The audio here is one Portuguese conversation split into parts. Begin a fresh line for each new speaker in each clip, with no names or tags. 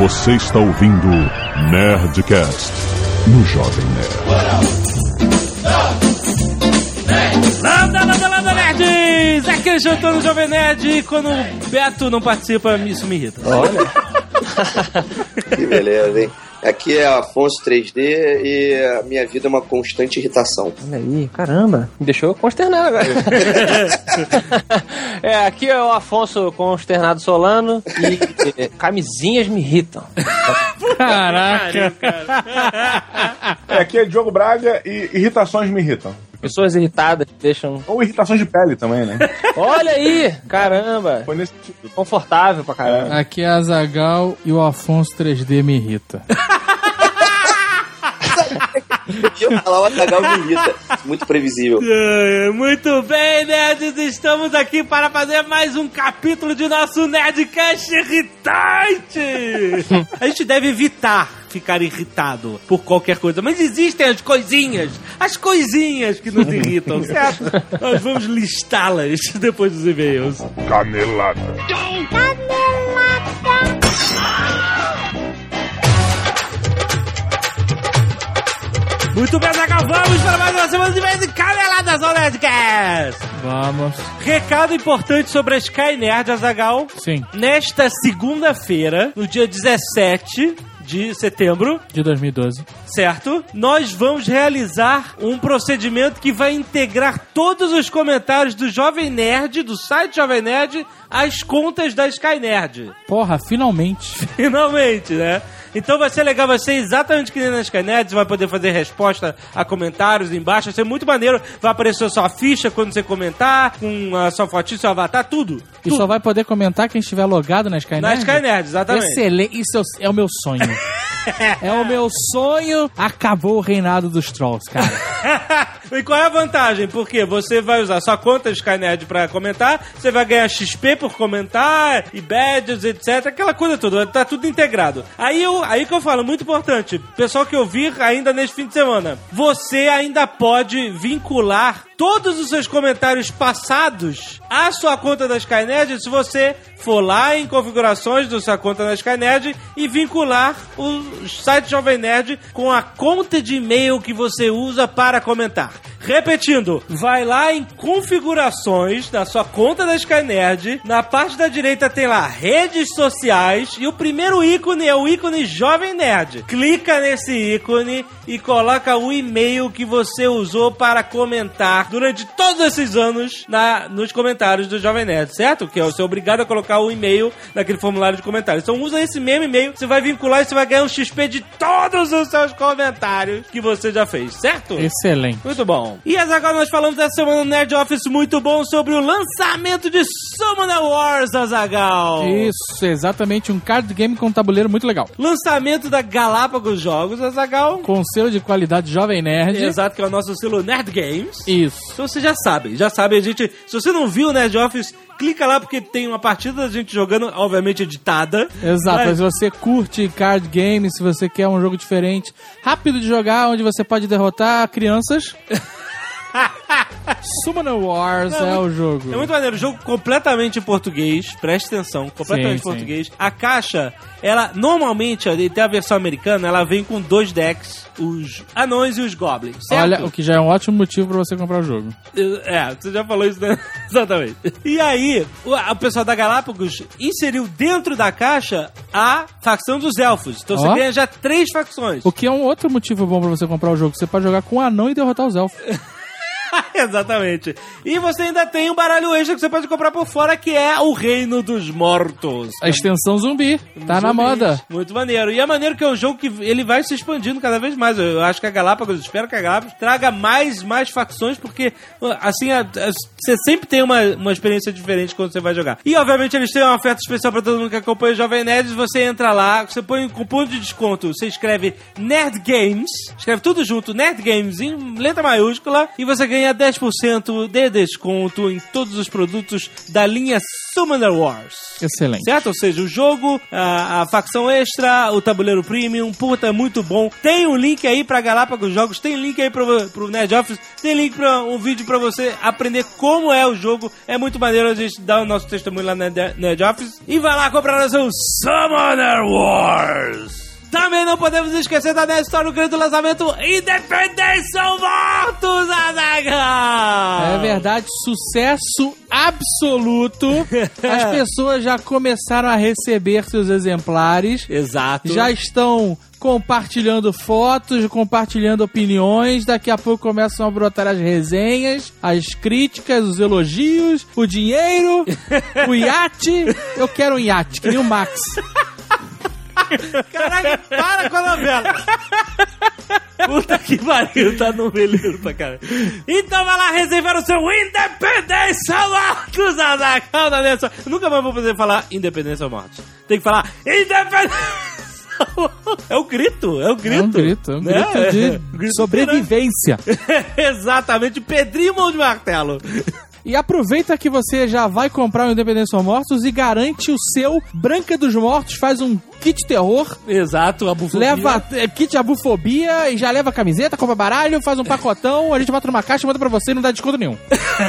Você está ouvindo Nerdcast no Jovem Nerd.
Landa, landa, landa, nerds! Aqui é jantando Jovem Nerd e quando o Beto não participa, isso me irrita.
Olha! que beleza, hein? Aqui é Afonso 3D e a minha vida é uma constante irritação.
Olha aí, caramba, me deixou consternado agora. é, aqui é o Afonso consternado solano e, e camisinhas me irritam.
Caraca!
É, aqui é Diogo Braga e irritações me irritam.
Pessoas irritadas deixam.
Ou irritações de pele também, né?
Olha aí! Caramba! Foi nesse tipo. Confortável pra caramba.
Ah,
É. Aqui é a Zagal e o Afonso 3D me irrita.
Eu falava Zagal me irrita. Muito previsível.
Muito bem, nerds! Estamos aqui para fazer mais um capítulo de nosso Nerdcast irritante! a gente deve evitar ficar irritado por qualquer coisa. Mas existem as coisinhas, as coisinhas que nos irritam, certo? Nós vamos listá-las depois dos e-mails.
Canelada. Canelada.
Muito bem, Zagal, vamos para mais uma semana de vez em Caneladas ao Nerdcast!
Vamos.
Recado importante sobre a Sky Nerd, Azagal.
Sim.
Nesta segunda-feira, no dia 17, de setembro
de 2012.
Certo? Nós vamos realizar um procedimento que vai integrar todos os comentários do Jovem Nerd, do site Jovem Nerd, às contas da Sky Nerd.
Porra, finalmente.
Finalmente, né? Então vai ser legal, vai ser exatamente que nem nas canetes, vai poder fazer resposta a comentários embaixo, vai ser muito maneiro. Vai aparecer sua ficha quando você comentar, com a sua fotinha, seu avatar, tudo.
E
tudo.
só vai poder comentar quem estiver logado na Skynet?
Na Skynet, exatamente.
Excelente, isso é o meu sonho. é o meu sonho. Acabou o reinado dos trolls, cara.
e qual é a vantagem? Porque você vai usar sua conta de Skynet pra comentar, você vai ganhar XP por comentar, e badges, etc. Aquela coisa toda, tá tudo integrado. Aí, eu, aí que eu falo, muito importante, pessoal que eu vi ainda neste fim de semana, você ainda pode vincular todos os seus comentários passados à sua conta da Skynet se você for lá em configurações da sua conta na Skynet e vincular o site Jovem Nerd com a conta de e-mail que você usa para comentar. Repetindo, vai lá em configurações da sua conta da Skynerd. Na parte da direita tem lá redes sociais e o primeiro ícone é o ícone Jovem Nerd. Clica nesse ícone e coloca o e-mail que você usou para comentar durante todos esses anos na, nos comentários do Jovem Nerd, certo? Que você é obrigado a colocar o e-mail naquele formulário de comentários. Então usa esse mesmo e-mail, você vai vincular e você vai ganhar um XP de todos os seus comentários que você já fez, certo?
Excelente.
Muito bom. E é agora nós falamos essa semana no Nerd Office muito bom sobre o lançamento de Summoner Wars, Azagal.
Isso, exatamente, um card game com um tabuleiro muito legal.
Lançamento da Galápagos Jogos, Azagal.
Com selo de qualidade Jovem Nerd.
Exato, que é o nosso selo Nerd Games.
Isso.
Então vocês já sabem, já sabem, a gente. Se você não viu o Nerd Office, clica lá porque tem uma partida da gente jogando, obviamente editada.
Exato, mas... mas você curte card game, se você quer um jogo diferente, rápido de jogar, onde você pode derrotar crianças. Summoner Wars é, é muito, o jogo.
É muito maneiro. O jogo completamente em português. Presta atenção. Completamente em português. Sim. A caixa, ela normalmente, até a versão americana, ela vem com dois decks. Os anões e os goblins. Certo?
Olha, o que já é um ótimo motivo para você comprar o jogo.
É, você já falou isso, né? Exatamente. E aí, o, o, pessoal da Galápagos inseriu dentro da caixa a facção dos elfos. Então oh. você ganha já três facções.
O que é um outro motivo bom para você comprar o jogo. Você pode jogar com o anão e derrotar os elfos.
Exatamente. E você ainda tem um baralho extra que você pode comprar por fora, que é o Reino dos Mortos.
A extensão zumbi. Tá Zumbis. na moda.
Muito maneiro. E é maneiro que é um jogo que ele vai se expandindo cada vez mais. Eu acho que a Galápagos, espero que a Galápagos traga mais, mais facções, porque, assim, a, a, você sempre tem uma, uma experiência diferente quando você vai jogar. E, obviamente, eles têm uma oferta especial pra todo mundo que acompanha o Jovem Nerd. Você entra lá, você põe um cupom de desconto, você escreve Nerd Games, escreve tudo junto, Nerd Games, em letra maiúscula, e você ganha ganhar 10% de desconto em todos os produtos da linha Summoner Wars.
Excelente.
Certo? Ou seja, o jogo, a, a facção extra, o tabuleiro premium, puta, é muito bom. Tem um link aí pra Galápagos Jogos, tem link aí pro, pro Nerd Office, tem link pra um vídeo pra você aprender como é o jogo. É muito maneiro a gente dar o nosso testemunho lá na Nerd- Nerd Office. E vai lá comprar o seu Summoner Wars! Também não podemos esquecer da 10 história do grande lançamento Independência são votos, Azaghal!
É verdade, sucesso absoluto. As pessoas já começaram a receber seus exemplares,
Exato.
já estão compartilhando fotos, compartilhando opiniões. Daqui a pouco começam a brotar as resenhas, as críticas, os elogios, o dinheiro, o iate. Eu quero um iate, queria o Max.
Caraca, para com a novela! Puta que pariu, tá no beleza pra caralho. Então vai lá reservar o seu Independência Mortos, Azaghal da Nessa. Nunca mais vou poder falar Independência Mortos. Tem que falar Independência Mortos. É o grito, é o grito.
É um grito, é um
né?
grito
É,
de
grito
sobrevivência.
grande. Exatamente, Pedrinho Mão de Martelo.
E aproveita que você já vai comprar o Independência ou Mortos e garante o seu Branca dos Mortos, faz um kit terror,
Exato, a bufobia.
leva é, kit abufobia e já leva camiseta, compra baralho, faz um pacotão, a gente bota numa caixa, manda pra você e não dá desconto nenhum.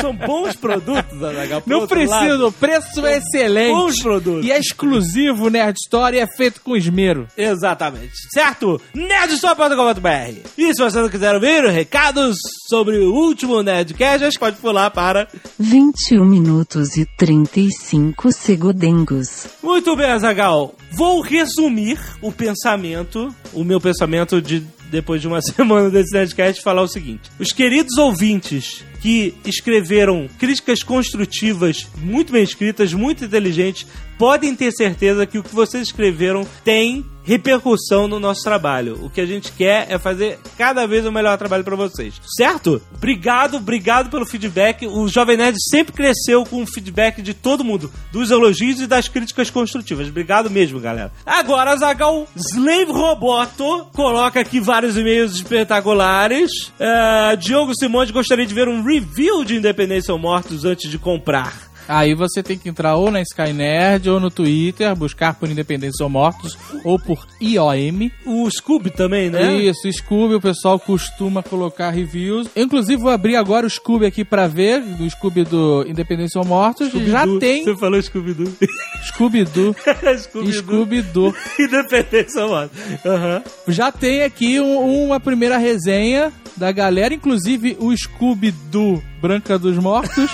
São bons produtos, Azaghal. por
Não
outro
precisa,
lado.
o preço é
Bons
excelente.
produtos.
E é exclusivo Nerd Story, é feito com esmero.
Exatamente. Certo? Nerdstore.com.br. E se você não quiser ouvir recados sobre o último Nerdcast, a gente pode pular para.
21 minutos e 35 segundengos.
Muito bem, Azagal. Vou resumir o pensamento, o meu pensamento de depois de uma semana desse Nerdcast, falar o seguinte: os queridos ouvintes que escreveram críticas construtivas, muito bem escritas, muito inteligentes, podem ter certeza que o que vocês escreveram tem repercussão no nosso trabalho. O que a gente quer é fazer cada vez o melhor trabalho pra vocês. Certo? Obrigado, obrigado pelo feedback. O Jovem Nerd sempre cresceu com o feedback de todo mundo, dos elogios e das críticas construtivas. Obrigado mesmo, galera. Agora, Zagal Slave Roboto coloca aqui vários e-mails espetaculares. Ah, Diogo Simões gostaria de ver um review de Independência ou Mortos antes de comprar.
Aí você tem que entrar ou na Skynerd ou no Twitter, buscar por Independência ou Mortos ou por IOM.
O Scooby também, né?
Isso, Scooby, o pessoal costuma colocar reviews. Eu, inclusive, vou abrir agora o Scooby aqui pra ver, do Scooby do Independência ou Mortos. Já
Scooby-Doo.
tem
Você falou Scooby-Doo.
Scooby-Doo.
Scooby-Doo.
Scooby-Doo.
Independência mano. Aham.
Já tem aqui um- uma primeira resenha da galera, inclusive o Scooby-Doo Branca dos Mortos.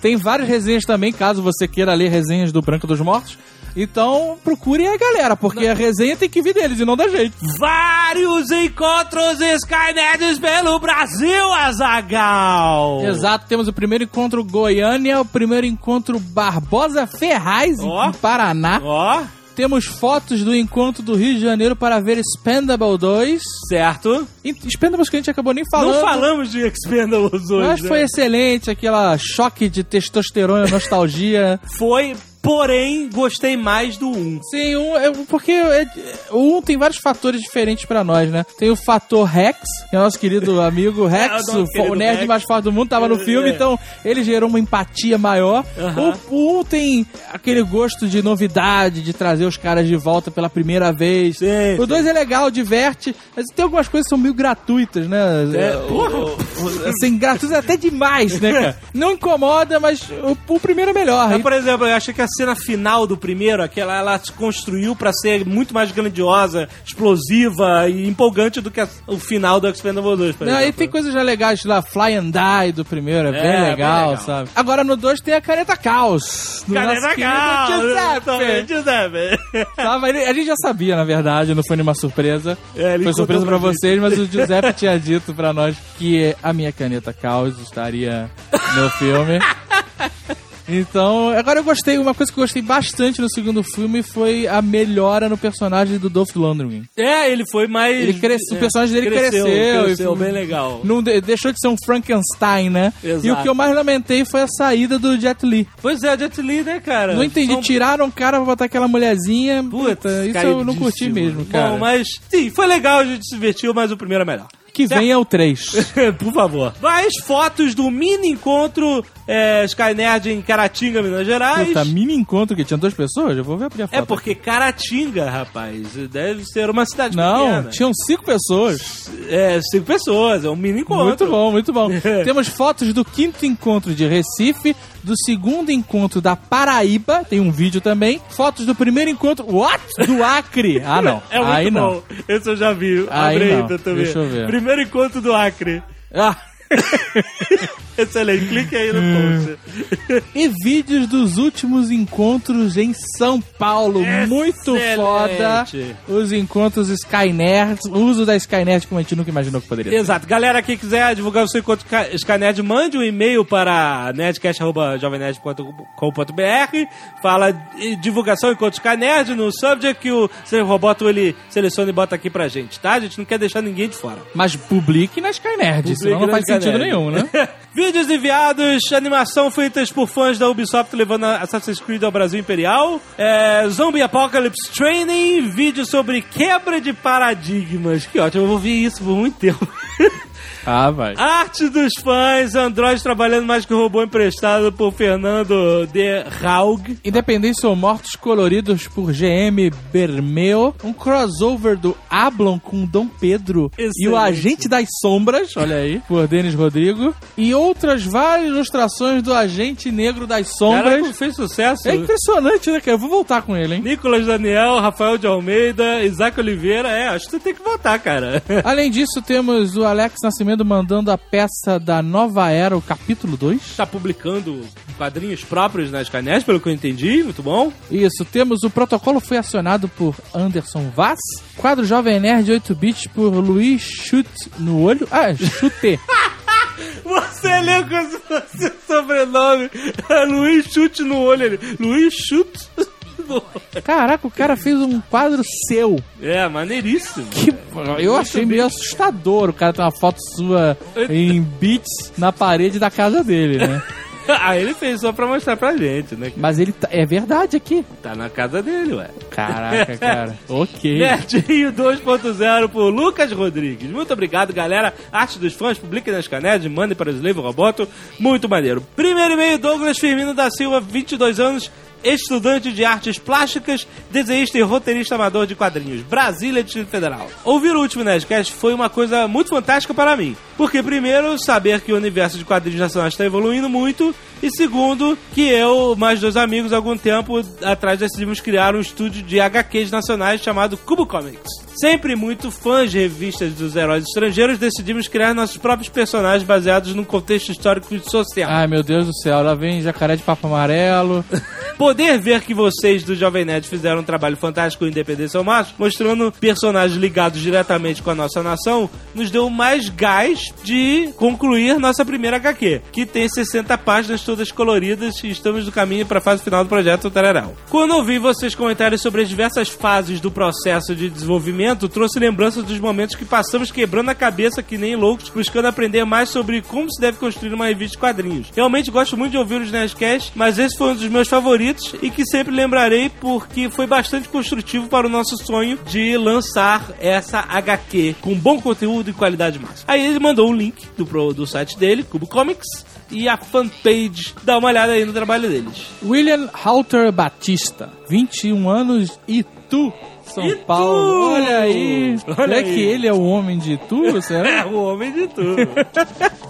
tem várias resenhas também, caso você queira ler resenhas do Branca dos Mortos. Então, procure a galera, porque a resenha tem que vir deles e não da gente.
Vários encontros Skynerds pelo Brasil, Azagal!
Exato, temos o primeiro encontro Goiânia, o primeiro encontro Barbosa Ferraz, em-
Ó.
em Paraná.
Ó,
Temos fotos do encontro do Rio de Janeiro para ver Spendable 2.
certo.
E- Expendables que a gente acabou nem falando.
Não falamos de Expendables hoje.
Mas
né?
foi excelente, aquela choque de testosterona, nostalgia.
Foi, porém, gostei mais do 1.
Sim, um, é- porque é- o um tem vários fatores diferentes pra nós, né? Tem o fator Rex, que é o nosso querido amigo Rex,
É, o nosso
o, fo-
querido
o nerd
Rex.
mais forte do mundo, tava no filme,
É.
então ele gerou uma empatia maior.
Aham.
O, o um tem aquele gosto de novidade, de trazer os caras de volta pela primeira vez.
Sim,
o dois é legal, diverte, mas tem algumas coisas que são meio gratuitas, né?
É,
O- o- Assim, gratuitas até demais, né, cara? Não incomoda, mas o, o primeiro é melhor.
Mas, por exemplo, eu achei que a cena final do primeiro, aquela, ela se construiu pra ser muito mais grandiosa, explosiva e empolgante do que a- o final do Expendables 2, por
Não, aí
exemplo.
tem coisas já legais lá, Fly and Die do primeiro, é,
É,
bem,
bem
legal,
legal.
sabe? Agora no 2 tem a Careta Caos. do
Cadê
nosso querido
Zagal?
Giuseppe.
Giuseppe.
Tava, ele- a gente já sabia, na verdade, não foi nenhuma surpresa.
É, ele
foi surpresa
contou
pra
pra
vocês, mas o Giuseppe tinha dito pra nós que a minha caneta Caos estaria no filme. Então, agora eu gostei, uma coisa que eu gostei bastante no segundo filme foi a melhora no personagem do Dolph Lundgren.
É, ele foi mais.
Ele cresce- o
é,
personagem dele cresceu,
Cresceu,
e-
bem legal.
Não de- deixou de ser um Frankenstein, né?
Exato.
E o que eu mais lamentei foi a saída do Jet Li.
Pois é, Jet Li, né, cara?
Não entendi,
São-
tiraram o cara pra botar aquela mulherzinha. Puta, isso eu não
caidíssimo.
curti mesmo, cara.
Bom, mas, sim, foi legal, a gente se divertiu, mas o primeiro é melhor.
que vem é o 3.
Por favor. Mais fotos do mini encontro é, Sky Nerd em Caratinga, Minas Gerais.
Puta, mini encontro que tinha duas pessoas? Eu vou ver a foto.
É porque Caratinga, rapaz, deve ser uma cidade
Não,
pequena.
tinham cinco pessoas.
É, cinco pessoas, é um mini encontro.
Muito bom, muito bom. Temos fotos do quinto encontro de Recife, do segundo encontro da Paraíba, tem um vídeo também. Fotos do primeiro encontro, what? Do Acre. Ah, não.
É muito
Aí não.
bom. Esse eu já vi.
Aí
Abre
não.
ainda também.
Deixa eu ver.
Primeiro encontro do Acre.
Ah,
Excelente, clique aí no post.
e vídeos dos últimos encontros em São Paulo. Muito
Excelente.
foda. Os encontros Sky Nerds, o uso da Sky Nerd como a gente nunca imaginou que poderia. ser.
Exato. Galera que quiser divulgar o seu encontro ca- Skynet, mande um e-mail para nerdcast.jovemnerd.com.br Fala eh, divulgação encontro Skynet no subject que o seu roboto ele seleciona e bota aqui pra gente, tá? A gente não quer deixar ninguém de fora.
Mas publique na Sky Nerd, senão não
Publique
faz
na
sentido
Sky Nerd.
nenhum, né?
Vídeos enviados, animação feitas por fãs da Ubisoft levando Assassin's Creed ao Brasil Imperial, é, Zombie Apocalypse Training, vídeo sobre quebra de paradigmas. Que ótimo, eu vou ver isso por muito tempo.
Ah, vai.
Arte dos fãs, Android trabalhando mais que um robô emprestado por Fernando de Raug.
Independência ou Mortos Coloridos por GM Bermeo, um crossover do Ablon com Dom Pedro e
Excelente.
o Agente das Sombras, olha aí, por Denis Rodrigo, e outras várias ilustrações do Agente Negro das
Caraca,
Sombras.
fez sucesso.
É impressionante, né, cara? Eu vou voltar com ele, hein?
Nicolas Daniel, Rafael de Almeida, Isaac Oliveira. É, acho que você tem que votar, cara.
Além disso, temos o Alex Nascimento mandando a peça da Nova Era, o capítulo 2.
Está tá publicando quadrinhos próprios nas canetas, pelo que eu entendi. Muito bom.
Isso, temos o protocolo foi acionado por Anderson Vaz. Quadro Jovem Nerd 8 bits por Luiz Chute no olho. Ah, chute.
Você leu com esse esse sobrenome. É Luiz Chute no olho. Ele. Luiz Chute no olho.
Caraca, o cara fez um quadro seu.
É, maneiríssimo.
Que eu achei meio assustador. O cara tem uma foto sua em bits na parede da casa dele, né?
Ah, ele fez só pra mostrar pra gente, né?
Mas ele tá- é verdade aqui.
Tá na casa dele, ué.
Caraca, cara. Ok.
Nerdinho 2.0 por Lucas Rodrigues. Muito obrigado, galera. Arte dos fãs, publiquem nas canetas, mandem para o Slave Roboto. Muito maneiro. Primeiro e-mail, Douglas Firmino da Silva, 22 anos, estudante de artes plásticas, desenhista e roteirista amador de quadrinhos. Brasília, Distrito Federal. Ouvir o último Nerdcast foi uma coisa muito fantástica para mim. Porque, primeiro, saber que o universo de quadrinhos nacionais está evoluindo muito. E, segundo, que eu, mais dois amigos, algum tempo atrás decidimos criar um estúdio de HQs nacionais chamado Cubo Comics. Sempre muito fãs de revistas dos heróis estrangeiros, decidimos criar nossos próprios personagens baseados num contexto histórico e social.
Ai, meu Deus do céu. Lá vem jacaré de papo amarelo.
Poder ver que vocês do Jovem Nerd fizeram um trabalho fantástico em Independência ao Março, mostrando personagens ligados diretamente com a nossa nação, nos deu mais gás de concluir nossa primeira HQ, que tem 60 páginas todas coloridas e estamos no caminho para a fase final do projeto Tararau. Quando ouvi vocês comentarem sobre as diversas fases do processo de desenvolvimento, trouxe lembranças dos momentos que passamos quebrando a cabeça que nem loucos, buscando aprender mais sobre como se deve construir uma revista de quadrinhos. Realmente gosto muito de ouvir os Nerdcast, mas esse foi um dos meus favoritos e que sempre lembrarei porque foi bastante construtivo para o nosso sonho de lançar essa HQ com bom conteúdo e qualidade máxima. Aí ele mandou o link do, pro- do site dele, Cubo Comics, e a fanpage. Dá uma olhada aí no trabalho deles.
William Halter Batista, 21 anos, Itu, São
Itu!
Paulo. Olha aí.
Olha
Será
aí.
que ele é o homem de Itu, será?
É o homem de tudo.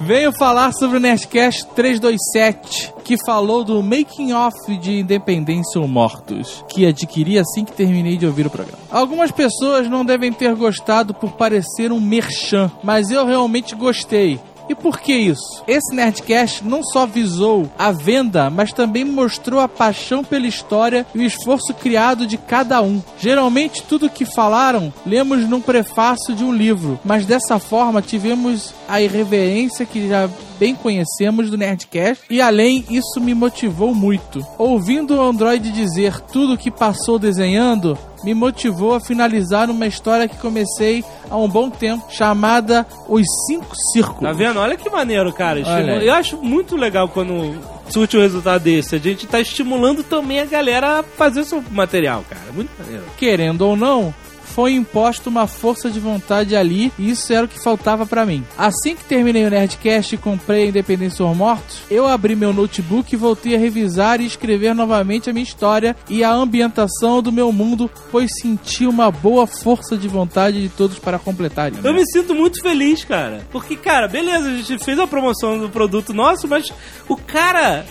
Veio falar sobre o Nerdcast 327, que falou do making off de Independência ou Mortos, que adquiri assim que terminei de ouvir o programa. Algumas pessoas não devem ter gostado por parecer um merchan, mas eu realmente gostei. E por que isso? Esse Nerdcast não só visou a venda, mas também mostrou a paixão pela história e o esforço criado de cada um. Geralmente, tudo o que falaram lemos num prefácio de um livro, mas dessa forma tivemos a irreverência que já bem conhecemos do Nerdcast, e além, isso me motivou muito. Ouvindo o Android dizer tudo o que passou desenhando, me motivou a finalizar uma história que comecei há um bom tempo, chamada Os Cinco Círculos.
Tá vendo? Olha que maneiro, cara. Estimu-
aí.
Eu acho muito legal quando surte um resultado desse. A gente tá estimulando também a galera a fazer seu material, cara. Muito maneiro.
Querendo ou não, foi imposta uma força de vontade ali e isso era o que faltava pra mim. Assim que terminei o Nerdcast e comprei a Independência ou Mortos, eu abri meu notebook e voltei a revisar e escrever novamente a minha história e a ambientação do meu mundo, pois senti uma boa força de vontade de todos para né? completar.
Eu me sinto muito feliz, cara. Porque, cara, beleza, a gente fez a promoção do produto nosso, mas o cara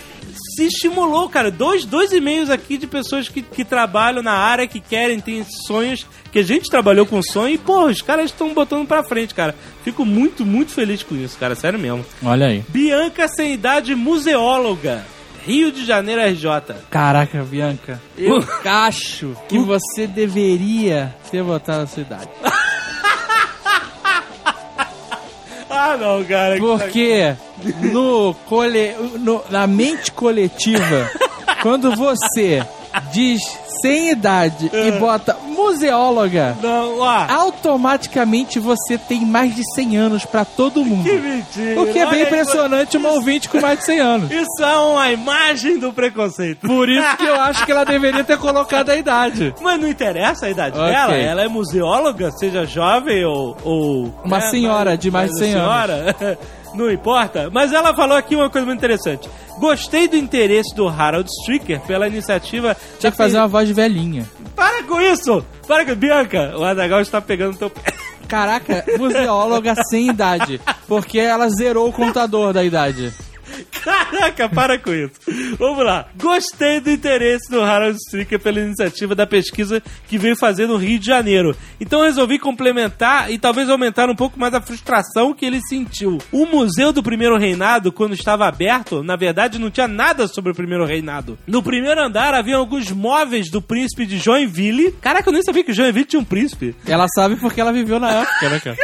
se estimulou, cara. Dois, dois e-mails aqui de pessoas que, que trabalham na área, que querem, têm sonhos, que a gente trabalhou com sonho e, pô, os caras estão botando pra frente, cara. Fico muito, muito feliz com isso, cara. Sério mesmo.
Olha aí.
Bianca Sem Idade, museóloga. Rio de Janeiro, RJ.
Caraca, Bianca. Eu
Uh.
acho que você deveria ter votado a sua idade.
Ah, não, cara.
Porque no cole... no- na mente coletiva, quando você diz sem idade e
É.
bota museóloga,
Não, ah,
automaticamente você tem mais de 100 anos pra todo mundo.
que mentira.
O que é
Olha
bem
aí,
impressionante uma ouvinte com mais de 100 anos.
Isso é uma imagem do preconceito.
Por isso que eu acho que ela deveria ter colocado a idade.
Mas não interessa a idade
Ok.
dela, ela é museóloga, seja jovem ou. ou
Uma
né,
senhora de mais de 100 anos.
senhora, não importa. Mas ela falou aqui uma coisa muito interessante. Gostei do interesse do Harold Stricker pela iniciativa.
Tinha que fazer uma voz de velhinha.
Para com isso! Para com Bianca! O Adagal está pegando teu pé.
Caraca, museóloga sem idade. Porque ela zerou o contador da idade.
Caraca, para com isso. Vamos lá. Gostei do interesse do Harold Stricker pela iniciativa da pesquisa que veio fazer no Rio de Janeiro. Então resolvi complementar e talvez aumentar um pouco mais a frustração que ele sentiu. O Museu do Primeiro Reinado, quando estava aberto, na verdade não tinha nada sobre o Primeiro Reinado. No primeiro andar havia alguns móveis do príncipe de Joinville. Caraca, eu nem sabia que Joinville tinha um príncipe.
Ela sabe porque ela viveu na época, né, cara?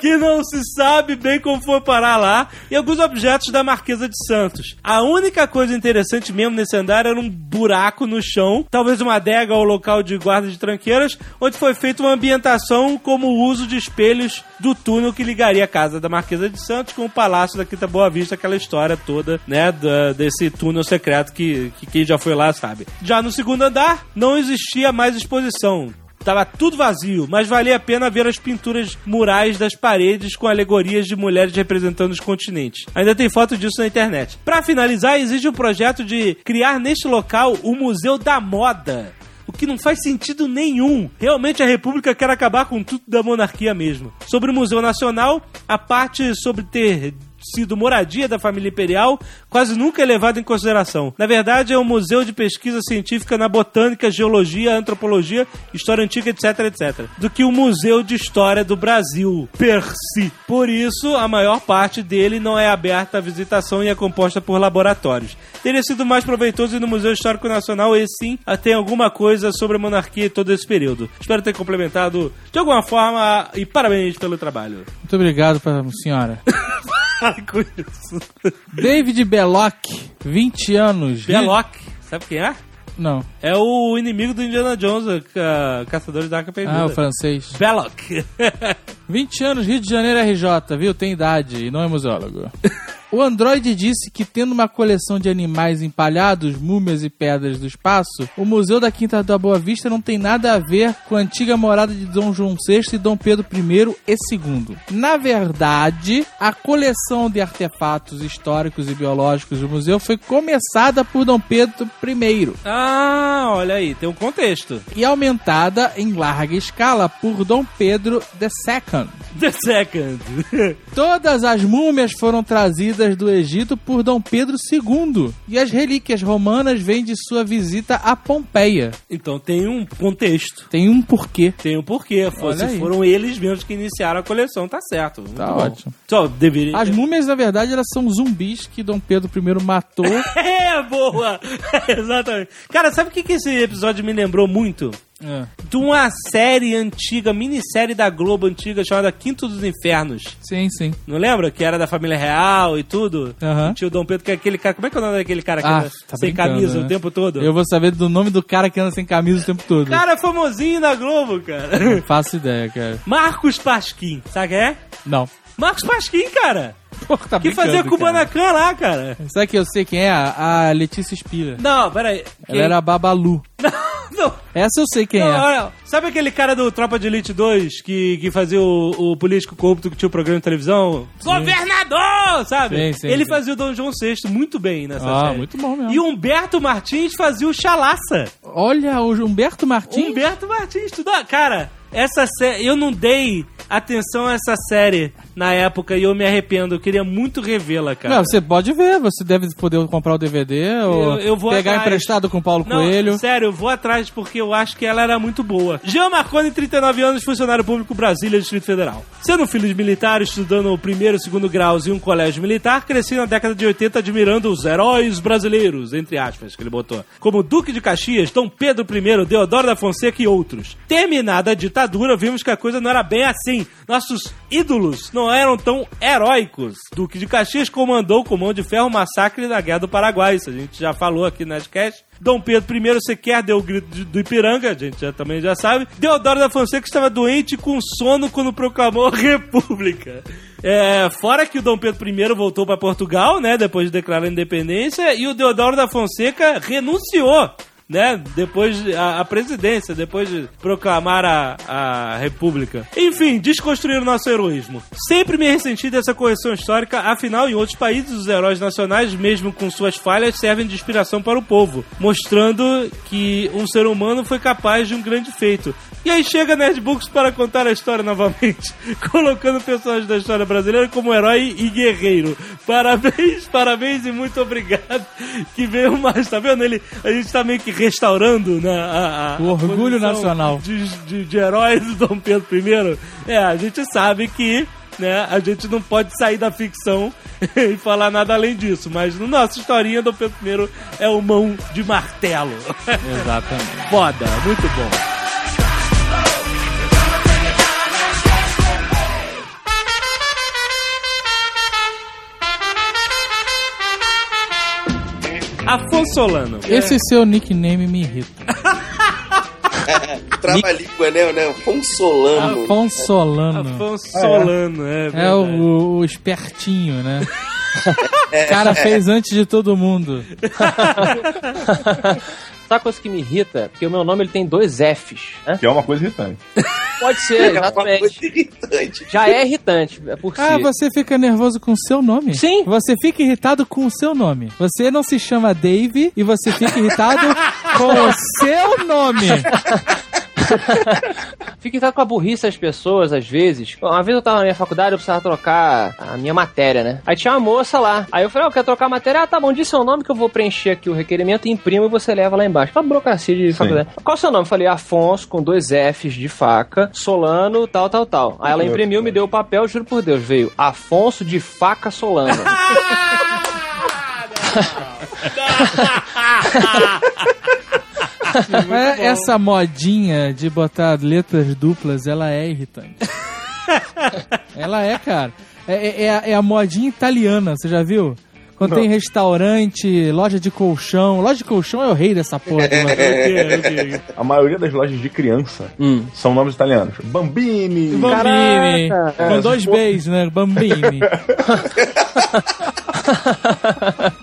que não se sabe bem como foi parar lá, e alguns objetos da Marquesa de Santos. A única coisa interessante mesmo nesse andar era um buraco no chão, talvez uma adega ou local de guarda de tranqueiras, onde foi feita uma ambientação como o uso de espelhos do túnel que ligaria a casa da Marquesa de Santos com o Palácio da Quinta Boa Vista, aquela história toda, né, da- desse túnel secreto que, que quem já foi lá sabe. Já no segundo andar, não existia mais exposição. Tava tudo vazio, mas valia a pena ver as pinturas murais das paredes com alegorias de mulheres representando os continentes. Ainda tem foto disso na internet. Pra finalizar, existe um projeto de criar neste local o Museu da Moda. O que não faz sentido nenhum. Realmente a República quer acabar com tudo da monarquia mesmo. Sobre o Museu Nacional, a parte sobre ter sido moradia da família imperial, quase nunca é levado em consideração. Na verdade, é um museu de pesquisa científica na botânica, geologia, antropologia, história antiga, etc, etc, do que o Museu de História do Brasil, per si. Por isso, a maior parte dele não é aberta à visitação e é composta por laboratórios. Teria sido mais proveitoso ir no Museu Histórico Nacional e sim tem alguma coisa sobre a monarquia e todo esse período. Espero ter complementado de alguma forma e parabéns pelo trabalho.
Muito obrigado, pra- senhora.
Para com isso.
David Belloc, 20 anos.
Beloc, sabe quem é?
Não.
É o inimigo do Indiana Jones, o ca- Caçadores da Arca
Ah, o
Perdida.
francês.
Belloc.
20 anos, Rio de Janeiro RJ, viu? Tem idade e não é museólogo. O Android disse que, tendo uma coleção de animais empalhados, múmias e pedras do espaço, o Museu da Quinta da Boa Vista não tem nada a ver com a antiga morada de Dom João VI e Dom Pedro I e II. Na verdade, a coleção de artefatos históricos e biológicos do museu foi começada por Dom Pedro I.
ah, olha aí, tem um contexto.
e aumentada em larga escala por Dom Pedro II.
The Second.
Todas as múmias foram trazidas do Egito por Dom Pedro II e as relíquias romanas vêm de sua visita a Pompeia.
então tem um contexto.
Tem um porquê.
Tem um porquê. Foi,
Olha
se
aí.
foram eles mesmos que iniciaram a coleção, tá certo. Muito
Tá
bom.
ótimo.
Só deveria.
As múmias, na verdade, elas são zumbis que Dom Pedro I matou.
É, boa! Exatamente. Cara, sabe o que, que esse episódio me lembrou muito?
É.
De uma série antiga, minissérie da Globo antiga chamada Quinto dos Infernos.
Sim, sim.
Não lembra? Que era da família real e tudo.
Aham.
O tio Dom Pedro, que é aquele cara. Como é que é o nome daquele cara que
Ah,
anda
tá
sem
brincando,
camisa
né?
o tempo todo?
Eu vou saber do nome do cara que anda sem camisa o tempo todo.
Cara famosinho na Globo, cara.
Não faço ideia, cara.
Marcos Pasquim, sabe quem é?
Não.
Marcos Pasquim, cara!
Porra, tá
Que
brincando,
fazia
cara.
Kubanacan lá, cara.
Sabe que eu sei quem é? A Letícia Spira.
Não, peraí. Quem?
Ela era a Babalu.
Não, não.
Essa eu sei quem
Não,
é.
olha, sabe aquele cara do Tropa de Elite 2 que, que fazia o, o político corrupto que tinha o programa de televisão? Governador! Sabe?
Sim, sim,
Ele
sim.
fazia o Dom João VI muito bem nessa
Ah,
série.
muito bom mesmo.
E o Humberto Martins fazia o Chalaça.
Olha, o Humberto Martins.
Humberto Martins, tudo. Cara, essa série. Eu não dei atenção a essa série na época e eu me arrependo. Eu queria muito revê-la, cara.
Não, você pode ver, você deve poder comprar o DVD ou
eu vou
pegar
atrás.
emprestado com o Paulo
Não,
Coelho.
sério, eu vou atrás porque eu acho que ela era muito boa. Jean Marconi, 39 anos, funcionário público Brasília, Distrito Federal. Sendo um filho de militar, estudando o primeiro e segundo graus em um colégio militar, cresci na década de 80 admirando os heróis brasileiros, entre aspas, que ele botou. Como Duque de Caxias, Dom Pedro I, Deodoro da Fonseca e outros. Terminada a ditadura, vimos que a coisa não era bem assim. Nossos ídolos não eram tão heróicos. Duque de Caxias comandou com mão de ferro o massacre da Guerra do Paraguai, isso a gente já falou aqui nas casts. Dom Pedro I sequer deu o grito de- do Ipiranga, a gente já, também já sabe. Deodoro da Fonseca estava doente e com sono quando proclamou a República. É, fora que o Dom Pedro I voltou para Portugal, né, depois de declarar a independência, e o Deodoro da Fonseca renunciou, né, depois de- a, a presidência, depois de proclamar a, a República. Enfim, desconstruir o nosso heroísmo. Sempre me ressenti dessa correção histórica, afinal, em outros países, os heróis nacionais, mesmo com suas falhas, servem de inspiração para o povo, mostrando que um ser humano foi capaz de um grande feito. E aí chega Nerd Books para contar a história novamente, colocando personagens da história brasileira como herói e guerreiro. Parabéns, parabéns e muito obrigado que veio mais, tá vendo? Ele, a gente tá meio que restaurando né, a, a-
O
a
orgulho
posição
nacional.
De, de, de herói do Dom Pedro I. É, a gente sabe que né, a gente não pode sair da ficção e falar nada além disso, mas no nosso historinha, Dom Pedro I é o mão de martelo.
É. Exatamente.
Foda, muito bom. Afonso Solano.
Esse seu nickname me irrita.
Trava-língua, né? né? Fonsolano.
Afonso Solano.
Ah, É, Afonso Solano, é.
É
verdade. É.
o, o espertinho, né? O cara fez antes de todo mundo.
Sabe a coisa que me irrita? Que o meu nome ele tem dois Fs, né?
Que é uma coisa irritante.
Pode ser,
É uma
exatamente.
coisa irritante.
Já é irritante, é por si.
Ah, você fica nervoso com o seu nome?
Sim.
Você fica irritado com o seu nome. Você não se chama Dave e você fica irritado com o seu nome.
Fico irritado com a burrice das pessoas, às vezes. Bom, Uma vez eu tava na minha faculdade, eu precisava trocar a minha matéria, né? Aí tinha uma moça lá. Aí eu falei, ó, quer trocar a matéria? Ah, tá bom, diz seu nome que eu vou preencher aqui o requerimento, imprimo e você leva lá embaixo. Uma burocracia de faculdade. Qual o seu nome? Eu falei, Afonso, com dois Fs de faca, Solano, tal, tal, tal. Aí ela
Meu
imprimiu, me deu o papel, juro por Deus, veio Afonso de faca Solano.
É, essa modinha de botar letras duplas, ela é irritante. ela é, cara. É, é- é a, é a modinha italiana, você já viu? Quando tem restaurante, loja de colchão. Loja de colchão é o rei dessa porra. mano.
Eu digo, eu digo.
A maioria das lojas de criança
Hum.
são nomes italianos. Bambini.
Bambini.
Caraca.
Com dois
Essas porra-
beijos, né? Bambini.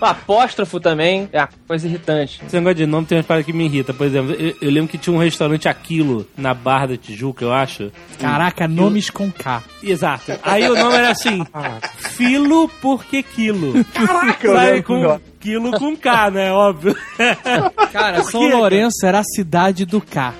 Apóstrofo também é uma coisa irritante.
Esse negócio de nome tem umas paradas que me irrita. Por exemplo, eu, eu lembro que tinha um restaurante Aquilo na Barra da Tijuca, eu acho.
Caraca, nomes com K.
Exato. Aí o nome era assim: Filo porque Quilo. Caraca, Sabe,
lembro
com
melhor.
Quilo com K, né? Óbvio.
Cara, São
quê, cara?
Lourenço era a cidade do K.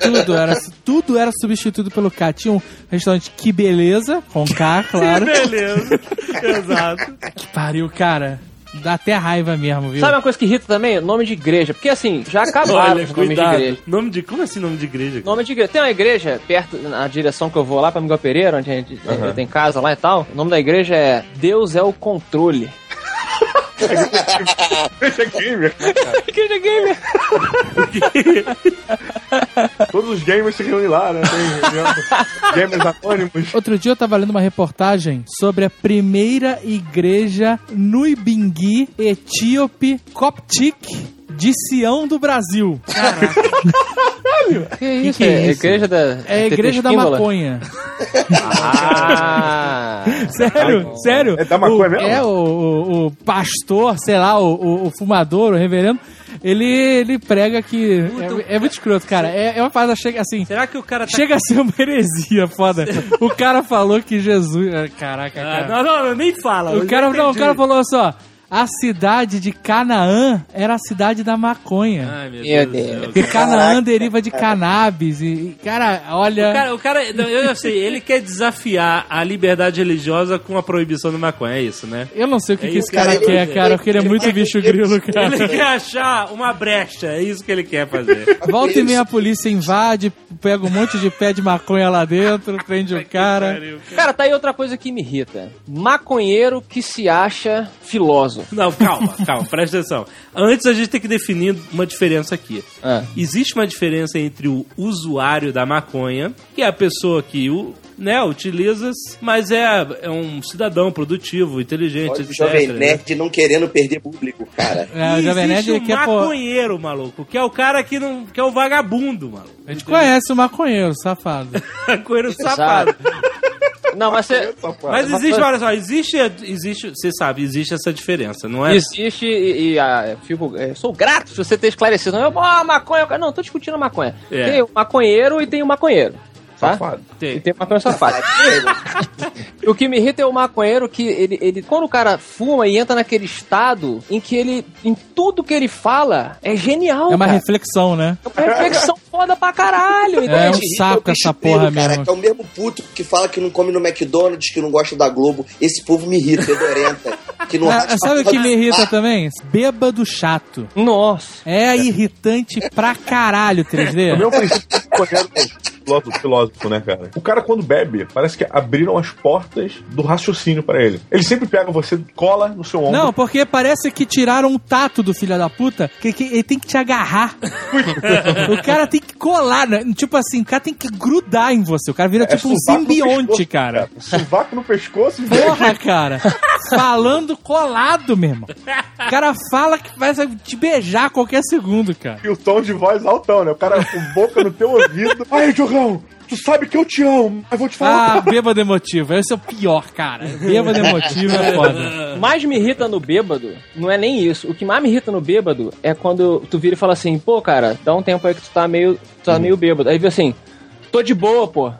tudo, era, tudo era substituído pelo K. Tinha um restaurante Que Beleza, com K, claro.
Beleza. Exato.
que pariu, cara. Dá até raiva mesmo, viu?
Sabe uma coisa que irrita também? Nome de igreja. Porque assim, já acabaram
Olha,
os nomes de igreja.
cuidado. Nome de. Como assim nome de igreja? cara?
Nome de igreja. Tem uma igreja perto, na direção que eu vou lá, pra Miguel Pereira, onde a gente eu tenho casa lá e tal. O nome da igreja é Deus é o Controle.
é
Esse aqui, meu.
igreja gamer.
Todos os gamers se reúnem lá, né? Tem reunião com gamers anônimos.
Outro dia eu tava lendo uma reportagem sobre a primeira igreja Nuibingui, etíope, Coptic de Sião do Brasil.
Que isso?
que é
é a
isso?
igreja da.
É a igreja da
Testíngula?
maconha.
Ah,
Sério, sério.
É da maconha
o,
mesmo?
É, o, o- o pastor, sei lá, o, o- o fumador, o reverendo, Ele, ele prega que. É, é muito escroto, cara. É, é uma parada chega assim.
Será que o cara tá...
Chega a ser uma heresia, foda. O cara falou que Jesus. ah, Caraca,
Ah,
cara.
não, não, não, nem fala. eu
O
já
cara, não, o
entendi.
cara falou assim, ó. A cidade de Canaã era a cidade da maconha.
Ai, Ah, meu
Meu
Deus.
Deus.
do
E
céu, cara.
Canaã deriva de cannabis. E, e, cara, olha.
O cara, o cara- não, eu já sei, ele quer desafiar a liberdade religiosa com a proibição da maconha, é isso, né?
Eu não sei o que,
É
que
isso,
esse cara,
cara,
quer,
ele-
cara, porque ele é muito bicho grilo, cara.
Ele quer achar uma brecha, é isso que ele quer fazer.
Volta e
Isso.
meia a polícia invade, pega um monte de pé de maconha lá dentro, prende o cara.
Cara, tá aí outra coisa que me irrita. Maconheiro que se acha filósofo.
Não, calma, calma, presta atenção. Antes a gente tem que definir uma diferença aqui.
É.
Ah.
Existe uma diferença entre o usuário da maconha, que é a pessoa que o, né, utiliza, mas é, é um cidadão produtivo, inteligente,
Olha o
etc.
Jovem
né?
Nerd não querendo perder público, cara.
É, o
E
Jovem Nerd
existe
ele
o
quer pô.
maconheiro, maluco, que é o cara que não, que é o vagabundo, maluco.
A gente conhece o maconheiro, safado. É
Maconheiro
Sabe?
safado.
Não, mas você.
é
Mas
Mas-
existe, olha só, existe, existe, você sabe, existe essa diferença, não é?
Existe e, e, ah, eu fico, eh, sou grato se você ter esclarecido. Eu, ah, maconha. Não, tô discutindo a maconha.
É.
Tem o maconheiro e tem o maconheiro. Tá?
Safado.
E tem o maconheiro safado.
um
Sabe?
O que me irrita é o maconheiro que ele, ele. Quando o cara fuma e entra naquele estado em que ele. Em tudo que ele fala é genial.
É uma
cara.
reflexão, né?
É uma reflexão foda pra caralho.
É um
entende?
saco essa porra
Cara,
mesmo.
que é o mesmo puto que fala que não come no McDonald's, que não gosta da Globo. Esse povo me irrita, fedorenta. Que não raspa
Ah,
a
sabe o
porra
que me
do
irrita
saco.
também? Bêbado chato.
Nossa.
É irritante pra caralho,
O
3D.
meu princípio de maconheiro é o filósofo, filósofo, né, cara? O cara, quando bebe, parece que abriram as portas do raciocínio pra ele. Ele sempre pega você, cola no seu ombro.
Não, porque parece que tiraram o tato do filho da puta, que, que ele tem que te agarrar. o cara tem que colar, né? tipo assim, o cara tem que grudar em você. O cara vira tipo um
sovaco É no
simbionte,
pescoço,
cara.
Sovaco no pescoço e
Porra, cara. Falando colado, meu irmão. O cara fala que vai te beijar a qualquer segundo, cara.
E o tom de voz altão, né? O cara com boca no teu ouvido. Ai, Diogão, tu sabe que eu te amo, mas vou te falar.
Ah, bêbado emotivo. Esse é o pior, cara. Bêbado emotivo é foda.
O mais me irrita no bêbado não é nem isso. O que mais me irrita no bêbado é quando tu vira e fala assim, pô, cara, dá um tempo aí que tu tá meio, tu
Hum.
tá meio bêbado. Aí vira assim, tô de boa, pô.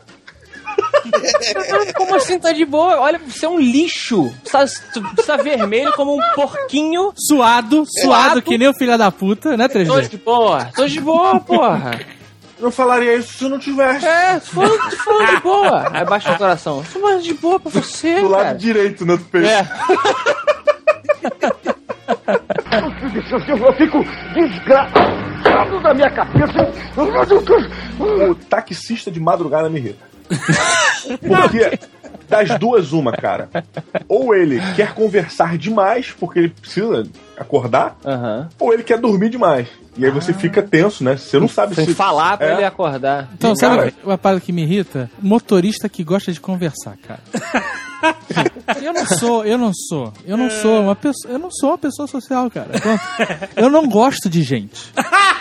como assim tá de boa? Olha, você é um lixo. Tu tá, tu tá vermelho como um porquinho.
Suado, suado, que nem o filho da puta, né,
Tô
3D?
de boa, tô de boa, porra.
Não falaria isso se não tivesse.
É, tô falando, tô falando de boa. Aí baixa o coração. Tô falando de boa pra você,
Do lado
cara.
direito, né, do peito.
É.
Eu fico desgraçado da minha cabeça.
O taxista de madrugada me irrita. Porque das duas, uma, cara. Ou ele quer conversar demais, porque ele precisa acordar,
Aham.
ou ele quer dormir demais. E aí você fica tenso, né? Você não sabe
Ah. Sem
se.
falar pra
É.
ele acordar.
Então,
Cara.
sabe uma parada que me irrita? Motorista que gosta de conversar, cara. Eu não sou, eu não sou, eu não sou uma pessoa, eu não sou uma pessoa social, cara. Pronto. Eu não gosto de gente.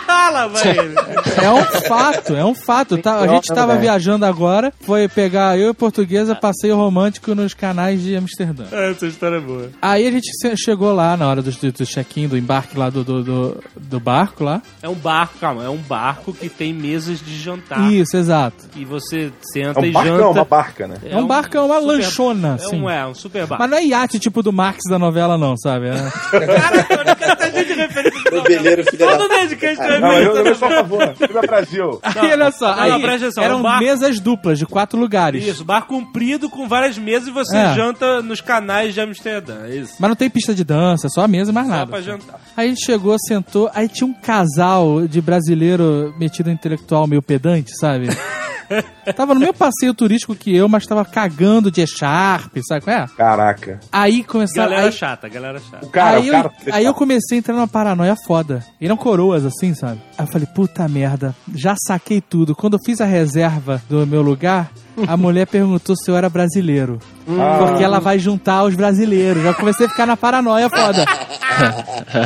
Fala, velho.
É um fato, é um fato. Tá, a gente tava viajando agora, foi pegar eu e portuguesa, passeio romântico nos canais de Amsterdã.
Ah, Essa história é boa.
Aí a gente se- chegou lá na hora do, do check-in, do embarque lá do, do, do- do barco lá.
É um barco, calma, é um barco que tem mesas de jantar.
Isso, exato.
E você
É
senta
um
e
barco,
janta.
não, uma barca, né?
É um barco, é uma
super-
lanchona,
É
assim.
um, é, um super barco.
Mas não é iate tipo do Marx da novela, não, sabe? É-
Caraca, eu não quero ter gente referência de novela.
Bobeleiro, filho da
Todo Nerdcast tem
É, Não, eu, eu
referência.
sou a favor. Viva Brasil.
Aí, olha só,
não, não,
aí
presta atenção,
eram
um barco-
mesas duplas de quatro lugares.
Isso, bar comprido com várias mesas e você
É.
janta nos canais de Amsterdã. É isso.
Mas não tem pista de dança, só a mesa e mais
Só
nada.
pra jantar.
Aí a gente chegou, sentou, aí tinha um casal de brasileiro metido intelectual meio pedante, sabe? tava no mesmo passeio turístico que eu, mas tava cagando de echarpe, sabe qual é?
Caraca.
Aí começaram...
Galera
aí-
chata, galera chata.
O cara,
aí,
o cara.
eu, aí eu comecei a entrar numa paranoia foda. E eram coroas, assim, sabe? Aí eu falei, puta merda, já saquei tudo. Quando eu fiz a reserva do meu lugar, a mulher perguntou se eu era brasileiro.
Ah,
Porque ela vai juntar os brasileiros. Já comecei a ficar na paranoia foda.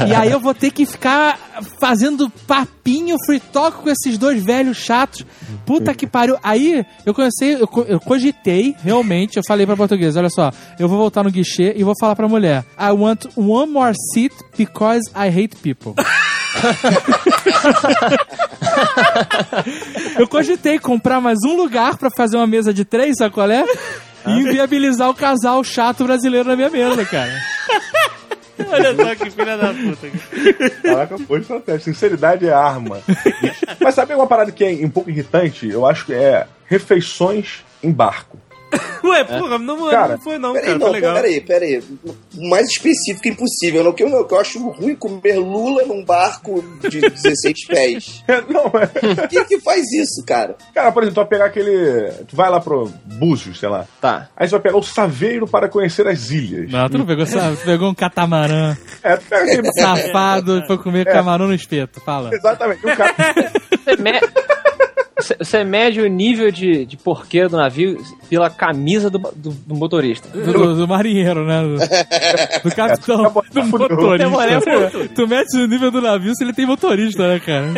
e aí eu vou ter que ficar fazendo papinho free talk com esses dois velhos chatos. Puta que pariu. Aí eu comecei, eu, co- eu cogitei, realmente, eu falei pra português, olha só, eu vou voltar no guichê e vou falar pra mulher. I want one more seat because I hate people. Eu cogitei comprar mais um lugar pra fazer uma mesa de três, sabe qual é? E inviabilizar o casal chato brasileiro na minha mesa, cara.
Olha só que filha da puta. cara.
Caraca, foi estratégia. Sinceridade é arma. Mas sabe uma parada que é um pouco irritante? Eu acho que é refeições em barco.
Ué, porra, não,
É. Cara,
não foi não,
Peraí,
cara.
não,
tá legal.
peraí, peraí. O mais específico impossível. Não, que, eu, não, que eu acho ruim comer lula num barco de 16 pés.
É, não, é.
Quem que faz isso, cara?
Cara, por exemplo, tu vai pegar aquele. Tu vai lá pro Búzios, sei lá.
Tá.
Aí você vai pegar o Saveiro para conhecer as ilhas.
Não, tu não pegou, sabe? Tu pegou um catamarã
É, tu pega aquele.
safado e foi comer camarão no espeto. Fala.
Exatamente. O cara,
Você me- Você você mede o nível de, de porqueiro do navio pela camisa do, do- do motorista.
Do, do- do marinheiro, né? Do, do capitão.
acabou-
do
fudeu.
motorista. Tu mete o nível do navio se ele tem motorista, né, cara?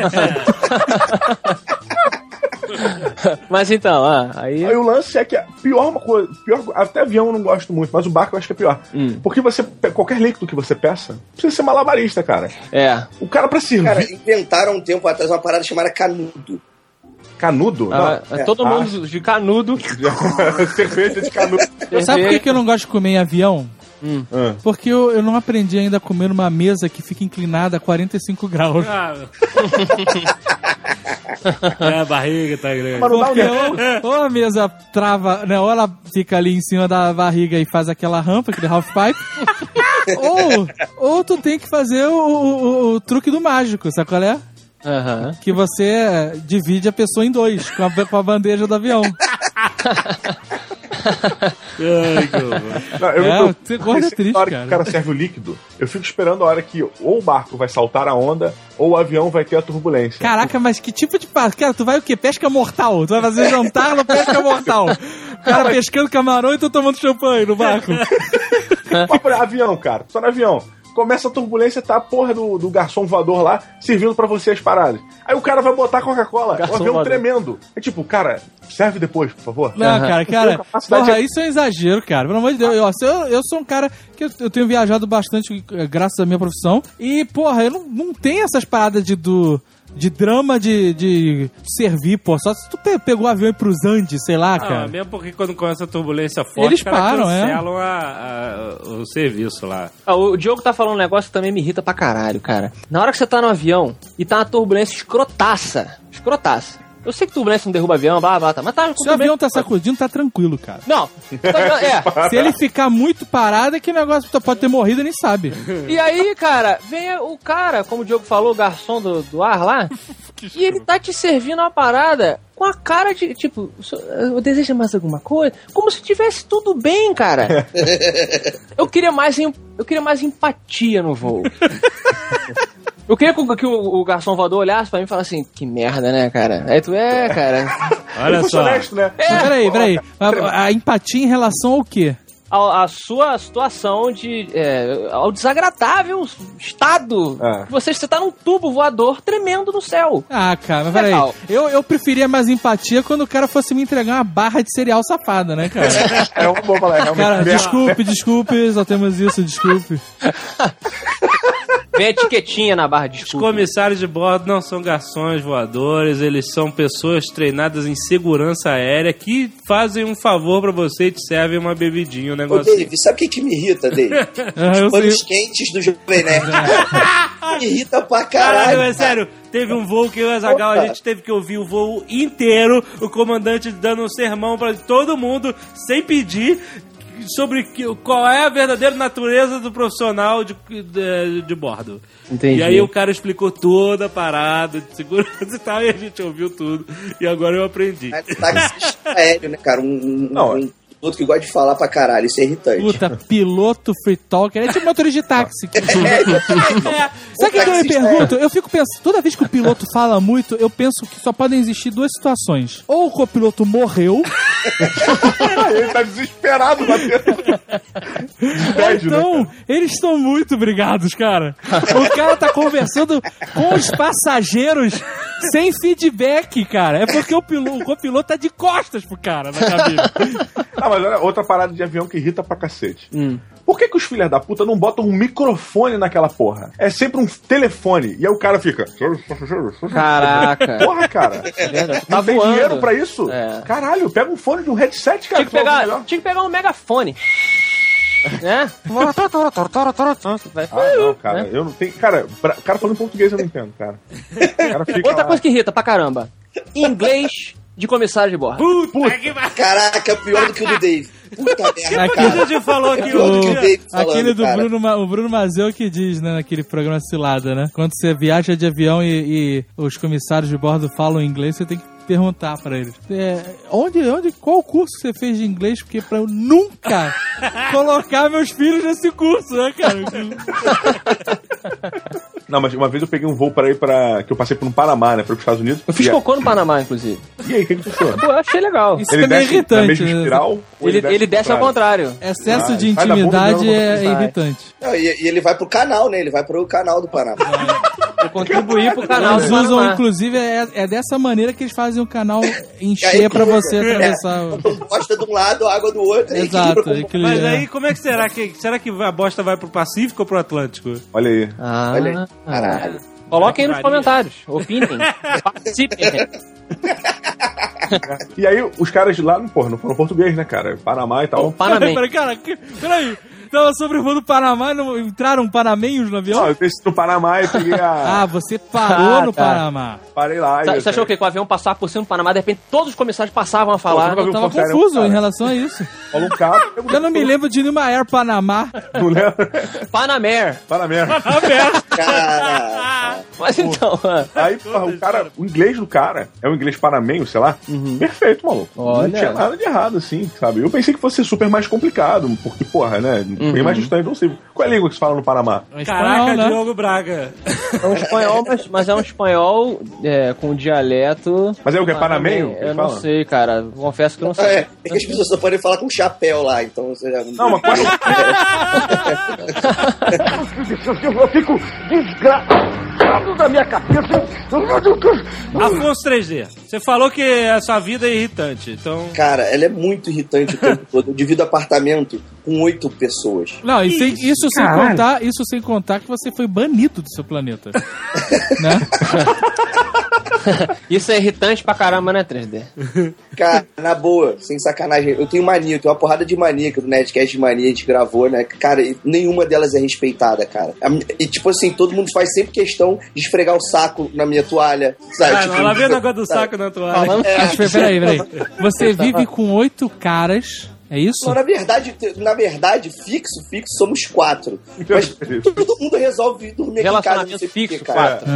Mas então, ah, aí.
Aí o lance é que a pior uma coisa, pior, até avião eu não gosto muito, mas o barco eu acho que é pior. Porque você, pe- qualquer líquido que você peça, precisa ser malabarista, cara.
É.
O cara pra servir
Cara, inventaram um tempo atrás uma parada chamada canudo.
canudo,
Ah,
não,
é todo
Ah.
mundo de canudo.
cerveja de canudo.
Sabe por que,
cerveja.
que eu não gosto de comer em avião?
Ah.
Porque eu, eu não aprendi ainda a comer numa mesa que fica inclinada a 45 graus.
Ah, meu. é, a barriga tá grande.
Mas não dá um
Porque
nervoso.
ou, ou a mesa trava, né? Ou ela fica ali em cima da barriga e faz aquela rampa, aquele half pipe. ou, ou tu tem que fazer o, o- o- o truque do mágico, sabe qual é?
Aham.
Que você eh, divide a pessoa em dois com a, com a bandeja do avião.
Ai, que horror.
Não, eu
É,
me preocupo
você gorda é
sempre
triste,
na hora
cara.
que o cara serve o líquido, eu fico esperando a hora que ou o barco vai saltar a onda ou o avião vai ter a turbulência.
Caraca, mas que tipo de pá? Cara, tu vai o quê? Pesca mortal. Tu vai fazer jantar no pesca mortal. O cara pescando camarão e tu tomando champanhe no barco.
Vai pro avião, cara. Só no avião. Começa a turbulência, tá a porra do, do garçom voador lá servindo pra você as paradas. Aí o cara vai botar Coca-Cola, o
Garçom
avião
voador.
tremendo. É tipo, cara, serve depois, por favor.
Não, cara, cara,
capacidade
porra,
é-
isso é um exagero, cara. Pelo amor de Deus, eu, ó, se eu, eu sou um cara que eu, eu tenho viajado bastante eh, graças à minha profissão. E, porra, eu não, não tenho essas paradas de, do, de drama de, de servir, pô. Só se tu pe- pegou o avião e ir pros Andes, sei lá,
Ah,
cara.
mesmo porque quando começa a turbulência forte,
Eles
os caras
param, é.
cancelam a- a- o serviço lá.
Ah, o Diogo tá falando um negócio que também me irrita pra caralho, cara. Na hora que você tá no avião e tá uma turbulência escrotaça. Escrotaça. Eu sei que turbulência não derruba avião, blá blá, tá, mas tá.
Se o avião tá sacudindo, tá tranquilo, cara.
Não. É.
Se ele ficar muito parado, é que o negócio pode ter morrido e nem sabe.
E aí, cara, vem o cara, como o Diogo falou, o garçom do, do ar lá, e ele tá te servindo uma parada com a cara de, tipo, eu desejo mais alguma coisa, como se tivesse tudo bem, cara. Eu queria mais, em- eu queria mais empatia no voo. Eu queria que, o- que o, o garçom voador olhasse pra mim e falasse assim, que merda, né, cara? Aí tu, é, cara,
Olha
Eu sou
só.
honesto, né?
Mas peraí, peraí. A, a empatia em relação ao quê?
a, a sua situação de, é, ao desagradável estado,
É.
você, você tá num tubo voador tremendo no céu.
Ah, cara, mas peraí.
Legal.
Eu, eu preferia mais empatia quando o cara fosse me entregar uma barra de cereal safada, né, cara?
É uma boa falar, realmente.
Cara,
merda.
desculpe, desculpe, só temos isso, desculpe.
Vem a etiquetinha na barra de
Os
escudo.
comissários de bordo não são garçons voadores, eles são pessoas treinadas em segurança aérea que fazem um favor pra você e te servem uma bebidinha, um
Ô,
negócio.
Dave, sabe o que, que me irrita, Dave?
Ah, eu sei.
Panos quentes do Jovem Nerd. me irrita pra caralho.
Caralho, é sério. Teve um voo que eu e a Zagal, a
Opa.
gente teve que ouvir o voo inteiro, o comandante dando um sermão pra todo mundo, sem pedir, sobre que- qual é a verdadeira natureza do profissional de, de, de bordo.
Entendi.
E aí o cara explicou toda a parada de segurança e tal, e a gente ouviu tudo. E agora eu aprendi.
Mas Táxi aéreo, né, cara? Um, um,
Não,
um piloto que gosta de falar pra caralho. Isso é irritante.
Puta, piloto free talker. É tipo motorista de táxi. Sabe o que,
O
que eu me
taxista é-
pergunto? Eu fico pensando, toda vez que o piloto fala muito, eu penso que só podem existir duas situações. Ou o copiloto morreu,
Ele tá desesperado batendo. Desespede,
então
né,
eles estão muito brigados, cara. O cara tá conversando com os passageiros sem feedback, cara. É porque o, pilo, o copiloto tá de costas pro cara na cabine.
Hum.
cara? Ah, mas olha, outra parada de avião que irrita pra cacete. Por que, que os filhos da puta não botam um microfone naquela porra? É sempre um telefone. E aí o cara fica.
Caraca.
Porra, cara.
Verdade,
Não
tá
tem
voando.
dinheiro pra isso?
É.
Caralho, pega um fone de um headset, cara.
Tinha que,
ouve
pegar,
melhor.
tinha que pegar um megafone. né? Vai-
Ah, não,
né?
cara. Eu não tenho. Cara, pra- o cara falando português eu não entendo, cara. O cara fica
Outra
lá.
coisa que irrita pra caramba: inglês de comissário de bordo.
Puta que pariu.
Caraca, pior do que o do Dave. Puta merda,
O que É a
cara.
gente falou aqui
pior do que o
outro dia?
Dave falando,
Aquele do
cara.
Bruno, Ma- o Bruno Mazeu que diz, né, naquele programa Cilada, né? Quando você viaja de avião e, e os comissários de bordo falam inglês, você tem que perguntar pra eles. É, onde, onde, qual curso que você fez de inglês? Porque pra eu nunca colocar meus filhos nesse curso, né, cara?
Não, mas uma vez eu peguei um voo pra ir pra. que eu passei por um Panamá, né? Pra ir pros Estados Unidos.
Eu fiz
e,
cocô no Panamá, inclusive.
e aí, o que que tu achou?
Pô, eu achei legal.
Isso também é
na
irritante.
mesma
né?
espiral? ou
Ele, ele desce ao contrário.
Excesso
Ah,
de
sai da bunda
intimidade
dela,
é
sai.
irritante.
Não, e, e ele vai pro canal, né? Ele vai pro canal do
Ah,
Paraná.
Eu contribuí pro canal do
Eles usam,
Panamá.
inclusive, é, é dessa maneira que eles fazem o canal
E aí,
encher pra você atravessar. o-
Bosta de um lado, água do outro. aí
Exato,
equilibra.
equilíbrio.
Mas
é.
aí, como é que será que. Será que a bosta vai pro Pacífico ou pro Atlântico?
Olha aí.
Ah,
Olha aí. Caralho.
Coloquem aí nos
Varia.
comentários. Opinem. Participem.
E aí, os caras de lá, porra, não falam português, né, cara? Panamá e tal.
Panamá.
Peraí, cara, que- peraí. Tava sobrevoando o Panamá e não entraram panamenhos no avião?
Não, eu desci no Panamá e peguei a.
Ah, você parou
Ah,
no
tá.
Panamá.
Parei lá.
Sa- Você achou que com o avião passava por cima do Panamá, de repente todos os comissários passavam a falar.
Pô, você nunca
Eu tava
Força Aérea
confuso
Panamá.
em relação a isso.
Falou um carro.
Eu não me lembro de nenhuma Air Panamá.
Não lembro.
Panamera.
Panamá.
Cara,
Mas então, ah,
Aí, porra, o cara, o inglês do cara é um inglês panameio, sei lá. Perfeito, maluco.
Olha.
Não tinha nada de errado, assim, sabe? Eu pensei que fosse super mais complicado, porque, porra, né? Bem mais distante possível. Qual é a língua que se fala no Panamá?
É
Caraca,
espanhol, né?
Diogo Braga.
é um espanhol, mas, mas é um espanhol é, com dialeto.
Mas é o que? É panameio?
Panamê-
que
Eu
eles
não
falam?
sei, cara. Confesso que eu não sei.
é, é que as pessoas só podem falar com chapéu lá, então você já...
Não, mas quando,
Eu fico desgraçado da minha cabeça. Meu Deus.
Afonso 3D, você falou que a sua vida é irritante, então.
Cara, ela é muito irritante o tempo todo. Eu divido apartamento com oito pessoas.
Não, e sem- isso, sem contar, isso sem contar que você foi banido do seu planeta. né?
Isso é irritante pra caramba, né, 3D?
Cara, na boa, sem sacanagem, eu tenho mania, eu tenho uma porrada de mania que do Nerdcast de mania a gente gravou, né? Cara, e nenhuma delas é respeitada, cara. A mi- E tipo assim, todo mundo faz sempre questão de esfregar o saco na minha toalha,
É,
sabe?
Ah,
tipo,
não, lá vem o negócio do
tá
saco na toalha.
Falando
Mas peraí, peraí, peraí. Você vive com oito caras, é isso?
Não, na verdade, te- na verdade, fixo, fixo, somos quatro. Mas todo mundo resolve ir dormir aqui em casa.
relacionamento
não sei por
fixo,
quê, cara.
quatro.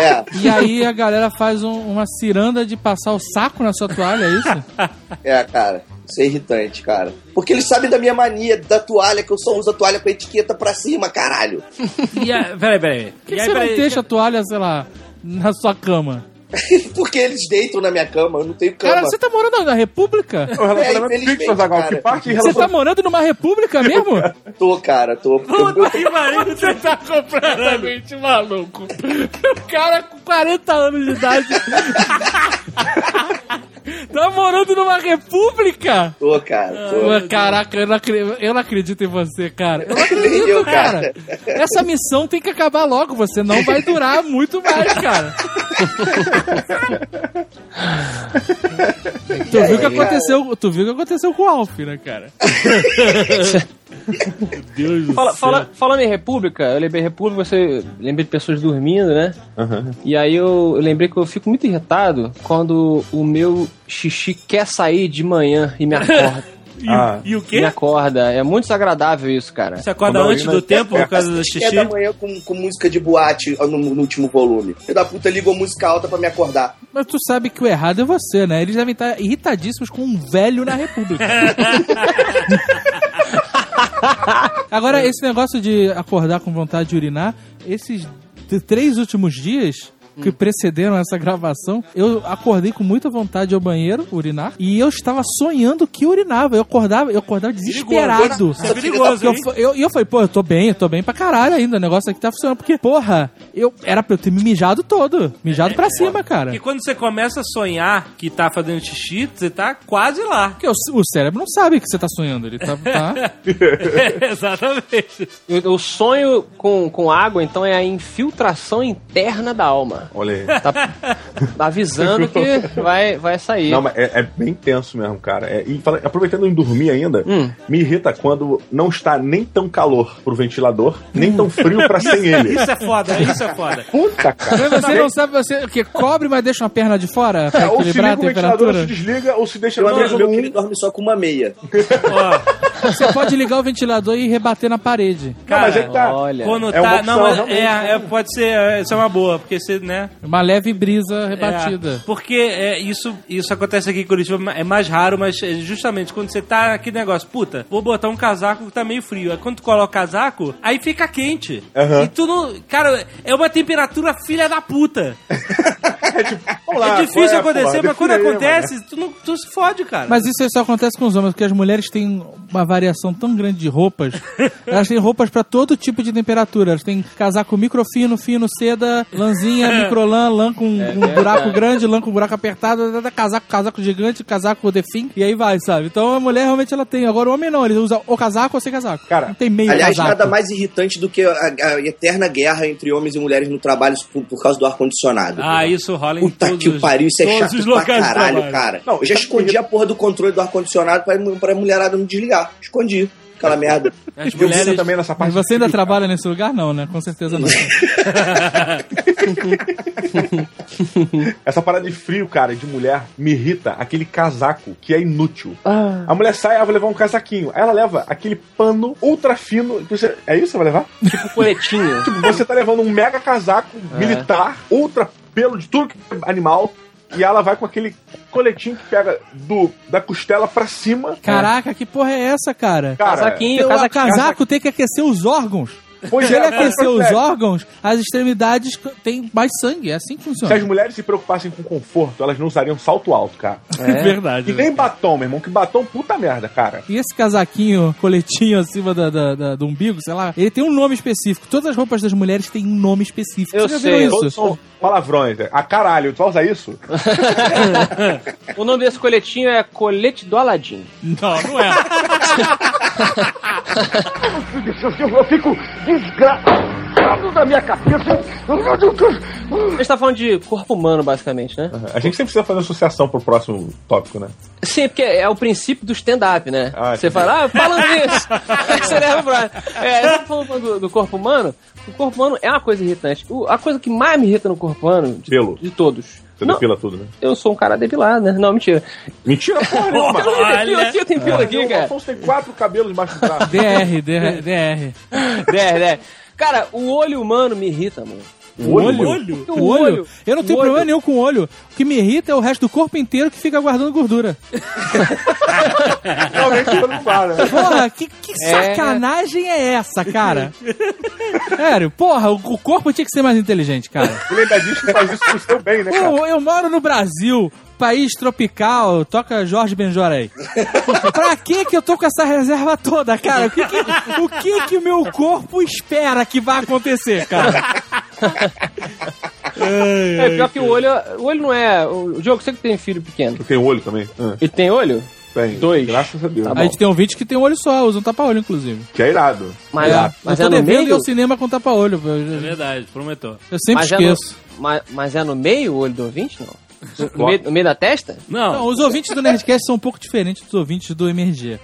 É,
E aí a galera faz um- uma ciranda de passar o saco na sua toalha, é isso?
é, cara. Isso é irritante, cara. Porque eles sabem da minha mania, da toalha, que eu só uso a toalha com a etiqueta pra cima, caralho.
E aí, peraí, peraí.
Por que, que você não deixa a toalha, sei lá, na sua cama?
Porque eles deitam na minha cama, eu não tenho cama.
Cara, você tá morando na república?
o É, relacionamento
infelizmente,
fixo, Zagal, que
cara.
parte
Você tá
relacionamento
morando numa república mesmo?
Tô, cara, tô.
Puta que pariu, você tá comprando.
Gente, maluco. O cara com 40 anos de idade. tá morando numa república?
Tô,
Ah.
cara, tô.
Pô, caraca, eu não, acre- eu não acredito em você, cara. Eu não
Nem
acredito,
eu,
cara. Essa missão tem que acabar logo, você não vai durar muito mais, cara. tu viu o que aconteceu, tu viu o que aconteceu com o Alf, né, cara?
Fala- fala- falando em República, eu lembrei República, você lembrei de pessoas dormindo, né? E aí eu, eu lembrei que eu fico muito irritado quando o meu xixi quer sair de manhã e me acorda.
E,
Ah.
e o
me
quê?
acorda. É muito desagradável isso, cara.
Você acorda
Quando a
antes do
urina-
tempo por causa do
É
xixi?
da manhã com, com música de boate ó, no, no último volume. Filho da puta ligou música alta pra me acordar.
Mas tu sabe que o errado é você, né? Eles devem estar irritadíssimos com um velho na República. Agora, esse negócio de acordar com vontade de urinar, esses t- três últimos dias que precederam essa gravação, eu acordei com muita vontade de ir ao banheiro urinar e eu estava sonhando que urinava. Eu acordava, eu acordava desesperado.
Isso é perigoso,
E eu,
hein?
fa- eu, e eu falei, pô, eu tô bem, eu tô bem pra caralho ainda. O negócio aqui tá funcionando. Porque, porra, eu era pra eu ter me mijado todo. Mijado
É,
pra cima, cara.
E quando você começa a sonhar que tá fazendo xixi, você tá quase lá.
Porque o, c- o cérebro não sabe que você tá sonhando. Ele tá. tá-
Exatamente.
Eu, eu sonho com, com água, então é a infiltração interna da alma.
Olha aí.
Tá, tá avisando que vai, vai sair.
Não, mas é, é bem tenso mesmo, cara. É, e fala- aproveitando em dormir ainda, me irrita quando não está nem tão calor pro ventilador, nem tão frio pra sem ele.
Isso é foda, isso é foda.
Puta, cara.
Mas você não sabe você, que cobre, mas deixa uma perna de fora
Tá
pra
É, ou se
equilibrar
liga
a
o ventilador, ou
temperatura.
se desliga, ou se deixa
Tem um
na
amigo
mesa
meu que ele dorme só com uma meia.
Ó,
Você pode ligar o ventilador e rebater na parede.
Cara, mas é que tá.
Olha.
quando
É uma
tá.
opção,
não, mas
realmente,
é, é, pode ser. é, Isso é uma boa, porque você, né?
Uma leve brisa
É,
rebatida.
porque é, isso, isso acontece aqui em Curitiba, ma- é mais raro, mas é justamente quando você tá naquele negócio, puta, vou botar um casaco que tá meio frio. Aí quando tu coloca o casaco, aí fica quente.
Aham.
E tu não. Cara, é uma temperatura filha da puta.
Vamos lá,
é
qual
difícil
é,
acontecer,
porra?
mas quando
Defina aí,
acontece, tu, não, tu se fode, cara.
Mas isso aí só acontece com os homens, porque as mulheres têm uma variação tão grande de roupas. Elas têm roupas pra todo tipo de temperatura. Elas têm casaco microfino, fino, seda, lãzinha, microlã, lã com
É
um buraco grande, lã com buraco apertado, tá, da- da- casaco, casaco gigante, casaco de fim, e aí vai, sabe? Então a mulher realmente ela tem. Agora o homem não, ele usa o casaco ou sem casaco.
Cara,
não tem meio
Aliás,
casaco.
nada mais irritante do que a, a eterna guerra entre homens e mulheres no trabalho por, por causa do ar-condicionado.
Ah, isso rola em
Puta
todos
que
os-
pariu, isso é
todos
chato
os
pra
locais de
caralho,
trabalho.
cara.
Não,
eu já
tá
escondi a porra do controle do ar-condicionado pra, pra mulherada não desligar. Escondi. Aquela merda.
As
Eu penso
mulheres
também nessa parte
Mas você
de
ainda
frio,
trabalha nesse lugar? Não, né? Com certeza não.
cara. Essa parada de frio, cara, de mulher, me irrita aquele casaco que é inútil. A mulher sai, ah, vou levar um casaquinho. Aí ela leva aquele pano ultra fino. que Você... É isso que você vai levar?
Tipo coletinho.
Tipo, você tá levando um mega casaco
É.
militar, ultra pelo de tudo que é animal, e ela vai com aquele coletinho que pega do, da costela pra cima.
Caraca, que porra é essa, cara?
Cara,
Casaquinho,
o casaco,
casaquinho.
tem que aquecer os órgãos.
Pois
Se
é,
ele
mas
aquecer os
acontece.
órgãos, as extremidades c- têm mais sangue. É assim que
Se
funciona.
as mulheres se preocupassem com conforto, elas não usariam salto alto, cara.
É verdade.
E nem batom, meu irmão, que batom puta merda, cara.
E esse casaquinho, coletinho acima da, da- da- do umbigo, sei lá, ele tem um nome específico. Todas as roupas das mulheres têm um nome específico.
Eu
Você já
sei,
viu
Todos
isso?
são palavrões. é. Ah, caralho, tu vai usar isso?
O nome desse coletinho é colete do Aladim.
Não, não é.
Eu fico desgraçado da minha cabeça. Meu Deus.
A gente tá falando de corpo humano, basicamente, né?
A gente sempre precisa fazer associação pro próximo tópico, né?
Sim, porque é o princípio do stand-up, né?
Ah,
você
entendi.
fala, ah, falando nisso. Aí você leva pra. É, você falando do, do corpo humano, o corpo humano é uma coisa irritante. O- a coisa que mais me irrita no corpo humano, de,
Pelo.
de todos.
Você
Não,
depila tudo, né?
eu sou um cara depilado, né? Não, mentira.
Mentira, porra nenhuma.
Eu não me depilo
Olha.
aqui, eu tenho pelo aqui,
O
cara.
Afonso tem quatro cabelos embaixo do braço.
DR, DR, DR.
É, né? Cara, o olho humano me irrita, mano.
O olho?
O
O
olho.
olho.
Eu não tenho
O olho.
problema nenhum com o olho. O que me irrita é o resto do corpo inteiro que fica guardando gordura.
Realmente eu não vá, né?
Porra, que, que
É.
sacanagem é essa, cara? Sério, porra, o, o corpo tinha que ser mais inteligente, cara.
Ele ainda diz que faz isso pro seu bem, né, cara?
Eu, eu moro no Brasil, país tropical, toca Jorge Benjor aí. pra que que eu tô com essa reserva toda, cara? O que que o que que o meu corpo espera que vai acontecer, cara?
É, pior que o olho. O olho não é. O Diogo, você que tem filho pequeno.
Eu tenho olho também. Ah,
Ele tem olho?
tem.
Dois.
Graças a Deus.
Tá
A gente tem um vídeo que tem um olho só, usa um tapa-olho, inclusive.
Que é irado.
Mas,
eu
mas
tô
é no
devendo ir
meio.
ao cinema com tapa-olho. Eu,
É verdade, prometeu.
eu sempre
Mas é, no,
esqueço.
mas, mas é no meio o olho do ouvinte, não? No meio, no meio da testa?
Não, os ouvintes do Nerdcast são um pouco diferentes dos ouvintes do MRG.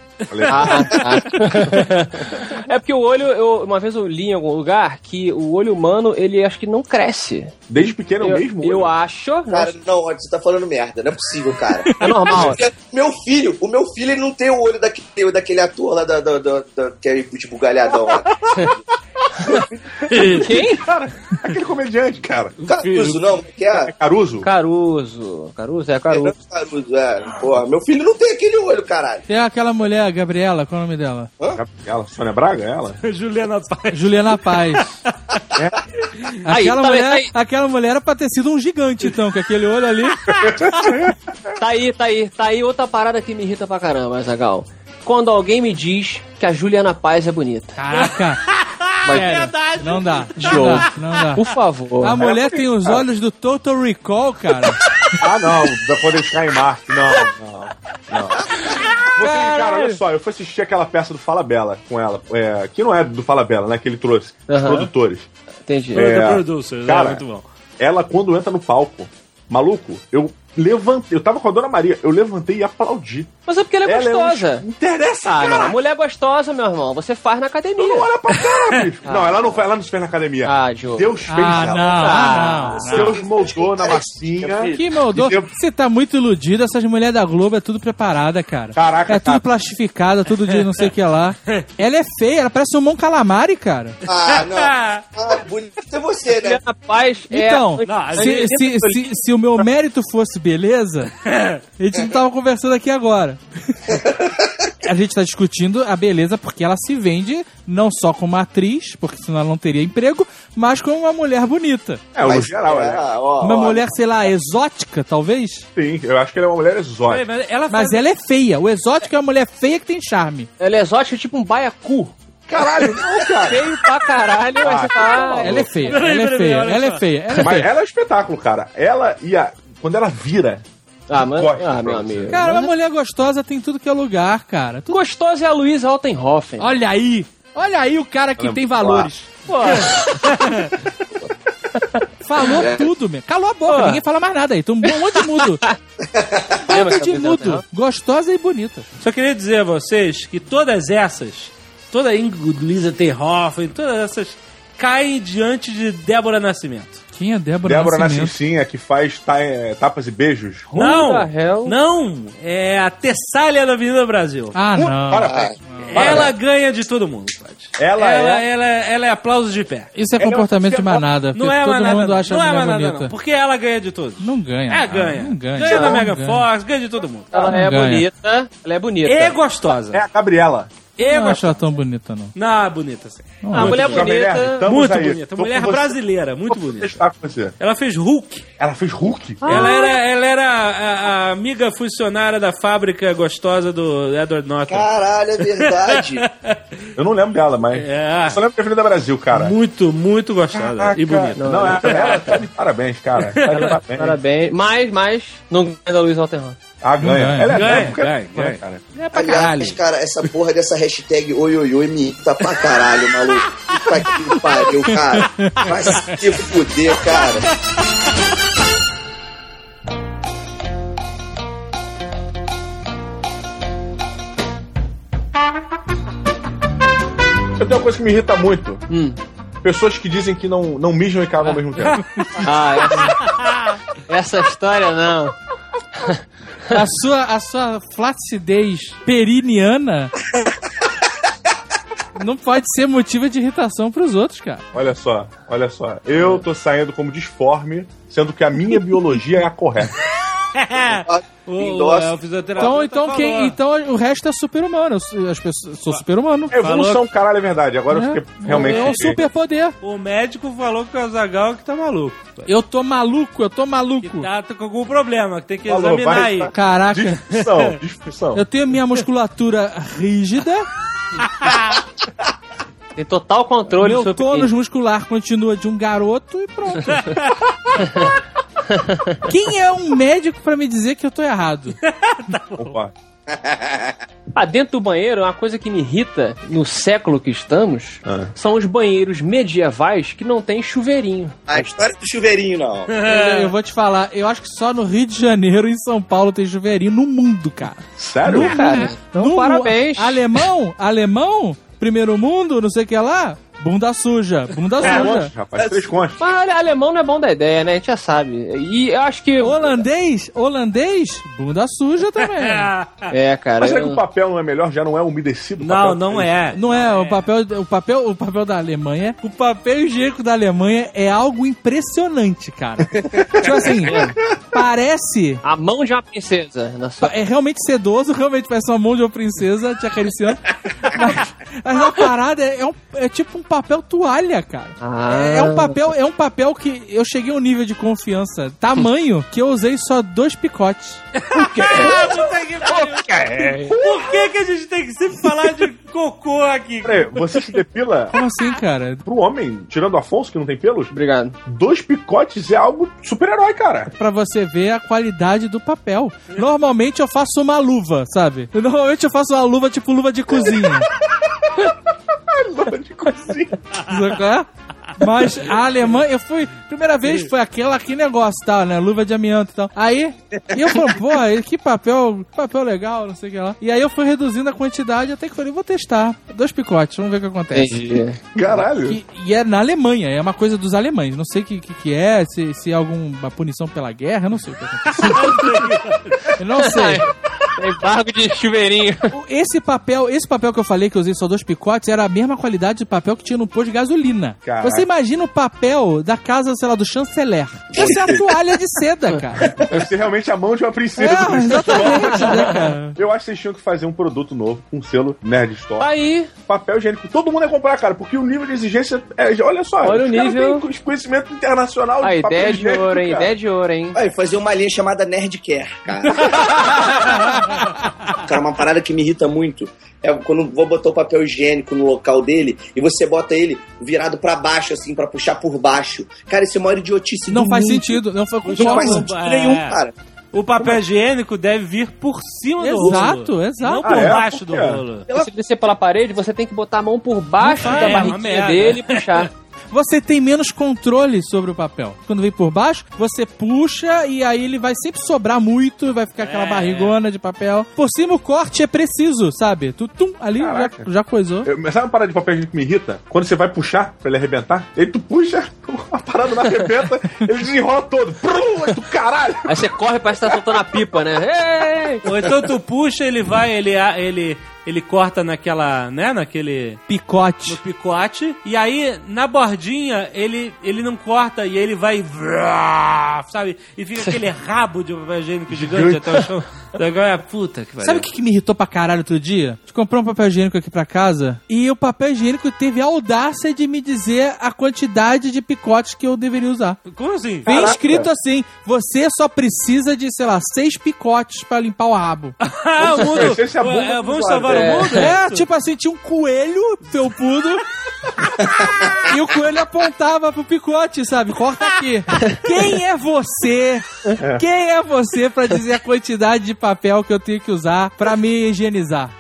Ah, ah. é porque o olho, eu, uma vez eu li em algum lugar que o olho humano, ele acho que não cresce.
Desde pequeno é
eu,
o mesmo
eu
olho.
acho.
Cara, não, Rod, você tá falando merda. Não é possível, cara.
É normal.
Meu filho, o meu filho ele não tem o olho daquele, daquele ator lá da, da, da, da, que é de bugalhadão lá.
Quem?
Aquele comediante, cara.
Caruso, não, que é?
Caruso?
Caruso. Caruso, é Caruso.
Fernando Caruso, é. Porra, meu filho não tem aquele olho, caralho.
Tem aquela mulher, a Gabriela, qual é o nome dela?
Ela, Sônia Braga, ela?
Juliana Paz.
Juliana Paz.
É. Aí,
Aquela,
tá aí,
mulher,
tá aí.
aquela mulher era pra ter sido um gigante, então, com aquele olho ali.
Tá aí, tá aí, tá aí outra parada que me irrita pra caramba, Zagal. Quando alguém me diz que a Juliana Paz é bonita.
Caraca!
Mas-
Sério,
verdade.
Não dá. Não
Show.
dá, não dá.
Por favor.
A mulher tem os olhos do Total Recall, cara.
Ah, não, da quando eles caem em Marte. Não, não, não. Você, cara, olha só, eu fui assistir aquela peça do Fala Bela com ela, é, que não é do Fala Bela, né? Que ele trouxe, os
Aham.
produtores.
Entendi.
É.
The Producers,
Cara,
é muito bom.
Ela, quando entra no palco, maluco, eu levantei, eu tava com a Dona Maria, eu levantei e aplaudi.
Mas é porque ela é
Ela é um-
gostosa.
Interessa,
Ah, não.
cara!
Mulher gostosa, meu irmão. Você faz na academia.
Não olha pra cara, bicho. Não, ela não, foi- ela não se fez na academia.
Ah, Diogo.
Deus fez
Ah,
ela.
não, ah, não,
Deus moldou na massinha.
Que moldou.
Eu-
Você tá muito iludido. Essas mulheres da Globo é tudo preparada, cara.
Caraca,
É tudo
cara.
plastificado, tudo de não sei o que lá. Ela é feia, ela parece um Mon Calamari, cara.
Ah, não. Ah, bonito é você, né?
Rapaz, é-
Então,
não, é
se, se, se, se o meu mérito fosse beleza, a gente não tava conversando aqui agora. A gente tá discutindo a beleza porque ela se vende não só como atriz, porque senão ela não teria emprego, mas como uma mulher bonita.
É, o geral, ela
ah, ó,
Uma
ó.
mulher, sei lá, exótica, talvez.
é. Sim, eu acho que ela é uma mulher exótica.
Mas ela
Mas ela é feia. O exótico é uma mulher feia que tem charme.
ela é exótica tipo um baiacu.
Caralho, não, cara.
Feio pra caralho, mas
Ah,
tá...
Ela é feia.
Peraí,
Ela é
peraí,
feia.
olha
Ela
só.
é feia. Ela é
Mas
feia.
ela é um espetáculo, cara. Ela e a. Quando ela vira.
Ah, mas...
Gosto,
ah meu
gosto.
amigo.
Cara, uma mulher gostosa tem tudo que é lugar, cara. Tudo-
Gostosa é a Luísa Altenhofen.
Olha aí. Olha aí o cara que
Olha,
tem valores.
Pô,
Falou
É.
tudo, meu. Calou a boca,
Pô.
ninguém fala mais nada aí. Tô um monte de mudo.
lembra
Monte de
essa
mudo.
apresentação?
Gostosa e bonita.
Só queria dizer a vocês que todas essas, toda Ingrid Lisa Terhoff, todas essas caem diante de Débora Nascimento.
Quem é Débora,
Débora
Nascimento?
Nascencinha, que faz ta- eh, tapas e beijos.
the hell?
não, não, é a Tessália da Avenida Brasil.
Ah, não.
Para,
ela ganha de todo mundo, Tati.
Ela
ela,
é-
ela, ela é aplauso de pé.
Isso é
Ela é
comportamento de
oficial-
manada.
Não
porque
é
todo
manada,
mundo
não.
acha
não
a
é
mulher
manada, não.
bonita.
Porque ela ganha de todos.
Não ganha.
Ela
cara.
ganha.
Não ganha.
da
Não
Mega é
ganha.
Fox, ganha de todo mundo.
Ela é
Ganha.
bonita. Ela é bonita.
E
é
gostosa.
a Gabriela.
E
Não acho
gostosa.
ela tão bonita, não.
Não, bonita, sim.
Não
A
acho.
mulher
Jovem Nerd,
bonita...
tamo
muito
aí.
bonita.
Tô
Mulher
com você.
brasileira, muito
Vou
bonita.
estar com você.
Ela fez Hulk.
Ela fez Hulk?
Ela era, ela era a, a amiga funcionária da fábrica gostosa do Edward Norton.
Caralho, é verdade.
Eu não lembro dela, mas.
É.
Eu só lembro da Avenida Brasil, cara.
Muito, muito gostosa
Caraca.
e bonita.
Não, ela, ela tá de parabéns, cara. Tá de parabéns.
Parabéns. Mas, mas... Não ganha da Luísa Altenhofen.
Ah, ganha.
Ganha.
Ela é
Ganha,
branca,
ganha,
né,
ganha.
cara.
É pra caralho.
Aliás, cara, essa porra dessa hashtag oi, oi, oi me irrita pra caralho, maluco. Puta que pariu, cara. Vai se fuder, cara.
Eu tenho uma coisa que me irrita muito. Pessoas que dizem que não, não mijam e cagam ao mesmo tempo.
Ah, essa... essa história não.
A sua, a sua flacidez periniana não pode ser motivo de irritação pros outros, cara.
Olha só, olha só. Eu tô saindo como disforme, sendo que a minha biologia é a correta.
O,
Endosso.
é, o fisioterapeuta
Então, então,
falou.
quem, então o resto é super-humano. Eu sou- As pessoas, sou super-humano.
É evolução, caralho, é verdade. Agora eu
É.
fiquei realmente.
É um superpoder.
O médico falou que o Azagal que tá maluco.
Eu tô maluco, eu tô maluco.
Que tá com algum problema, que tem que
Falou,
examinar
vai,
aí.
tá.
Caraca,
Disfunção, disfunção.
eu tenho minha musculatura rígida,
Tem total controle
meu
sobre
tônus muscular continua de um garoto e pronto. Quem é um médico pra me dizer que eu tô errado?
Opa.
Ah, dentro do banheiro, uma coisa que me irrita no século que estamos
Ah.
são os banheiros medievais que não tem chuveirinho.
A história do chuveirinho, não.
Eu vou te falar, eu acho que só no Rio de Janeiro e em São Paulo tem chuveirinho no mundo, cara.
Sério?
Cara, então
No mu-
parabéns.
Alemão, alemão, primeiro mundo, não sei o que é lá, bunda suja, bunda
Três
suja.
contos, rapaz. Três contos.
Mas ale- alemão não é bom da ideia, né? A gente já sabe. E eu acho que.
Holandês, holandês, bunda suja também.
É, cara.
Mas será que
eu-
o papel não é melhor? Já não é umedecido? o
Não,
papel?
não é.
Não é, o papel, o papel, o papel da Alemanha, o papel higiênico da Alemanha é algo impressionante, cara. tipo assim, parece
A mão de uma princesa. Na sua...
é realmente sedoso, realmente parece uma mão de uma princesa te acariciando. Mas, Mas a parada é, é um- é tipo um papel toalha, cara.
Ah.
É, é um papel, é um papel que eu cheguei a um nível de confiança, tamanho, que eu usei só dois picotes.
Ah, puta que pariu.
é.
Por que, que a gente tem que sempre falar de cocô aqui?
Peraí, você se depila
Como assim, cara?
pro homem, tirando o Afonso, que não tem pelos?
Obrigado.
Dois picotes é algo super-herói, cara.
Pra você ver a qualidade do papel. Normalmente eu faço uma luva, sabe? Normalmente eu faço uma luva tipo luva de cozinha.
Luva de cozinha.
Sabe qual é? Mas a alemã, eu fui. Primeira vez foi aquela que negócio tal, né? Luva de amianto e tal. Aí, eu falei, pô, que papel, que papel legal, não sei o que lá. E aí eu fui reduzindo a quantidade até que falei, vou testar. Dois picotes, vamos ver o que acontece.
Entendi.
Caralho.
E, e é na Alemanha, é uma coisa dos alemães. Não sei o que, que, que é, se, se é alguma punição pela guerra, eu não sei o que aconteceu. Eu não sei.
Tem barco de chuveirinho.
O- Esse papel, esse papel que eu falei que eu usei só dois picotes era a mesma qualidade do papel que tinha no posto de gasolina.
Caraca.
Você imagina o papel da casa, sei lá, do chanceler. Isso é a toalha de seda, cara.
Deve ser realmente a mão de uma princesa.
É, exatamente, né, cara?
Eu acho que vocês tinham que fazer um produto novo, com um selo Nerd Store.
Tá Aí,
Papel higiênico. Todo mundo ia comprar, cara, porque o nível de exigência é. Olha só,
Olha o
os caras
nível.
têm conhecimento internacional
a
papel
Ah,
é
ideia de
higiênico,
ouro, hein?
cara.
Ideia de ouro, hein?
Aí, fazer uma linha chamada Nerdcare, cara. cara, uma parada que me irrita muito é quando eu vou botar o papel higiênico no local dele e você bota ele virado pra baixo, assim, pra puxar por baixo. Cara, isso é a maior idiotice
Não
do
faz
mundo.
sentido, um- não foi
Não faz
concordo.
sentido
É.
nenhum, cara.
O papel higiênico deve vir por cima do rolo.
Exato,
Não
exato.
por
Ah, é?
baixo do
Por quê?
rolo.
Se descer pela parede, você tem que botar a mão por baixo
Não faz, é
da
uma merda.
barriguinha dele e puxar.
Você tem menos controle sobre o papel. Quando vem por baixo, você puxa e aí ele vai sempre sobrar muito, vai ficar aquela
É.
barrigona de papel. Por cima o corte é preciso, sabe? Tu tum, ali já,
Caraca.
já coisou.
Eu, mas sabe uma parada de papel higiênico que me irrita? Quando você vai puxar pra ele arrebentar, ele tu puxa, a parada não arrebenta, ele desenrola todo. Prum, aí tu caralho!
Aí você corre, parece que tá soltando a pipa, né? Ei!
Ou então tu puxa, ele vai, ele, ele, ele corta naquela, né, naquele...
Picote.
No picote, e aí na bordinha ele, ele não corta e ele vai. vrá, Sabe? E fica aquele rabo de papel higiênico gigante até o chão. Então Agora, é puta que pariu.
Sabe o que, que me irritou pra caralho outro dia? A gente comprou um papel higiênico aqui pra casa e o papel higiênico teve a audácia de me dizer a quantidade de picotes que eu deveria usar.
Como assim?
Vem escrito assim: você só precisa de, sei lá, seis picotes pra limpar o rabo.
Ah, o mundo.
Esse é a bunda
É,
do
vamos
guarda.
salvar
É.
o mundo?
É,
isso?
tipo assim, tinha um coelho felpudo. e o coelho apontava pro picote, sabe? Corta aqui. Quem é você? Quem é você pra dizer a quantidade de papel que eu tenho que usar pra me higienizar?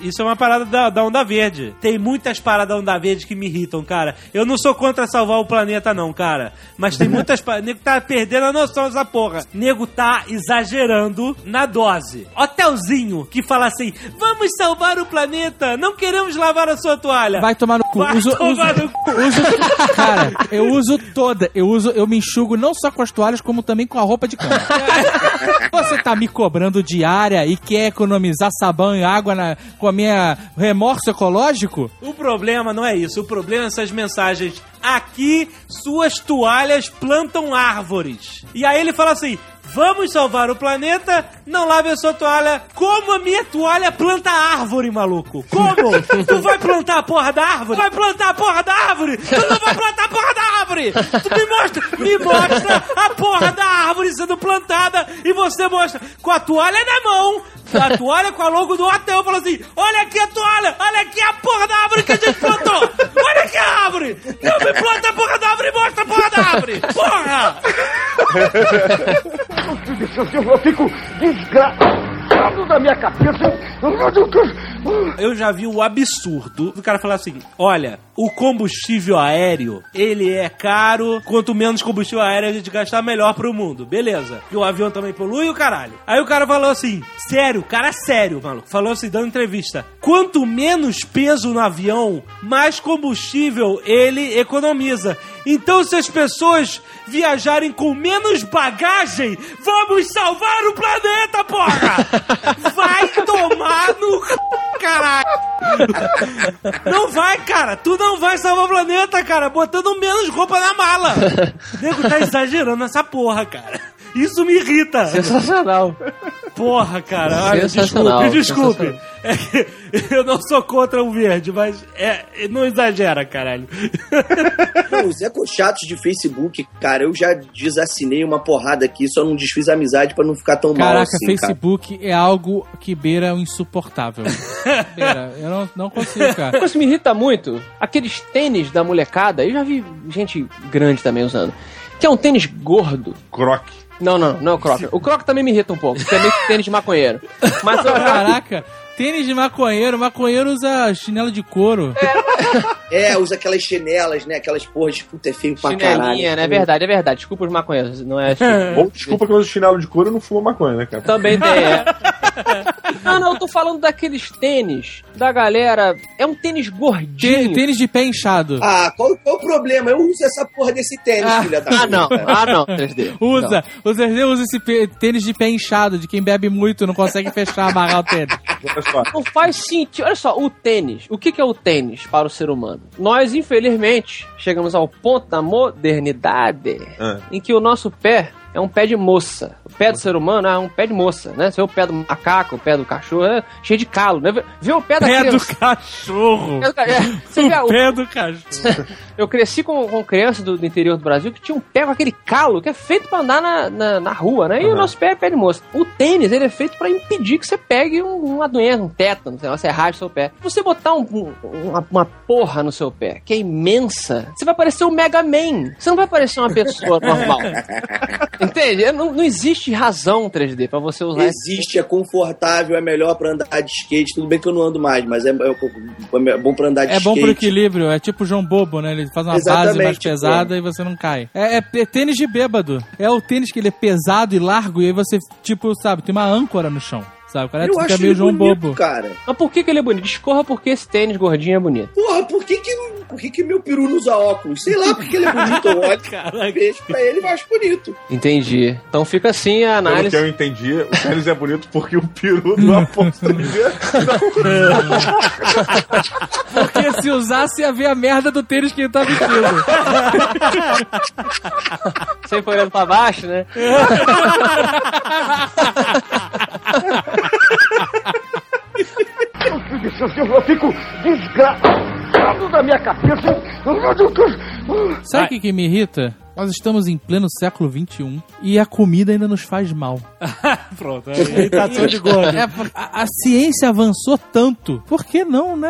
Isso é uma parada da, da onda verde. Tem muitas paradas da onda verde que me irritam, cara. Eu não sou contra salvar o planeta, não, cara. Mas tem muitas paradas. Nego tá perdendo a noção dessa porra. Nego tá exagerando na dose. Hotelzinho que fala assim: vamos salvar o planeta, não queremos lavar a sua toalha.
Vai tomar no cu.
Vai
Uso-
tomar
uso-
no cu.
uso- cara, eu uso toda. Eu uso, eu me enxugo não só com as toalhas, como também com a roupa de cama. Você tá me cobrando diária e quer economizar sabão e água na- com a minha remorso ecológico?
O problema não é isso. O problema é essas mensagens. Aqui, suas toalhas plantam árvores. E aí ele fala assim. Vamos salvar o planeta, não lave a sua toalha. Como a minha toalha planta árvore, maluco? Como? tu vai plantar a porra da árvore? Vai plantar a porra da árvore? Tu não vai plantar a porra da árvore! Tu me mostra, me mostra a porra da árvore sendo plantada e você mostra com a toalha na mão, a toalha com a logo do hotel, falou assim: olha aqui a toalha, olha aqui a porra da árvore que a gente plantou! Olha aqui a árvore! Não me planta a porra da árvore e mostra a porra da árvore! Porra!
Eu fico desgraçado da minha cabeça. Meu Deus.
Eu já vi o absurdo do cara falar assim: olha, o combustível aéreo, ele é caro, quanto menos combustível aéreo a gente gastar, melhor pro mundo. Beleza. E o avião também polui o caralho. Aí o cara falou assim: sério, cara, sério, maluco. Falou assim, dando entrevista: quanto menos peso no avião, mais combustível ele economiza. Então, se as pessoas viajarem com menos bagagem, vamos salvar o planeta, porra! Vai tomar no c... caralho! Não vai, cara! Tu não vai salvar o planeta, cara! Botando menos roupa na mala! O nego tá exagerando essa porra, cara! Isso me irrita!
Sensacional.
Porra, cara. olha,
Sensacional,
Desculpe, desculpe. É que eu não sou contra o verde, mas é, não exagera, caralho.
Não, os ecochatos de Facebook, cara, eu já desassinei uma porrada aqui, só não desfiz a amizade pra não ficar tão mal
Caraca,
assim, cara.
Facebook é algo que beira o insuportável. beira. Eu não, não consigo, cara.
Uma coisa que me irrita muito, aqueles tênis da molecada, eu já vi gente grande também usando, que é um tênis gordo.
Croque.
Não, não, não é o croc. O croc também me irrita um pouco, porque é meio que tênis de maconheiro. Mas eu já...
Caraca, tênis de maconheiro. Maconheiro usa chinelo de couro.
É, usa aquelas chinelas, né? Aquelas porras de puta é feio pra caralho.
Chinelinha, né? É verdade, é verdade. Desculpa os maconheiros, não é... chique.
Ou desculpa que eu uso chinelo de couro e não fumo maconha, né, cara?
Também tem, é. Não, não, eu tô falando daqueles tênis da galera. É um tênis
Tê-
gordinho.
Tênis de pé inchado.
Ah, qual, qual o problema? Eu uso essa porra desse tênis,
Ah,
filha da
Ah,
puta.
não, ah, não, 3D.
Usa, o Zezé usa esse pê- tênis de pé inchado, de quem bebe muito, não consegue fechar, amarrar o tênis.
Olha só.
Não faz sentido. Olha só, o tênis. O que, que é o tênis para o ser humano? Nós, infelizmente, chegamos ao ponto da modernidade
Ah.
em que o nosso pé é um pé de moça. O pé do ser humano é um pé de moça, né? Você vê o pé do macaco, o pé do cachorro, é cheio de calo, né? Vê- Vê o pé da
Pé do
criança.
cachorro.
Pé do ca- é, você vê, o-
Pé do cachorro.
eu cresci com, com criança do, do interior do Brasil que tinha um pé com aquele calo que é feito pra andar na, na, na rua, né? E o nosso pé é pé de moça. O tênis, ele é feito pra impedir que você pegue um- uma doença, um tétano, sei lá, você racha o seu pé. Se você botar um- um- uma, uma porra no seu pé, que é imensa, você vai parecer um Mega Man. Você não vai parecer uma pessoa normal. Entende? É, Não, não existe razão 3D pra você usar esse
Existe, é confortável, é melhor pra andar de skate. Tudo bem que eu não ando mais, mas é, é- é bom pra andar de
É bom
skate.
pro equilíbrio, é tipo o João Bobo, né? Ele faz uma base mais
Exatamente,
pesada e você não cai. É, é p- tênis de bêbado. É o tênis que ele é pesado e largo e aí você, tipo, sabe, tem uma âncora no chão. Sabe, cara?
Eu
Tu né? fica
acho
meio
ele
João
bonito,
Bobo.
cara.
Mas por que, que ele é bonito? Discorra porque esse tênis gordinho é bonito.
Porra, por que que, por que que meu peru não usa óculos? Sei lá, porque ele é bonito, eu olho.
Caraca.
Vejo pra ele, eu acho bonito.
Entendi. Então fica assim a
Pelo que
análise.
eu entendi, o tênis é bonito porque o peru do Afonso
Porque se usasse ia ver a merda do tênis que ele tá vestindo.
Sempre olhando pra baixo, né?
Meu Deus do céu, eu fico desgraçado da minha cabeça. Meu Deus do céu.
Ah.
Sabe o que, que me irrita? Nós estamos em pleno século XXI e a comida ainda nos faz mal.
Pronto, aí tá tudo de gordo.
É, a, a ciência avançou tanto. Por que não, né?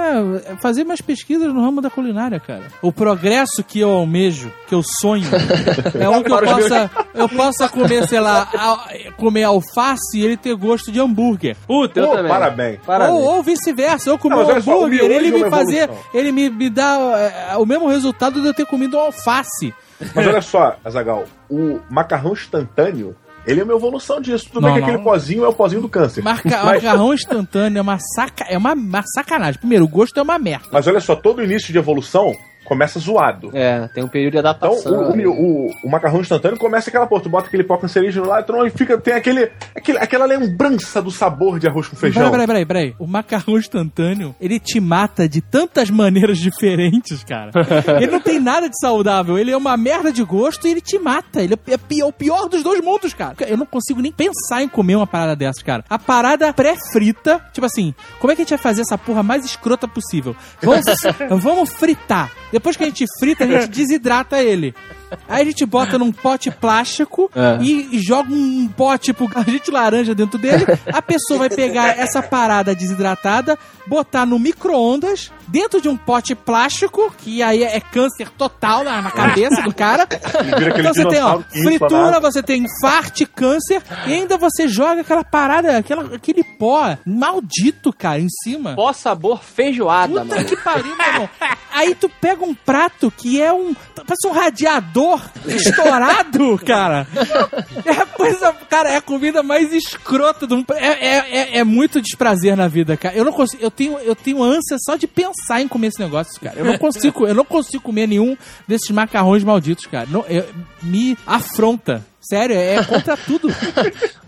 Fazer mais pesquisas no ramo da culinária, cara. O progresso que eu almejo, que eu sonho, é um que eu possa, eu possa comer, sei lá, al- comer alface e ele ter gosto de hambúrguer.
Puta, eu
Pô,
também.
parabéns.
Parabéns.
Ou, ou vice-versa, eu comer
Não,
um
mas olha só, o
hambúrguer,
miojo
ele
é
me
uma
fazer,
evolução.
ele me, me dá é, o mesmo resultado de eu ter comido um alface.
Mas olha só, Azagal, o macarrão instantâneo, ele é uma evolução disso. Tudo
Não,
bem que
não.
aquele pozinho é o pozinho do câncer.
Marca,
mas,
Macarrão instantâneo é uma, saca, é uma, uma sacanagem. Primeiro, o gosto é uma merda.
mas olha só, todo início de evolução começa zoado.
É, tem um período de
Então,
adaptação.
o, o- o- o macarrão instantâneo começa aquela porra, tu bota aquele pó cancerígeno lá, então e fica, tem aquele, aquele- aquela lembrança do sabor de arroz com feijão.
Peraí, peraí, peraí, peraí. O macarrão instantâneo, ele te mata de tantas maneiras diferentes, cara. ele não tem nada de saudável. Ele é uma merda de gosto e ele te mata. Ele é pi- é o pior dos dois mundos, cara. Eu não consigo nem pensar em comer uma parada dessas, cara. A parada pré-frita, tipo assim, como é que a gente vai fazer essa porra mais escrota possível? Vamos, vamos fritar. Depois que a gente frita, a gente desidrata ele. Aí a gente bota num pote plástico
É.
e joga um pote pro gargante de laranja dentro dele. A pessoa vai pegar essa parada desidratada, botar no micro-ondas, dentro de um pote plástico, que aí é câncer total na, na cabeça do cara.
Vira aquele
Então você tem, ó,
dinossauro que infla
fritura,
nada.
você tem infarte, câncer, e ainda você joga aquela parada, aquela, aquele pó maldito, cara, em cima.
Pó sabor feijoada,
Puta
mano.
que pariu, meu irmão. Aí tu pega um prato que é um. Parece um radiador estourado, cara. É a coisa. Cara, é a comida mais escrota do mundo. É, é, é- é muito desprazer na vida, cara. Eu não consigo. Eu tenho, eu tenho ânsia só de pensar em comer esse negócio, cara. Eu não consigo, eu não consigo comer nenhum desses macarrões malditos, cara. Não- eu- me afronta. Sério, é contra tudo.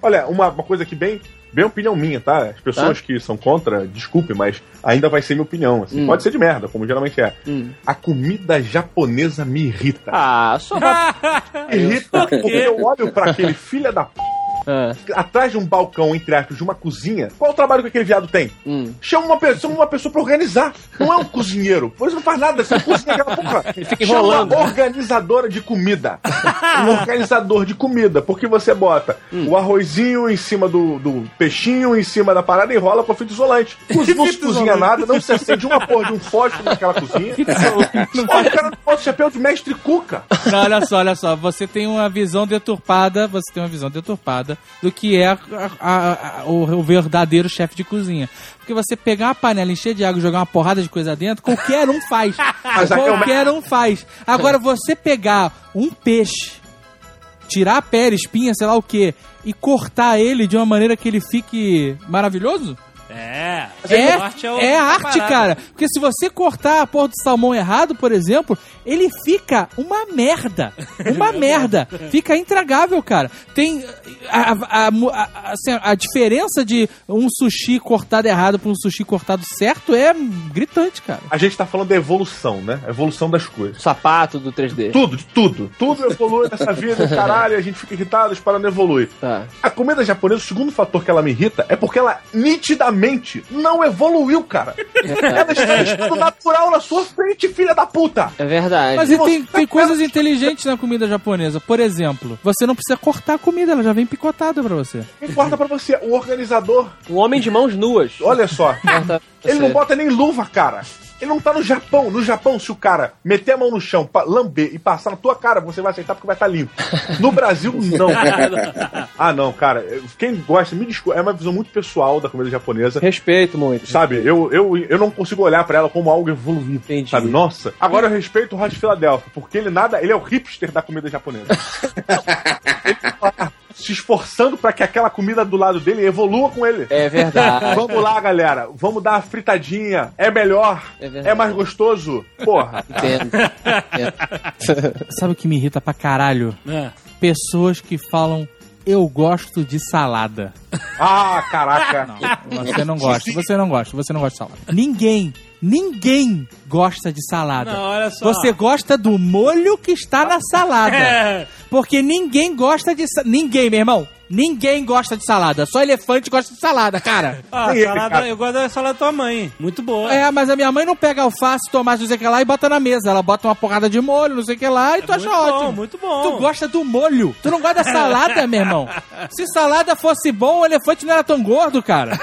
Olha, uma, uma coisa que bem, bem opinião minha, tá? As pessoas que são contra, desculpe, mas ainda vai ser minha opinião. assim. Pode ser de merda, como geralmente é. A comida japonesa me irrita.
Ah, só vai...
tá irrita porque eu olho pra aquele filha da p
Ah.
atrás de um balcão, entre aspas, de uma cozinha, qual o trabalho que aquele viado tem?
Hum.
Chama uma pessoa, uma pessoa pra organizar. Não é um cozinheiro. Por isso não faz nada, você cozinha aquela porra.
fica
Chama
enrolando, né?
uma organizadora de comida. um organizador de comida. Porque você bota
Hum.
o arrozinho em cima do, do peixinho, em cima da parada e enrola com a fita isolante. Cozi- Não se
Fita
cozinha
isolante.
nada, não se acende uma porra de um fósforo naquela cozinha. é um Olha, o cara não bota o chapéu de mestre cuca.
Não, olha só, olha só. Você tem uma visão deturpada, você tem uma visão deturpada do que é a- a- a- o, o verdadeiro chefe de cozinha. Porque você pegar uma panela, encher de água e jogar uma porrada de coisa dentro, qualquer um faz.
Mas aqui é uma-
qualquer um faz. Agora, você pegar um peixe, tirar a pele, espinha, sei lá o quê, e cortar ele de uma maneira que ele fique maravilhoso?
É.
É,
Corte o-
é arte,
parada.
cara. Porque se você cortar a porra do salmão errado, por exemplo, ele fica uma merda. Uma merda. Fica intragável, cara. Tem a, a- a- mu- a- a- assim, a diferença de um sushi cortado errado pra um sushi cortado certo é gritante, cara.
A gente tá falando da evolução, né? A evolução das coisas.
O sapato do 3D.
Tudo, de tudo. Tudo evolui nessa vida, caralho, a gente fica irritado, para não evolui.
Tá.
A comida japonesa, o segundo fator que ela me irrita é porque ela nitidamente não evoluiu, cara. Ela está deixando natural na sua frente, filha da puta.
É verdade.
Mas e tem,
você-
tem coisas inteligentes na comida japonesa. Por exemplo, você não precisa cortar a comida, ela já vem picotada pra você.
Quem corta pra você? O organizador.
Um homem de mãos nuas.
Olha só.
Corta pra
Ele não
você.
bota nem luva, cara. Ele não tá no Japão. No Japão, se o cara meter a mão no chão, pa- lamber e passar na tua cara, você vai aceitar porque vai estar limpo. No Brasil, não. ah, não, cara. Quem gosta, me desculpa. É uma visão muito pessoal da comida japonesa.
Respeito muito.
Sabe, eu, eu, eu não consigo olhar pra ela como algo evoluído.
Entendi.
Sabe, nossa. Agora eu respeito o Hot Philadelphia, porque ele nada, ele é o hipster da comida japonesa. ele tá se esforçando pra que aquela comida do lado dele evolua com ele.
É verdade.
Vamos lá, galera. Vamos dar a fritadinha. É melhor.
É
É,
verdade.
mais gostoso. Porra.
Entendo.
Sabe o que me irrita pra caralho?
É.
Pessoas que falam, eu gosto de salada.
Ah, caraca.
Você não gosta, você não gosta, você não gosta de salada. Ninguém, ninguém gosta de salada.
Não, olha só.
Você gosta do molho que está na salada.
É.
Porque ninguém gosta de sa- Ninguém, meu irmão. Ninguém gosta de salada. Só elefante gosta de salada, cara.
Ah,
Aí,
salada,
cara.
eu gosto da salada da tua mãe. Muito boa.
É, mas a minha mãe não pega alface, tomate, não sei o que lá e bota na mesa. Ela bota uma porrada de molho, não sei o que lá, e tu acha
É muito bom,
ótimo.
muito bom.
Tu gosta do molho. Tu não gosta da salada, meu irmão. Se salada fosse bom, o elefante não era tão gordo, cara.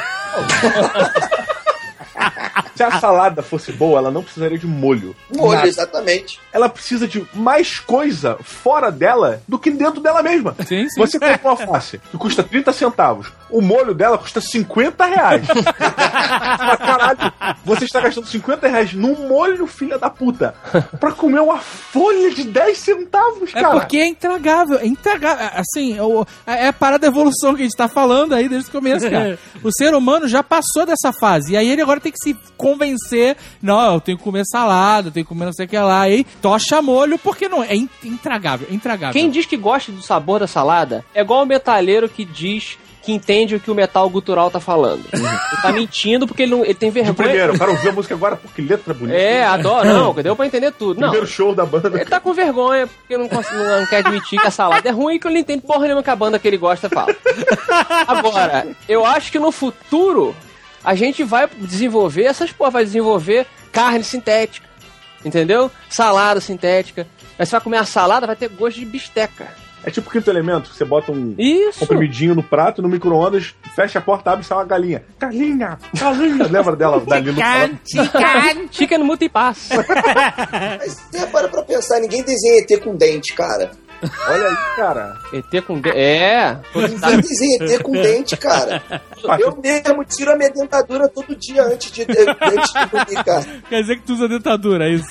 Se a salada fosse boa, ela não precisaria de molho.
Molho, Um exatamente.
Ela precisa de mais coisa fora dela do que dentro dela mesma.
Sim, sim.
Você compra uma alface que custa 30 centavos. O molho dela custa 50 reais. Mas, Caralho, você está gastando 50 reais num molho, filha da puta, pra comer uma folha de 10 centavos,
É
cara.
porque é intragável, é intragável. É, Assim, é o- é a parada da evolução que a gente tá falando aí desde o começo, cara. O ser humano já passou dessa fase. E aí ele agora tem que se convencer: não, eu tenho que comer salada, eu tenho que comer não sei o que lá. E aí tocha molho, porque não. É in- intragável, é intragável.
Quem diz que gosta do sabor da salada é igual o metalheiro que diz que entende o que o metal gutural tá falando. Ele tá mentindo porque ele, não, ele tem
Uhum. De
vergonha.
primeiro, para ouvir a música agora, porque letra bonita.
É, adoro. Não, deu pra entender tudo. Não.
Primeiro show da banda.
Ele tá com vergonha porque não, cons- não quer admitir que a salada é ruim e que ele não entende porra nenhuma que a banda que ele gosta fala. Agora, eu acho que no futuro a gente vai desenvolver essas porra, vai desenvolver carne sintética, entendeu? Salada sintética. Aí você vai comer a salada, vai ter gosto de bisteca.
É tipo quinto elemento, você bota um
Isso!
comprimidinho no prato, no micro-ondas, fecha a porta, abre e sai uma galinha. Galinha! Galinha! Lembra dela, dali no
Chicken muito e paz.
Mas você para pra pensar, ninguém desenha ET com dente, cara.
Olha aí, cara.
ET com D. É.
Ninguém desenha ET com dente, cara. Eu mesmo tiro a minha dentadura todo dia antes de, antes de dormir, cara.
Quer dizer que tu usa dentadura, é isso?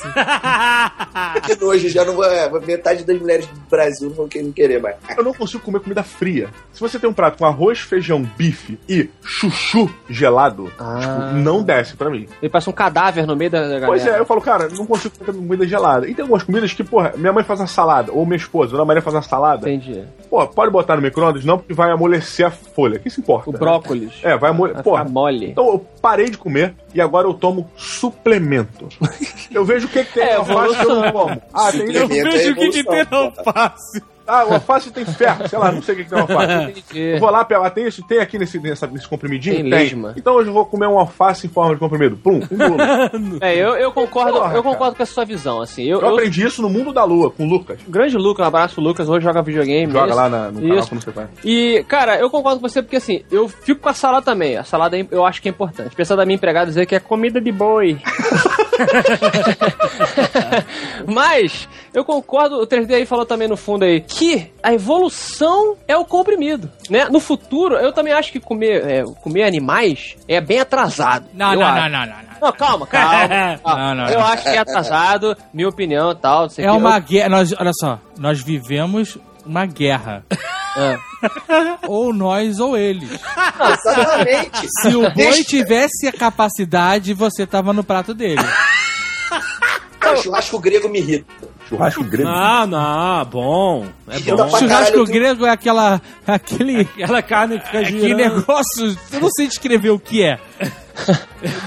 Que nojo, já não vou. é, metade das mulheres do Brasil não vão querer- não querer mais.
Eu não consigo comer comida fria. Se você tem um prato com arroz, feijão, bife e chuchu gelado,
Ah.
tipo, não desce pra mim.
Ele parece um cadáver no meio da da galera.
Pois é, eu falo, cara, não consigo comer comida gelada. E tem algumas comidas que, porra, minha mãe faz uma salada, ou minha esposa, ou a Maria faz uma salada.
Entendi.
Pô, pode botar no micro-ondas? Não, porque vai amolecer a folha. Que se importa?
O brócolis.
É, vai amolecer.
Vai
Porra,
ficar mole.
Então eu parei de comer e agora eu tomo suplemento. Eu vejo o que, que tem
É,
na faixa que eu não como. Ah, tem
Eu
Suplemento é tá?
vejo o que, que tem
evolução,
no alface.
Ah, o alface tem ferro, sei lá, não sei o que, que tem alface. Eu vou lá, pego, ah, tem isso, tem aqui nesse, nessa, nesse comprimidinho?
Tem lesma.
Então hoje eu vou comer um alface em forma de comprimido. um Pum, engulo.
É, eu, eu concordo,
Porra,
eu concordo com essa sua visão, assim. Eu,
Eu,
eu-
aprendi isso no mundo da lua, com o Lucas.
grande Lucas, um abraço pro Lucas, hoje joga videogame.
Joga
isso.
lá na- no canal
Isso.
como você vai.
E, cara, eu concordo com você porque assim, eu fico com a salada também. A salada é im- eu acho que é importante. Apesar da minha empregada dizer que é comida de boi. Mas, eu concordo, o 3D aí falou também no fundo aí, que a evolução é o comprimido, né? No futuro, eu também acho que comer, é, comer animais é bem atrasado.
Não,
eu
não,
acho.
não, não, não, não.
Não, calma, calma. calma.
Não, não,
eu
não.
acho que é atrasado, minha opinião e tal. não sei
É
o quê.
uma guerra. Nós, olha só, nós vivemos uma guerra.
Ah.
ou nós ou eles.
Exatamente.
Se o boi
Deixa-
tivesse a capacidade, você tava no prato dele.
Cara, churrasco grego me irrita.
Churrasco grego.
Ah, não, bom. É
Filho da
bom.
Pra caralho,
Churrasco
eu tenho-
grego é aquela. aquele.
Aquela carne que fica
aquele
É girando.
negócio. Eu não sei descrever o que é.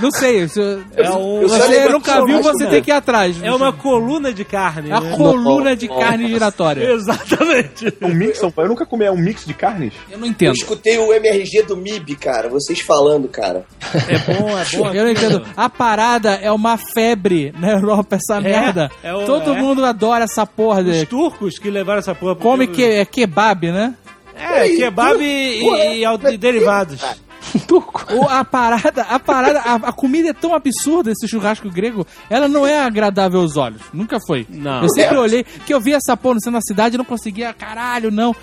Não sei. Se,
É, um-
Eu só
você
lembro
nunca
do
viu,
churrasco
você tem
grego.
que ir atrás. É
é uma coluna de carne.
A
né?
coluna de carne giratória.
Exatamente.
Um mix, eu nunca comi é um mix de carnes?
Eu não
Eu
entendo.
escutei o MRG do MIB, cara. Vocês falando, cara.
É bom, é bom.
Eu não entendo. A parada é uma febre na Europa, essa merda.
é o-
Todo
é.
mundo adora essa porra.
Os
De...
turcos que levaram essa porra. pro-
Come que, é kebab, né?
É, kebab e, e- e derivados.
Ou a parada, a parada, a, a comida é tão absurda, esse churrasco grego, ela não é agradável aos olhos. Nunca foi.
Não.
Eu
É.
sempre olhei, que eu vi essa porra no centro da cidade e não conseguia, caralho, não.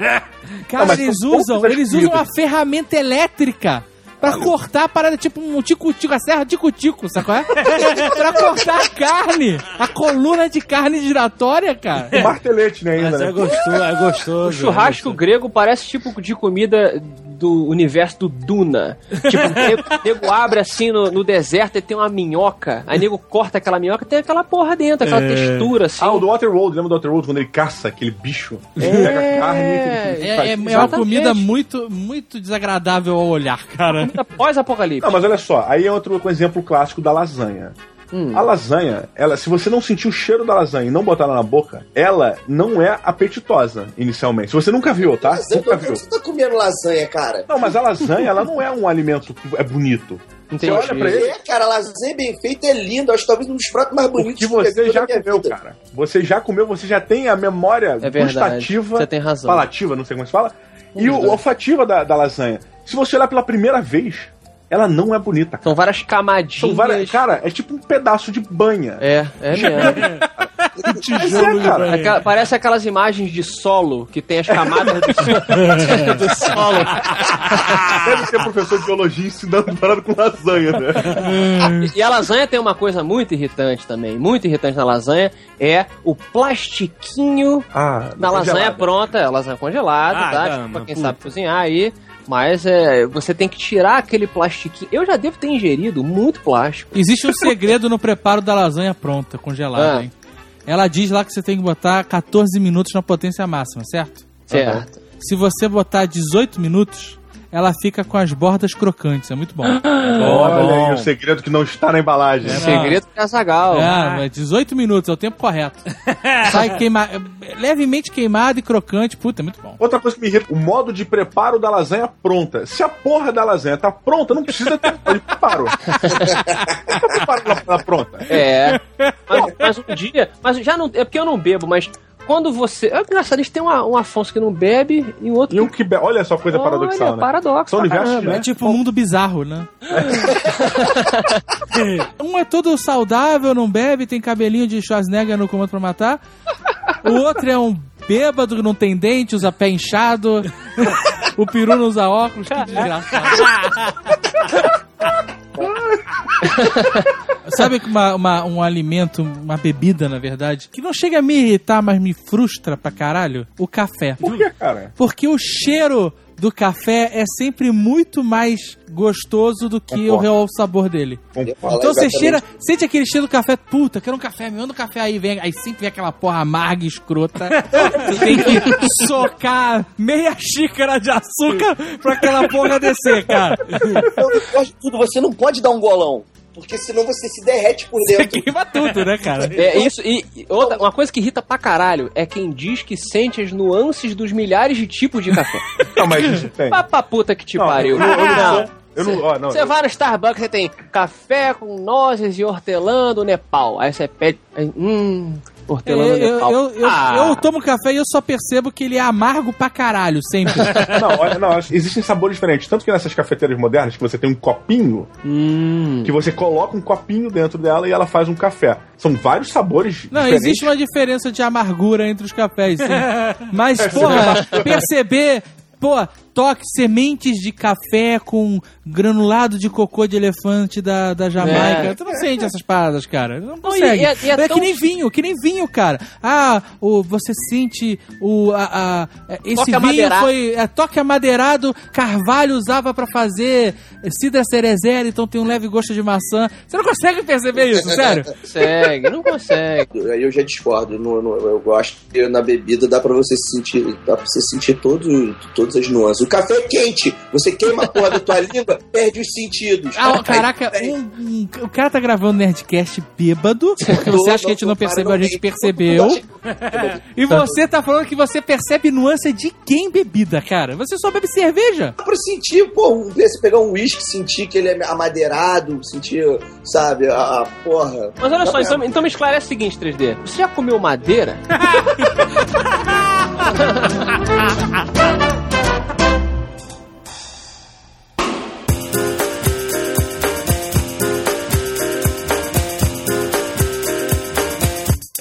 Cara,
Não, mas
eles
são poucas
usam,
as
eles usam
comidas.
uma ferramenta elétrica pra cortar a parada, tipo um tico-tico, a serra tico-tico, sabe qual é? pra cortar a carne, a coluna de carne giratória, cara.
Um martelete, né, ainda,
Mas é
né?
gostoso, é gostoso.
O churrasco grego parece tipo de comida do universo do Duna. Tipo, o nego, nego abre assim no, no deserto e tem uma minhoca. Aí nego corta aquela minhoca e tem aquela porra dentro,
É.
aquela textura assim.
Ah, o do Waterworld, lembra do Waterworld quando ele caça aquele bicho? Ele pega a carne e ele faz-
É, é, é uma
Exatamente.
comida muito, muito desagradável ao olhar, cara.
Pós-apocalipse.
Não, mas olha só, aí é outro exemplo clássico da lasanha.
Hum,
A lasanha, ela, se você não sentir o cheiro da lasanha e não botar ela na boca, ela não é apetitosa inicialmente. Se você nunca viu, tá?
Lasanha,
nunca
por que
viu.
você tá comendo lasanha, cara?
Não, mas a lasanha, ela não é um alimento que é bonito. Você
tem
olha
cheiro.
pra ele,
É, cara, lasanha bem feita é linda. Acho que talvez um dos pratos mais bonitos
que é
eu
você
vi
já
na minha
comeu,
vida.
cara. Você já comeu, você já tem a memória
É verdade.
gustativa,
Você tem razão.
palativa, não sei como é se fala, e
dos
o,
dois.
olfativa da, da lasanha. Se você olhar pela primeira vez, ela não é bonita. cara.
São várias camadinhas.
São várias, cara, é tipo um pedaço de banha.
É, é mesmo.
Mas é, cara.
Aquela- parece aquelas imagens de solo que tem as camadas do solo. do solo.
Deve ser professor de biologia ensinando parado com lasanha, né?
E a lasanha tem uma coisa muito irritante também, muito irritante na lasanha, é o plastiquinho
Ah,
Na lasanha pronta, é lasanha congelada,
Ah,
tá?
tá,
Tipo, pra
mas
quem
puta.
sabe cozinhar aí. Mas é, você tem que tirar aquele plastiquinho. Eu já devo ter ingerido muito plástico.
Existe um segredo no preparo da lasanha pronta, congelada,
Ah.
hein? Ela diz lá que você tem que botar 14 minutos na potência máxima, certo?
Certo.
Se você botar 18 minutos, ela fica com as bordas crocantes, é muito bom.
Olha aí o segredo que não está na embalagem.
O
né?
É um Segredo de Azagal.
É, mas 18 minutos é o tempo correto. Sai queima... levemente queimado e crocante, puta, é muito bom.
Outra coisa que me irrita, o modo de preparo da lasanha pronta. Se a porra da lasanha tá pronta, não precisa ter modo de preparo. Não preparo ela- ela pronta.
É. Mas, mas um dia. Mas já não. É porque eu não bebo, mas quando você. É engraçado, eles têm uma- um Afonso que não bebe e um outro.
E um que be... Olha só a coisa
Olha,
paradoxal, né?
paradoxo pra
São universos
caramba.
né?
É tipo um mundo bizarro, né? um é todo saudável, não bebe, tem cabelinho de Schwarzenegger no comando pra matar. O outro é um bêbado que não tem dente, usa pé inchado. O peru não usa óculos, que desgraçado. Sabe que uma, uma- um alimento, uma bebida, na verdade, que não chega a me irritar, mas me frustra pra caralho? O café.
Por que, cara?
Porque o cheiro do café é sempre muito mais gostoso do que o
Concordo.
real sabor dele.
Eu ia falar
então você
exatamente.
cheira, sente aquele cheiro do café, puta, quero um café, me manda um café aí, vem. Aí sempre vem aquela porra amarga, e escrota. Você tem que socar meia xícara de açúcar pra aquela porra descer, cara.
Então, Eu gosto de tudo. Você não pode dar um golão. Porque senão você se derrete por
Você
dentro.
queima tudo, né, cara?
É isso, e e outra, uma coisa que irrita pra caralho é quem diz que sente as nuances dos milhares de tipos de café.
Não, mas isso tem.
Vá pra puta que te
Não,
pariu.
eu não- eu não
Não.
sou- Eu não, ó, não,
Você
eu-
vai no Starbucks, você tem café com nozes e hortelã do Nepal. Aí você pede. aí, Hum,
Eu,
hortelã do
eu,
Nepal.
eu, eu,
Ah,
eu tomo café e eu só percebo que ele é amargo pra caralho, sempre.
Não, olha, não, existem sabores diferentes. Tanto que nessas cafeteiras modernas, que você tem um copinho,
hum.
que você coloca um copinho dentro dela e ela faz um café. São vários sabores
Não,
diferentes.
existe uma diferença de amargura entre os cafés, sim. Mas, porra, perceber, pô, toque sementes de café com granulado de cocô de elefante da, da Jamaica.
É.
Tu não sente essas paradas, cara. Não
Não, e-
consegue.
e é- e é
é
tão-
que nem vinho, que nem vinho, cara. Ah, o, você sente o. A, a- esse
Toque
vinho
amadeirado.
foi. É, toque amadeirado, Carvalho usava pra fazer cidra cerezera, então tem um leve gosto de maçã. Você não consegue perceber isso, sério?
Consegue, não consegue.
Aí eu já discordo. No, no- eu acho que na bebida dá pra você sentir. Dá pra você sentir todo, todas as nuances. O café é quente. Você queima a porra da tua língua, perde os sentidos.
Ah, ó,
Aí-
caraca,
aí-
um- um- o cara tá gravando Nerdcast bêbado, porque você
Todo-
acha que a gente não
todo-
percebeu,
cara,
a gente
tem-
percebeu.
todo mundo acha que-
E você tá falando que você percebe nuance de quem bebida, cara? Você só bebe cerveja?
Dá pra sentir, pô, um- você pegar um uísque, sentir que ele é amadeirado, sentir, sabe, a, a porra.
Mas olha só, então, então me esclarece o seguinte, 3D. Você já comeu madeira?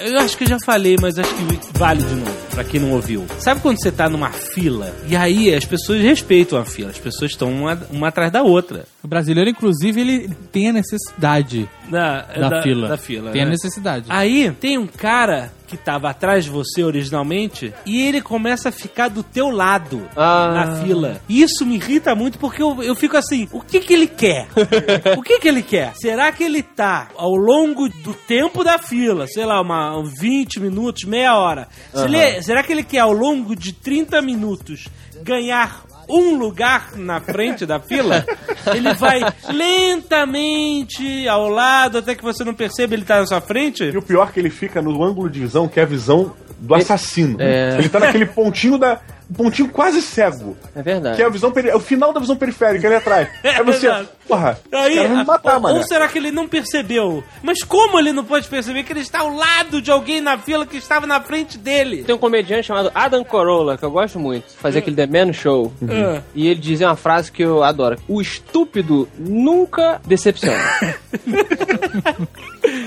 Eu acho que eu já falei, mas acho que vale de novo, pra quem não ouviu. Sabe quando você tá numa fila e aí as pessoas respeitam a fila, as pessoas estão uma, uma atrás da outra.
O brasileiro, inclusive, ele tem a necessidade
É Da,
da, fila.
Da fila
Tem a
né?
necessidade. Ah,
Aí tem um cara que tava atrás de você originalmente e ele começa a ficar do teu lado
Ah.
na fila. E Isso me irrita muito porque eu, eu fico assim, o que que ele quer? o que que ele quer? Será que ele tá ao longo do tempo da fila, sei lá, uma 20 minutos, meia hora? Se ele- é, será que ele quer ao longo de 30 minutos ganhar um lugar na frente da fila, ele vai lentamente ao lado até que você não perceba ele tá na sua frente.
E o pior é que ele fica no ângulo de visão, que é a visão do assassino. Ele tá naquele pontinho da. um pontinho quase cego.
É verdade.
Que é a visão peri- é o final da visão periférica ali atrás. Aí você.
Exato.
Porra,
Aí,
esse cara vai me matar,
ou,
mano.
ou será que ele não percebeu? Mas como ele não pode perceber que ele está ao lado de alguém na fila que estava na frente dele?
Tem um comediante chamado Adam Corolla, que eu gosto muito, fazer aquele The Man Show.
Ah.
E ele dizia uma frase que eu adoro: O estúpido nunca decepciona.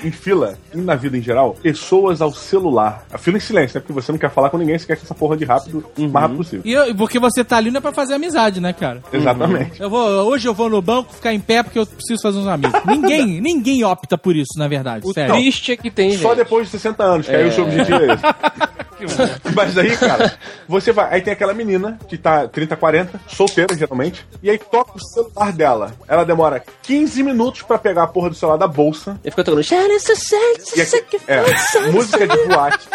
Em fila, e na vida em geral, pessoas ao celular. A fila em silêncio, né? Porque você não quer falar com ninguém, você quer que essa porra de rápido, o mais rápido possível.
E eu- porque você tá ali não é pra fazer amizade, né, cara?
Exatamente.
Eu vou, hoje eu vou no banco ficar em pé porque eu preciso fazer uns amigos. ninguém, ninguém opta por isso, na verdade,
O
sério.
triste é que tem.
Só
gente.
depois de 60 anos, que aí o seu objetivo é esse. Mas aí, cara, você vai. Aí tem aquela menina que tá 30, 40, solteira geralmente, e aí toca o celular dela. Ela demora 15 minutos pra pegar a porra do celular da bolsa.
Ele fica tocando. "Shut up,
E aqui, é, música de boate.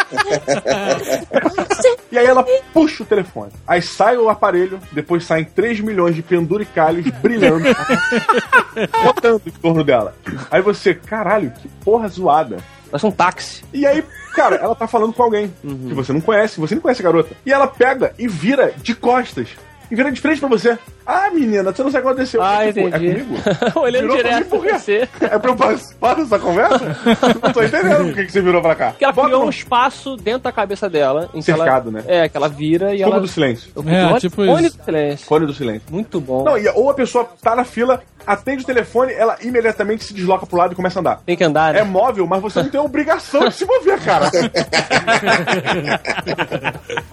E aí ela puxa o telefone. Aí sai o aparelho, depois saem 3 milhões de penduricalhos brilhando, botando em torno dela. Aí você, caralho, que porra zoada.
Parece um táxi.
E aí, cara, ela tá falando com alguém que você não conhece, você não conhece a garota. E ela pega e vira de costas. E vira de frente pra você. Ah, menina, você não sabe o que aconteceu.
Ah,
Tipo,
entendi.
É comigo?
Olhando
Virou pra
direto assim.
mim por quê?
pra você.
É pra eu participar dessa conversa? não tô entendendo por que que você virou pra cá.
Que ela
Bota
criou um
no
espaço dentro da cabeça dela. Em que ela-
Cercado, né?
É, que ela vira e
cone
ela.
do silêncio.
É, tipo isso.
Olha o silêncio.
Cone do silêncio.
Muito bom.
Não, e- ou a pessoa tá na fila, atende o telefone, ela imediatamente se desloca pro lado e começa a andar.
Tem que andar, né?
É móvel, mas você não tem obrigação de se mover, cara.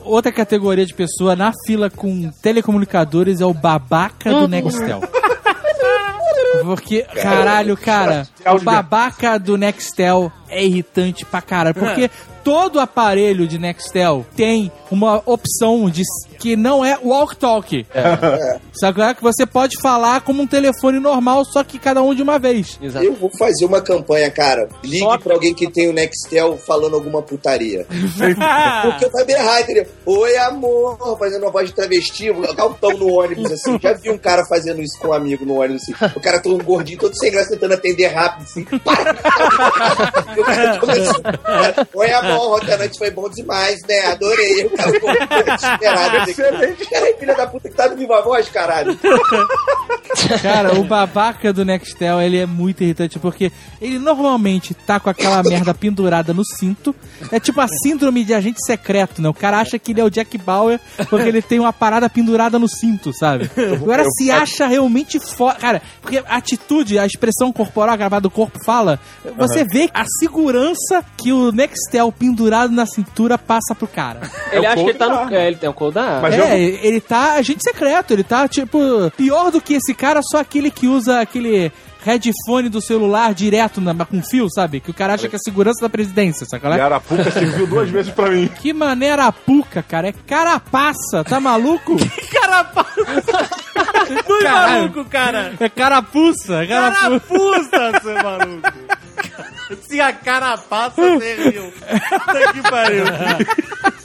Outra categoria de pessoa na fila com Uhum. telecomunicadores é o babaca do Nextel. Porque, caralho, cara,
Nextel
o
de
babaca do Nextel é irritante pra caralho, porque todo aparelho de Nextel tem uma opção de que não é walk talk. Sabe qual é? que você pode falar como um telefone normal, só que cada um de uma vez.
Exato.
Eu vou fazer uma campanha, cara. Ligue pra alguém que tem o Nextel falando alguma putaria. Porque vai berrar, entendeu? Oi, amor, fazendo uma voz de travesti, um galpão no ônibus, assim. Já vi um cara fazendo isso com um amigo no ônibus, assim. O cara todo gordinho, todo sem graça, tentando atender rápido, assim. E o cara começou, cara, Oi, amor, ontem à noite foi bom demais, né? Adorei. E O cara ficou um desesperado. assim. Peraí, filha da puta, que tá no viva voz, caralho.
Cara, o babaca do Nextel, ele é muito irritante, porque ele normalmente tá com aquela merda pendurada no cinto. É tipo a síndrome de agente secreto, né? O cara acha que ele é o Jack Bauer porque ele tem uma parada pendurada no cinto, sabe? Agora se acha realmente foda. Cara, porque a atitude, a expressão corporal, a gravada do corpo fala, você vê a segurança que o Nextel pendurado na cintura passa pro cara.
Ele
É o
acha que ele tá no.
Coldar.
É, ele tem o Coldar.
Mas-
é,
eu-
ele tá agente secreto, ele tá, tipo, pior do que esse cara, só aquele que usa aquele headphone do celular direto na, com fio, sabe? Que o cara acha que é segurança da presidência,
E
sacanagem.
Arapuca serviu duas vezes pra mim.
Que maneira puca, cara. É carapaça, tá maluco?
Dois
Caralho.
maluco, cara.
é carapuça, é carapuça.
Carapuça, seu maluco. Se a carapaça serviu. Puta que pariu.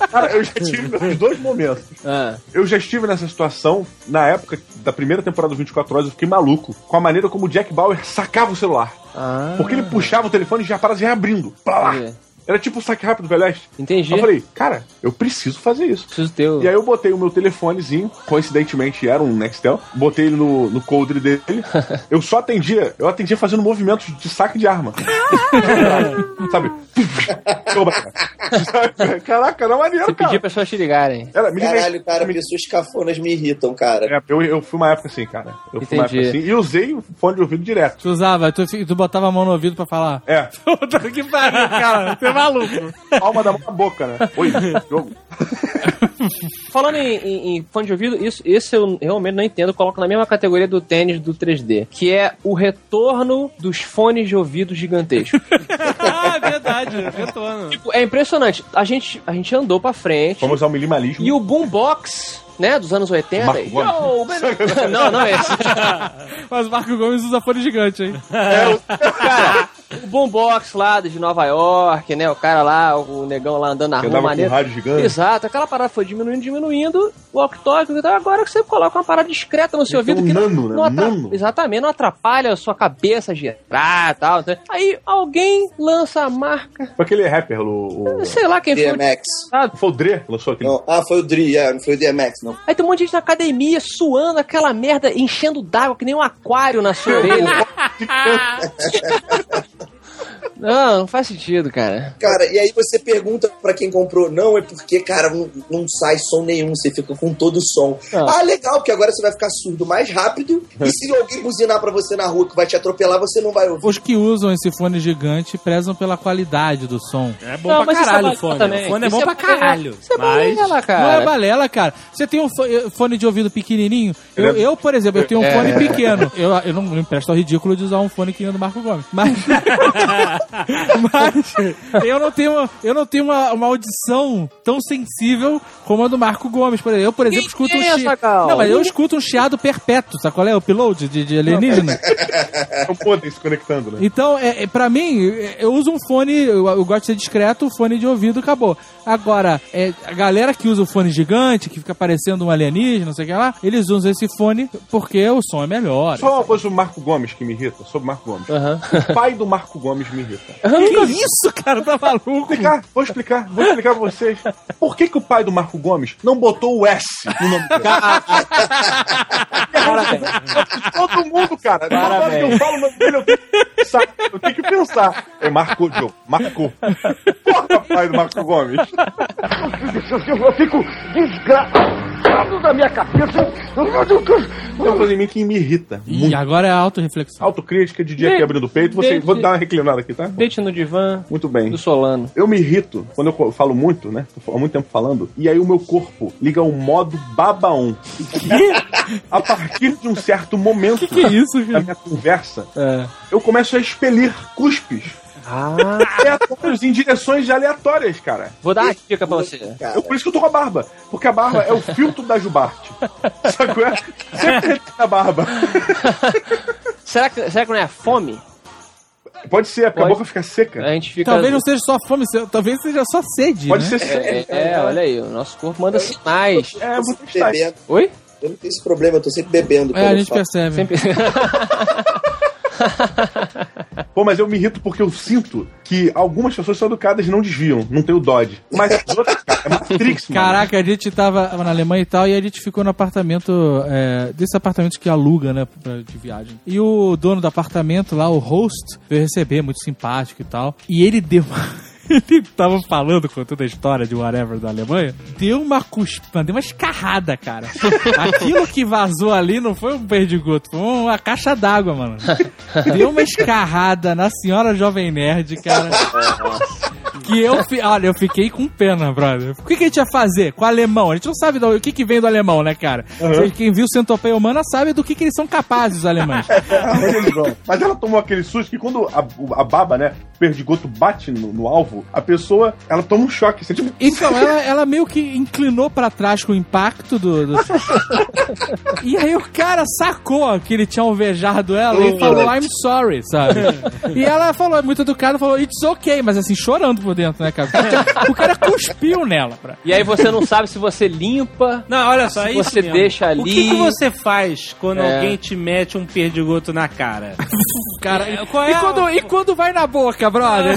Cara, eu já tive nos dois momentos.
Ah.
Eu já estive nessa situação, na época da primeira temporada do 24 Horas, eu fiquei maluco com a maneira como o Jack Bauer sacava o celular.
Ah.
Porque ele puxava o telefone e já parava reabrindo. Pra lá.
Entendi.
Era tipo o saque rápido do Veleste.
Entendi.
Eu falei, cara, eu preciso fazer isso.
Preciso ter o.
E aí eu botei o meu telefonezinho, coincidentemente era um Nextel, botei ele no, no coldre dele. Eu só atendia, eu atendia fazendo movimentos de saque de arma. Sabe? Toma. Sabe? Caraca, era maneiro,
Você pedir
cara.
pessoas te ligarem.
Era, me
Caralho, cara,
me-
pessoas cafonas me irritam, cara.
é, eu, eu fui uma época assim, cara. Eu fui uma
Entendi.
época assim. E usei o fone de ouvido direto.
Tu usava, tu, tu botava a mão no ouvido pra falar.
É,
Puta que pariu, cara. Você é maluco.
palma da mão na boca, né? Oi, jogo.
Falando em, em- em fone de ouvido, isso, isso eu realmente não entendo. Eu coloco na mesma categoria do tênis do 3D, que é o retorno dos fones de ouvido gigantescos.
Ah,
é
verdade. Retorno.
tipo, é impressionante. A gente, a gente andou pra frente
Vamos usar o minimalismo.
e o boombox, né, dos anos 80.
Marco Gomes.
Yo, beleza. não, não é esse.
Mas Marco Gomes usa fone gigante, hein?
Cara, o boombox lá de Nova York, né? O cara lá, o negão lá andando na
Que
rua
andava com um
maneiro.
rádio gigante.
Exato, aquela parada foi diminuindo, diminuindo, walk-talk, então agora que você coloca uma parada discreta no seu
Ele
ouvido
tem
que não-
um nano,
não,
né?
atra-
Nano.
Exatamente, não atrapalha a sua cabeça girar e tal. né? Aí alguém lança a marca,
Foi aquele rapper, o. o...
sei lá quem foi.
DMX.
sabe?
É. Foi o Dre, lançou aquele.
Não, ah, foi o Dri, é, não foi o DMX, não.
Aí tem um monte de gente na academia suando aquela merda, enchendo d'água que nem um aquário na sua orelha. Não, não faz sentido, cara.
Cara, e aí você pergunta pra quem comprou, não, é porque, cara, não, não sai som nenhum, você fica com todo o som.
Ah.
Ah, legal, porque agora você vai ficar surdo mais rápido, e se alguém buzinar pra você na rua que vai te atropelar, você não vai ouvir.
Os que usam esse fone gigante prezam pela qualidade do som.
É bom
Não,
pra
mas isso
caralho
é
o fone.
também.
O fone é
Isso
bom pra caralho.
Isso é
mas...
balela, cara.
Não é balela, cara. Você tem um fo- eh, fone de ouvido pequenininho? Eu, eu, por exemplo, eu tenho um
É.
fone pequeno. Eu, eu não me empresto ao ridículo de usar um fone que nem o do Marco Gomes. Mas, mas eu não tenho, uma- eu não tenho uma, uma audição tão sensível como a do Marco Gomes. Por exemplo, eu, por exemplo, escuto um
é,
chiado.
Sacal?
Não, mas eu escuto um chiado perpétuo. Sabe qual é? O upload de, de alienígena.
É um podre se conectando, né?
Então, é, é, pra mim, é, eu uso um fone, eu, eu gosto de ser discreto, o fone de ouvido acabou. Agora, é, a galera que usa o fone gigante, que fica parecendo um alienígena, não sei o que lá, eles usam esse fone porque o som é melhor.
Só uma coisa sobre o Marco Gomes que me irrita, sobre o Marco Gomes.
Aham.
O pai do Marco Gomes me irrita. Vou
Que isso, cara? Tá maluco?
explicar, vou explicar, vou explicar pra vocês. Por que, que o pai do Marco Gomes não botou o S no nome dele? Todo mundo, cara. Toda hora que eu falo o nome dele, eu tenho que pensar. Eu tenho que pensar. É Marco Joe. Marco. Porra, pai do Marco Gomes.
Eu fico desgraçado desgraçado da minha cabeça.
Tem uma coisa em mim que me irrita
E
muito.
agora é a autorreflexão.
Autocrítica de dia que abrindo o peito. Você,
Desde-
vou dar uma reclinada aqui, tá?
Deite no divã
Muito bem.
do Solano.
Eu me irrito quando eu co- falo muito, né? Tô há muito tempo falando. E aí o meu corpo liga o modo babaon. A partir de um certo momento
Que é isso,
da
cara?
minha conversa,
É.
eu começo a expelir cuspes
Ah,
aleatórios em direções aleatórias, cara.
vou dar uma dica pra você.
Cara,
Eu, por isso que eu tô com a barba. Porque a barba é o filtro da Jubarte. Sacou? Sempre tem a barba.
Será que, será que não é a fome?
Pode ser, porque
Pode.
a boca fica seca.
A gente fica.
Talvez não seja só fome, se- talvez seja só sede.
Pode
É, né?
ser seca.
É, é, olha aí, o nosso corpo manda sinais.
É,
eu tô
vou
sempre
testar isso.
bebendo.
Oi?
Eu não tenho esse problema, eu tô sempre bebendo.
É,
quando
a
eu
gente
falo.
percebe.
Sempre.
Pô, mas eu me irrito porque eu sinto que algumas pessoas são educadas e não desviam, não tem o Dodge. Mas as outras, cara, é Matrix, mano.
Caraca, a gente tava na Alemanha e tal, e a gente ficou no apartamento, é, desses apartamentos que aluga, né, pra- de viagem. E o dono do apartamento lá, o host, veio receber, muito simpático e tal. E ele deu uma... Ele tava falando, contando a história de Whatever da Alemanha. Deu uma cuspa, deu uma escarrada, cara. Aquilo que vazou ali não foi um perdigoto, foi uma caixa d'água, mano. Deu uma escarrada na senhora Jovem Nerd, cara. Que eu, fi- olha, eu fiquei com pena, brother. O que, que a gente ia fazer com o alemão? A gente não sabe da- o que, que vem do alemão, né, cara? Vocês- Quem viu Centopeia Humana sabe do que, que eles são capazes, os alemães.
Mas ela tomou aquele susto que quando a, a baba, né, perdigoto bate no, no alvo, a pessoa, ela toma um choque. Você, tipo,
Então, ela, ela meio que inclinou pra trás com o impacto do. do- E aí o cara sacou que ele tinha alvejado ela e falou, I'm sorry, sabe? E ela falou, muito educada, falou, it's okay, mas assim, chorando por dentro, né, cara? O cara cuspiu nela, pra...
E aí você não sabe se você limpa.
Não, olha só, é
Se
isso
você
mesmo.
deixa ali-
O que, que você faz quando
É.
alguém te mete um perdigoto na cara?
cara.
É, qual é
e,
a-
quando, e quando vai na boca, brother?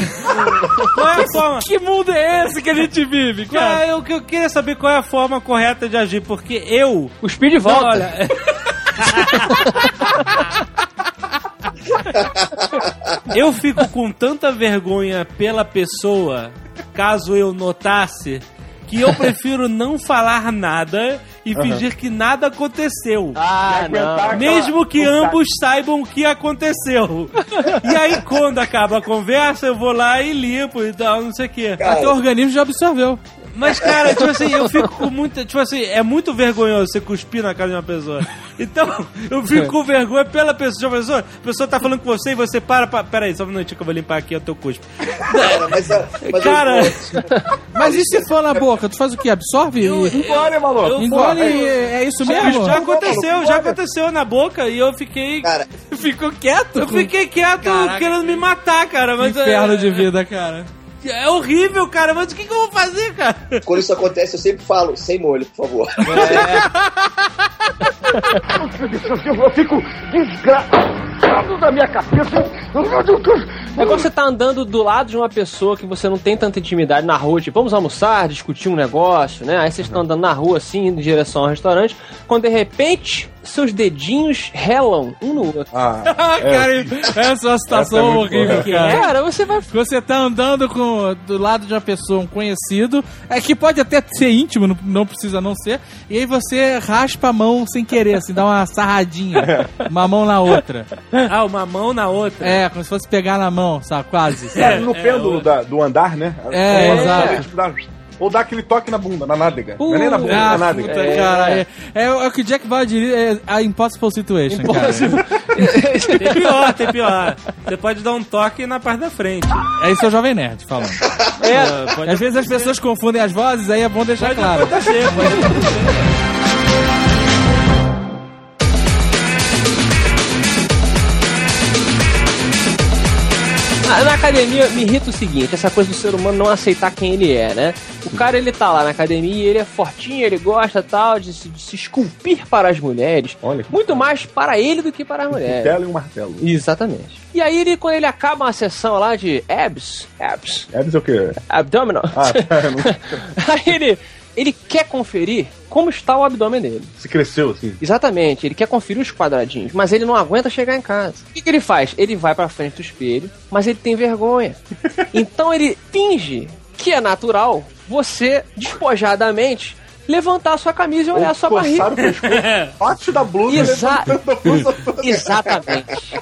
Qual é a forma?
Que mundo é esse que a gente vive,
Ah,
cara?
eu, eu queria saber qual é a forma correta de agir, porque eu.
O speed
é? Não,
volta.
olha. eu fico com tanta vergonha pela pessoa, caso eu notasse, que eu prefiro não falar nada e fingir que nada aconteceu.
Ah, não.
Mesmo
Tá.
que
Aquela-
ambos saibam o que aconteceu. E aí, quando acaba a conversa, eu vou lá e limpo e tal, não sei o quê.
Cara,
Teu organismo já absorveu.
Mas, cara, tipo assim, eu fico com muita. Tipo assim, é muito vergonhoso você cuspir na cara de uma pessoa. Então, eu
É.
fico com vergonha pela pessoa. A pessoa, a pessoa tá falando com você e você para. para peraí, só um minutinho que eu vou limpar aqui o teu cuspe.
cara, mas, a- mas
Cara.
Mas e se for na boca? Tu faz o quê? Absorve? E-
Olha, maluco.
Engole e é isso mesmo?
Mas já aconteceu, já aconteceu na boca e eu fiquei.
Cara.
Ficou quieto? Eu fiquei quieto
Caraca.
querendo me matar, cara. Mas
Inferno
é,
de vida, cara.
é horrível, cara. Mas o que, que eu vou fazer, cara?
quando isso acontece, eu sempre falo, sem molho, por favor.
Eu fico desgraçado da minha cabeça.
É quando você tá andando do lado de uma pessoa que você não tem tanta intimidade na rua, tipo, vamos almoçar, discutir um negócio, né? Aí vocês estão andando na rua assim, indo em direção ao restaurante, quando de repente seus dedinhos relam um no outro.
Ah,
Ah, cara, essa é uma
Essa é
situação
muito
horrível, cara.
Cara, você vai.
Você tá andando com, do lado de uma pessoa, um conhecido, é que pode até ser íntimo, não, não precisa não ser, e aí você raspa a mão sem querer, assim, dá uma sarradinha, uma mão na outra.
Ah, uma mão na outra.
É, como se fosse pegar na mão, sabe? Quase.
é,
Sabe?
no pêndulo da- do andar, né?
É,
Ou,
exato.
tipo, dá- ou dá aquele toque na bunda, na nádega. Não é nem na bunda, na
Ah,
nádega.
puta, cara. É, é o é o que o Jack Bauer diria, é a impossible situation, cara.
Tem pior, tem pior. Você pode dar um toque na parte da frente.
É isso é o Jovem Nerd falando.
É,
Às vezes as pessoas confundem as vozes, aí é bom deixar claro.
acontecer, pode
Na, na academia me irrita o seguinte, essa coisa do ser humano não aceitar quem ele é, né? O cara ele tá lá na academia, ele é fortinho, ele gosta tal de se, de se esculpir para as mulheres,
Olha que
muito mais para ele do que para as mulheres.
Tela e um martelo.
Exatamente. E aí, ele, quando ele acaba uma sessão lá de abs, abs,
É dizer o quê?
abdominal,
Ah, tá, não-
aí ele, ele quer conferir como está o abdômen dele.
se cresceu, assim.
Exatamente, ele quer conferir os quadradinhos, mas ele não aguenta chegar em casa. O que, que ele faz? Ele vai pra frente do espelho, mas ele tem vergonha. Então ele finge que é natural você despojadamente levantar a sua camisa e olhar a sua barriga.
Coçaram o pescoço, parte da blusa,
Exa-
levantando a blusa toda.
Exatamente.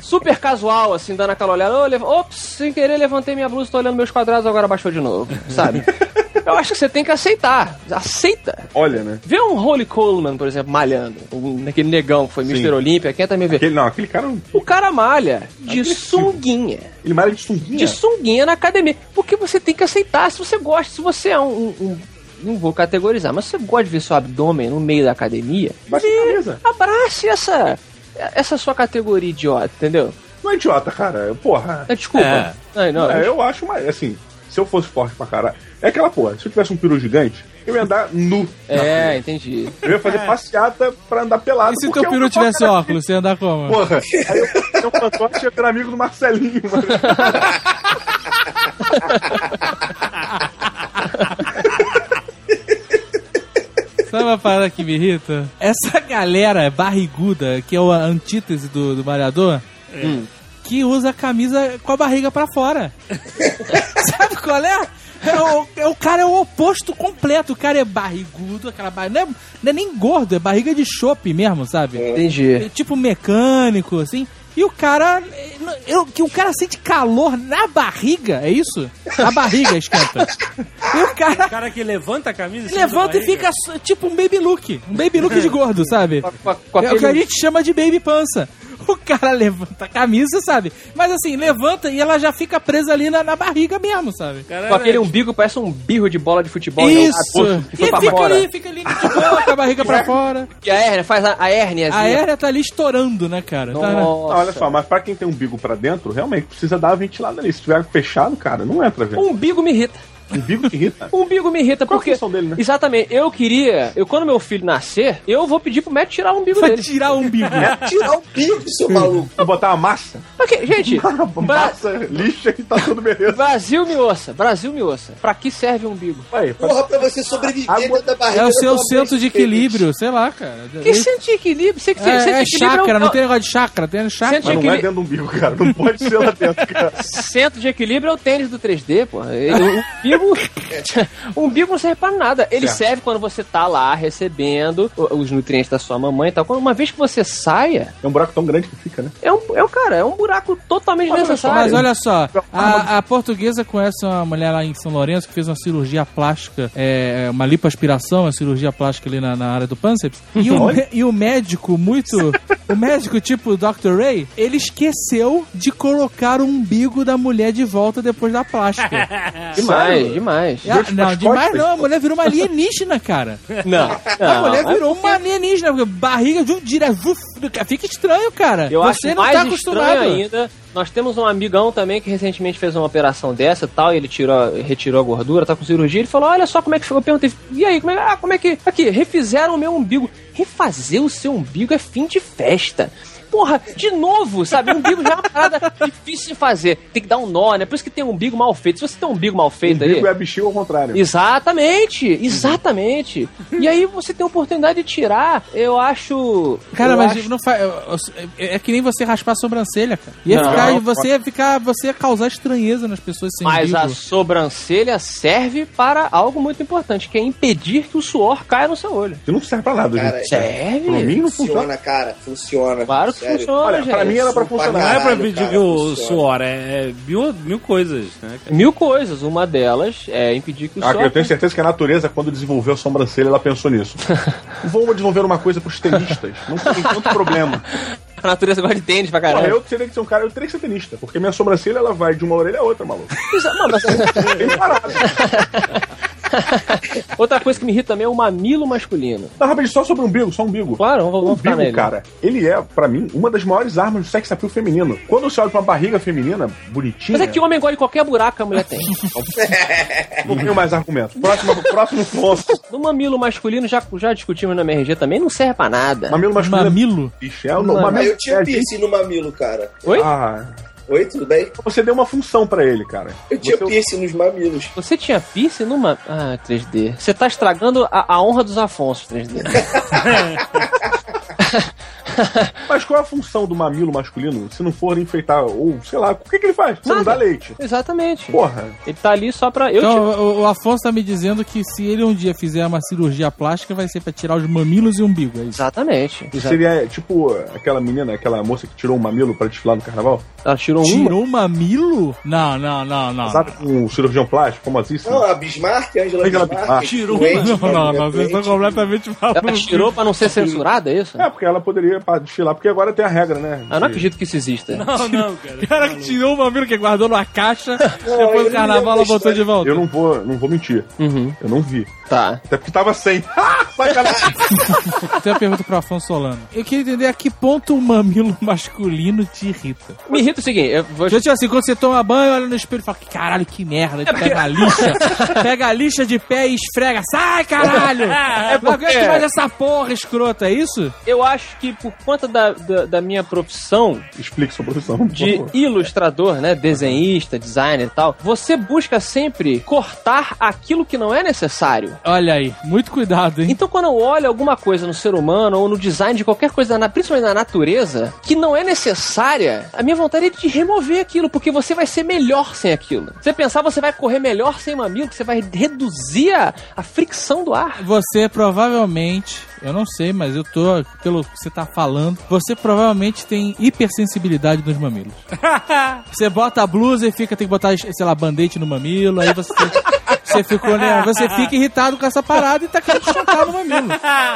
Super casual, assim, dando aquela olhada. Eu levo- Ops, sem querer levantei minha blusa, tô olhando meus quadrados, agora baixou de novo, sabe? Eu acho que você tem que aceitar. Aceita.
Olha, né?
Vê um Holly Coleman, por exemplo, malhando. Um, aquele negão que foi
Sim.
Mr. Olímpia, quem é também vê.
Aquele, não, aquele cara, é um
O cara malha de sunguinha.
ele malha de sunguinha.
De sunguinha na academia. Porque você tem que aceitar. Se você gosta, se você é um. um- um- não vou categorizar, mas se você gosta de ver seu abdômen no meio da academia,
Baixa a camisa.
abrace essa, essa sua categoria idiota, entendeu?
Não é idiota, cara. Porra.
É, Desculpa.
É.
Ai, não,
É, eu acho, mas assim, se eu fosse forte pra caralho. É aquela porra, se eu tivesse um peru gigante, eu ia andar nu. na
É,
rua.
entendi.
Eu ia fazer passeata pra andar pelado.
É. E se
porque
teu
eu
peru
não
tivesse
quero-
óculos, você ia andar como?
Porra, aí eu eu fantoche ia ser amigo do Marcelinho, mano.
Sabe uma parada que me irrita? Essa galera barriguda, que é a antítese do, do malhador,
Hum.
que usa a camisa com a barriga pra fora. Sabe qual é? É o, é o cara é o oposto completo. O cara é barrigudo, aquela barriga. Não é, não é nem gordo, é barriga de chope mesmo, sabe?
Entendi.
É tipo mecânico, assim. E o cara. é, não- eu- que o cara sente calor na barriga, é isso? A barriga esquenta. E o cara
O cara que levanta a camisa. em cima da
Levanta e
barriga.
fica só- tipo um baby look. Um baby look de gordo, sabe?
Com a- com
É o que a
aquele-
gente chama de baby pança. O cara levanta a camisa, sabe? Mas assim, levanta e ela já fica presa ali na, na barriga mesmo, sabe?
Cara,
com aquele umbigo parece um birro de bola de futebol. né?
Isso!
Um agosto que
E
foi pra
fica
fora.
ali, fica ali de boa, com a barriga pra fora.
E a hérnia, faz a, a hérnia.
A hérnia tá ali estourando, né, cara? Tá, né?
Não, olha só, mas pra quem tem um bigo pra dentro, realmente precisa dar uma ventilada ali. Se tiver fechado, cara, não entra, velho.
O umbigo me irrita.
Um bigo que irrita.
O umbigo me irrita
Qual a
porque...
função dele, né?
Exatamente. Eu queria... Eu, quando meu filho nascer, eu vou pedir pro médico tirar o umbigo
Pra
dele.
tirar o umbigo.
Tirar o bico, seu maluco.
Vou botar uma massa.
Porque, gente...
Uma
Bra-
massa lixa que tá tudo beleza.
Brasil me ouça. Brasil me ouça. Pra que serve o umbigo?
Aí, pra-
Porra, pra você sobreviver
Água-
dentro da barriga.
É o
da
seu
tua
centro
mãe.
de equilíbrio, sei lá, cara.
Que centro de equilíbrio? Você que
É,
centro de equilíbrio é
é
um-
chácara,
é
não
um-
tem negócio de chácara, tem chácara.
Mas não é dentro do umbigo, cara. Não pode ser lá dentro, cara.
Centro de equilíbrio é o tênis do 3D, pô. E O umbigo, o umbigo não serve pra nada. Ele
Certo.
serve quando você tá lá recebendo o- os nutrientes da sua mamãe e tal. Quando, uma vez que você saia,
É um buraco tão grande que fica, né?
é um, é um cara, é um buraco totalmente
Mas olha só,
desnecessário.
Mas olha só, a, a portuguesa conhece uma mulher lá em São Lourenço que fez uma cirurgia plástica, é, uma lipoaspiração, uma cirurgia plástica ali na, na área do pânceps. E o,
Olha.
e o médico muito... o médico tipo Dr. Ray, ele esqueceu de colocar o umbigo da mulher de volta depois da plástica.
demais, demais.
E a-
Deus
não,
nas
demais
costas.
não, a mulher virou uma alienígena, cara.
Não,
A
não.
mulher virou uma alienígena, porque barriga de um direto, vuf, fica estranho, cara.
Eu
Você
acho
não
mais
tá
estranho
acostumado.
ainda. Nós temos um amigão também que recentemente fez uma operação dessa e tal, e ele tirou, retirou a gordura, tá com cirurgia. Ele falou: Olha só como é que ficou. Eu perguntei: E aí, como é, ah, como é que. Aqui, refizeram o meu umbigo. Refazer o seu umbigo é fim de festa. Porra, de novo, sabe? Umbigo já é uma parada difícil de fazer. Tem que dar um nó, né? Por isso que tem um umbigo mal feito. Se você tem um umbigo mal feito aí.
Umbigo é a bexiga ao contrário.
Exatamente,
Uhum.
exatamente. E aí você tem a oportunidade de tirar, eu acho.
Cara,
eu
mas
acho-
não faz. É é que nem você raspar a sobrancelha, cara. Ia
Não.
ficar, você ia ficar. Você ia causar estranheza nas pessoas sem
Mas a
umbigo.
sobrancelha serve para algo muito importante, que é impedir que o suor caia no seu olho.
Isso não serve pra nada,
Cara,
gente. É,
é.
Pra
Serve?
mim não funciona.
Funciona, cara. Funciona.
Claro que
Sério.
funciona,
Olha, pra
gente.
mim era pra
Pra
funcionar.
Não é pra
Caralho,
pedir
cara,
que o
funciona.
suor, é, é mil, mil coisas, né? cara?
Mil coisas. Uma delas é impedir que o
Ah,
suor...
eu tenho certeza que a natureza, quando desenvolveu a sobrancelha, ela pensou nisso. Vamos desenvolver uma coisa pros tenistas. Não tem tanto problema.
A natureza gosta de tênis pra
Olha,
caralho.
eu teria que ser um cara, eu teria que ser tenista. Porque minha sobrancelha, ela vai de uma orelha a outra, maluco.
Não, mas-
Tem parado.
é- Outra coisa que me irrita também é o mamilo masculino.
Não, rapidinho, só sobre o umbigo, só umbigo.
Claro, vamos-
o
vamos ficar
umbigo,
nele.
cara, ele é, pra mim, uma das maiores armas do sex appeal feminino. Quando você olha pra uma barriga feminina, bonitinha...
Mas é que o homem gosta de qualquer buraco que a mulher tem.
Não tenho Um mais argumento. Próximo, próximo ponto.
No mamilo masculino, já, já discutimos na MRG também, não serve pra nada.
Mamilo masculino.
Mamilo?
Bicho, é o
Não,
mamilo.
Aí Ah, eu tinha
é,
piercing no mamilo, cara.
Oi?
Ah,
Oi, tudo bem?
você deu uma função pra ele, cara.
Eu tinha
Você- é
piercing nos mamilos.
Você tinha piercing numa... Ah, 3D. Você tá estragando a, a honra dos Afonso, 3D.
Mas qual é a função do mamilo masculino se não for enfeitar, ou sei lá, o que, que ele faz? Você não dá
Nada.
leite.
Exatamente.
Porra,
Ele tá ali só pra. Eu
Então, o, o Afonso tá me dizendo que se ele um dia fizer uma cirurgia plástica, vai ser pra tirar os mamilos e o umbigo, é
te-
isso?
Exatamente. Exa-
seria tipo aquela menina, aquela moça que tirou um mamilo pra desfilar no carnaval?
Ela tirou um.
Tirou o mamilo? Não, não, não, não.
Sabe,
Ah.
um cirurgião plástico, famosíssimo.
Não, a Bismarck, a Angela
Angela
Bismarck.
Bismarck.
Tirou,
doente,
Não, né? não,
cara,
não, vocês estão
doente.
completamente
Ela
malucos.
tirou pra não ser censurada, é isso?
É, porque ela poderia pá, desfilar, porque agora tem a regra, né?
Eu Ah, não
De-
acredito que isso exista.
Não, não, cara.
O cara que tirou o mamilo que guardou numa caixa,
eu não
depois do carnaval ela
lembro da
botou de volta.
Eu não vou, não vou mentir.
Uhum.
Eu não vi.
Tá.
Até porque tava sem. Ah, sacanagem.
Tem uma pergunta pro Afonso Solano. Eu queria entender a que ponto o mamilo masculino te irrita.
Me irrita o seguinte, eu vou.
Já tipo assim, quando você toma banho, olha no espelho e fala, caralho, que merda. Aí tu Pega a lixa, pega a lixa de pé e esfrega. Sai, caralho! É porque... que faz essa porra escrota, é isso?
Eu acho que por conta da, da, da minha profissão
Explique sua profissão. por
de
favor.
ilustrador, né? Desenhista, designer e tal, você busca sempre cortar aquilo que não é necessário.
Olha aí, muito cuidado, hein?
Então, quando eu olho alguma coisa no ser humano ou no design de qualquer coisa, na- principalmente na natureza, que não é necessária, a minha vontade é de remover aquilo, porque você vai ser melhor sem aquilo. Você pensar, você vai correr melhor sem mamilo, que você vai reduzir a, a fricção do ar.
Você provavelmente, eu não sei, mas eu tô, pelo que você tá falando, você provavelmente tem hipersensibilidade nos mamilos. você bota a blusa e fica, tem que botar, sei lá, band-aid no mamilo, aí você. Você ficou, né? Você fica irritado com essa parada e tá querendo chocar no mamilo.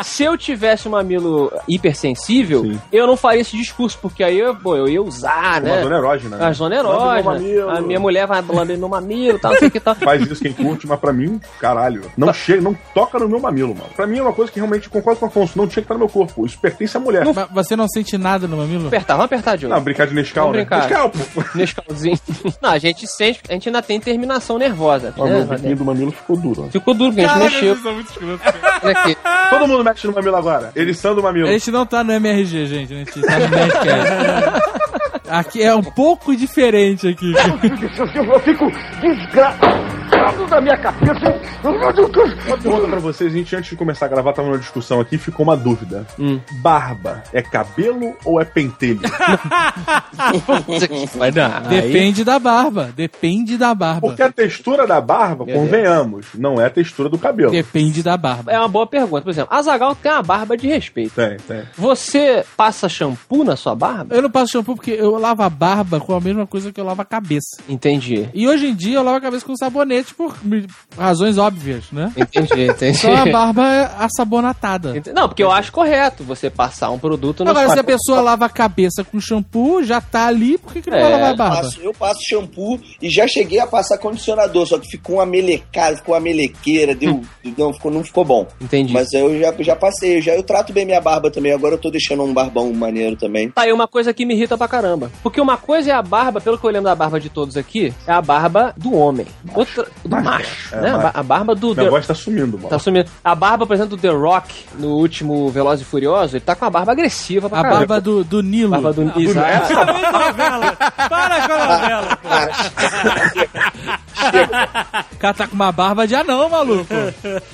Se eu tivesse um mamilo hipersensível,
Ah. Sim.
eu não faria esse discurso, porque aí eu, pô, eu ia usar,
Uma
né?
zona erógena. né?
A zona
Lambe meu
erógena.
mamilo.
A minha mulher vai lamber meu mamilo, tal, não sei o que tal.
Faz isso quem curte, mas pra mim, caralho.
Tá.
Não chega, não toca no meu mamilo, mano. Pra mim é uma coisa que realmente concordo com o Afonso. Não tinha que estar no meu corpo. Isso pertence à mulher. Não,
Mas você não sente nada no mamilo?
Apertar, vamos apertar, Diogo.
brincar de Nescau,
Vamos
né?
brincar. É,
Nescau, pô.
Nescauzinho. Não, a gente sente, a gente ainda tem terminação nervosa.
Ó,
né?
meu biquinho do mamilo ficou duro. ó.
Ficou duro, porque a gente mexeu. Olha aqui.
Todo mundo mexe no mamilo agora. Eriçando o mamilo.
A gente não tá no MRG, gente. A gente tá no Nerdcast. Aqui é um pouco diferente aqui.
Eu fico desgraçado da minha cabeça.
Uma pergunta pra vocês, a gente antes de começar a gravar tava numa discussão aqui, ficou uma dúvida.
Hum.
Barba é cabelo ou é pentelho?
Vai dar.
Depende da barba. Depende da barba.
Porque a textura da barba, convenhamos, não é a textura do cabelo.
Depende da barba.
É uma boa pergunta. Por exemplo, a Zagal tem uma barba de respeito.
Tem, tem.
Você passa shampoo na sua barba?
Eu não passo shampoo porque eu lavo a barba com a mesma coisa que eu lavo a cabeça.
Entendi.
E hoje em dia eu lavo a cabeça com sabonete por mi- razões óbvias, né?
Entendi, entendi.
Só a barba é assabonatada.
Ent- Não, porque eu acho correto você passar um produto na
Agora,
sua
se a pessoa lava a cabeça com shampoo, já tá ali, por que, que não vai
É,
lavar a
Eu
barba?
passo- eu passo shampoo e já cheguei a passar condicionador, só que ficou uma melecada, ficou uma melequeira, deu, não, ficou, não ficou bom.
Entendi.
Mas eu já, já passei, já eu trato bem minha barba também, agora eu tô deixando um barbão maneiro também.
Tá aí uma coisa que me irrita pra caramba. Porque uma coisa é a barba, pelo que eu lembro da barba de todos aqui, é a barba do homem. Outra, do macho,
Macho. É,
né? A ba-
macho.
A barba do...
O
The-
negócio tá sumindo, mano.
Tá sumindo. A barba, por exemplo, do The Rock, no último Veloz e Furioso, ele tá com uma barba agressiva pra
A
caramba.
barba do, do Nilo.
barba do... Exato.
Para com a novela, pô.
Ah,
O cara tá com uma barba de anão, maluco.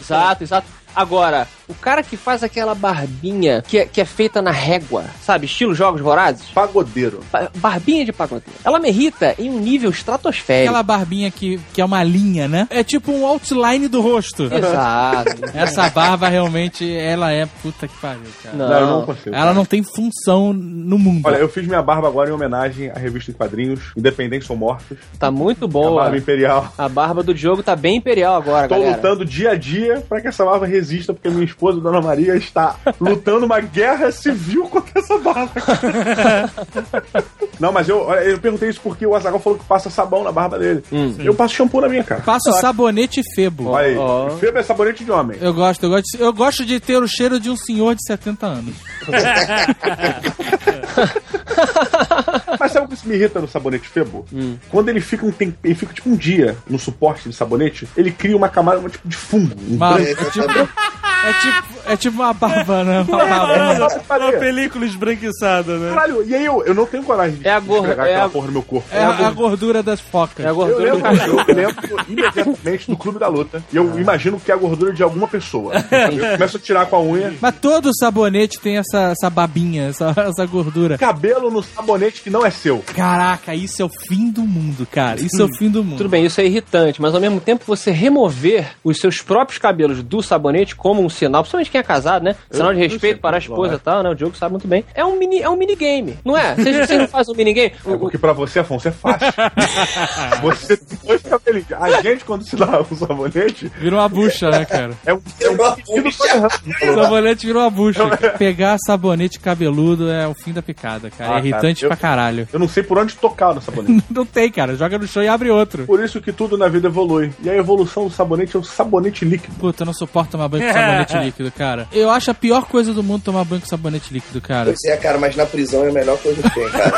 Exato, exato. Agora, o cara que faz aquela barbinha que é, que é feita na régua, sabe? Estilo Jogos Vorazes.
Pagodeiro.
Ba- Barbinha de pagodeiro. Ela me irrita em um nível estratosférico.
Aquela barbinha que, que é uma linha, né? É tipo um outline do rosto.
Exato.
Essa barba realmente, ela é puta que pariu, cara.
Não.
Não, eu não consigo.
Ela não tem função no mundo.
Olha, eu fiz minha barba agora em homenagem à revista em quadrinhos, Independência ou Mortos, é
Tá muito
a
boa.
barba imperial.
A barba do Diogo tá bem imperial agora,
Tô
galera.
lutando dia a dia pra que essa barba resista, porque minha esposa, Dona Maria, está lutando uma guerra civil contra essa barba. Não, mas eu, olha, eu perguntei isso porque o Azaghal falou que passa sabão na barba dele. eu passo shampoo na minha, cara.
Passa o sabonete febo.
Olha aí,
Ó.
febre é sabonete de homem.
Eu gosto, eu gosto, de- eu gosto de ter o cheiro de um senhor de 70 anos.
Mas sabe o que isso me irrita no sabonete Febo? Quando ele fica um tempo, ele fica tipo um dia no suporte de sabonete, ele cria uma camada tipo de fungo. Um
Mas
branco.
é tipo, é tipo, É tipo uma barba, né? Uma barba.
Parada,
Nossa,
uma
pariu.
película esbranquiçada, né?
Caralho, e aí eu, eu não tenho coragem de
É a gor-
esfregar
é
aquela
a-
porra no meu corpo.
É a a gordura das focas.
É a
Eu
gordura do
lembro,
cachorro.
eu lembro imediatamente do Clube da Luta. E eu imagino que é a gordura de alguma pessoa. Eu começo a tirar com a unha.
Mas todo sabonete tem essa, essa babinha, essa, essa gordura.
Cabelo no sabonete que não é seu.
Caraca, isso é o fim do mundo, cara. Isso é o fim do mundo.
Tudo bem, isso é irritante, mas ao mesmo tempo você remover os seus próprios cabelos do sabonete como um sinal, principalmente quem é casado, né? Sinal de respeito para a esposa e tal, né? O Diogo sabe muito bem. É um mini, é um minigame, não é? Vocês vocês não fazem um minigame?
É porque pra você, Afonso, é fácil. você tem dois cabelinhos. A gente, quando se lava o sabonete,
Virou uma bucha, né, cara?
é um, é um pedido
O sabonete virou uma bucha. Pegar sabonete cabeludo é o fim da picada, cara.
Ah,
é irritante
cara, eu-
pra caralho.
Eu não sei por onde tocar no sabonete.
Não tem, cara. Joga no chão e abre outro.
Por isso que tudo na vida evolui. E a evolução do sabonete é o sabonete líquido.
Puta, eu não suporto tomar banho com sabonete líquido, cara. Eu acho a pior coisa do mundo tomar banho com sabonete líquido, cara.
Pois é, cara, mas na prisão é a melhor coisa que tem, cara.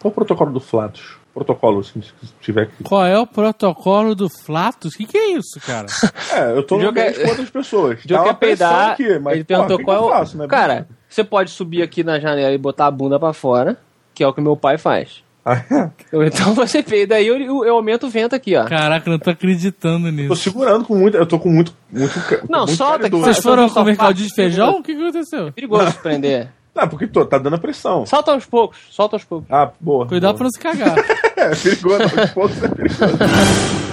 Qual o protocolo do Flatos? Protocolo, se se tiver que.
Qual é o protocolo do Flatus? O que, que é isso, cara?
É, eu tô
O
no
Diogo é-
ambiente com outras pessoas.
O Diogo
Tá uma
quer peidar.
pressão aqui, mas,
ele perguntou
porra, o que que
qual é
eu
o.
faço, né?
Cara, você pode subir aqui na janela e botar a bunda pra fora, que é o que meu pai faz. Eu- Então você peida aí, eu, eu aumento o vento aqui, ó.
Caraca, eu não tô acreditando
Eu tô
nisso.
segurando com muito. Eu tô com muito. muito
Não,
muito
solta que
caridoso.
Vocês foram
só- só
comer caldinho de
parte-
feijão? O que, que aconteceu?
Perigoso prender.
Não, porque tô, tá dando a pressão.
Solta aos poucos, solta aos poucos.
Ah, boa.
Cuidado pra
boa.
não se cagar.
É, perigoso. aos poucos é perigoso.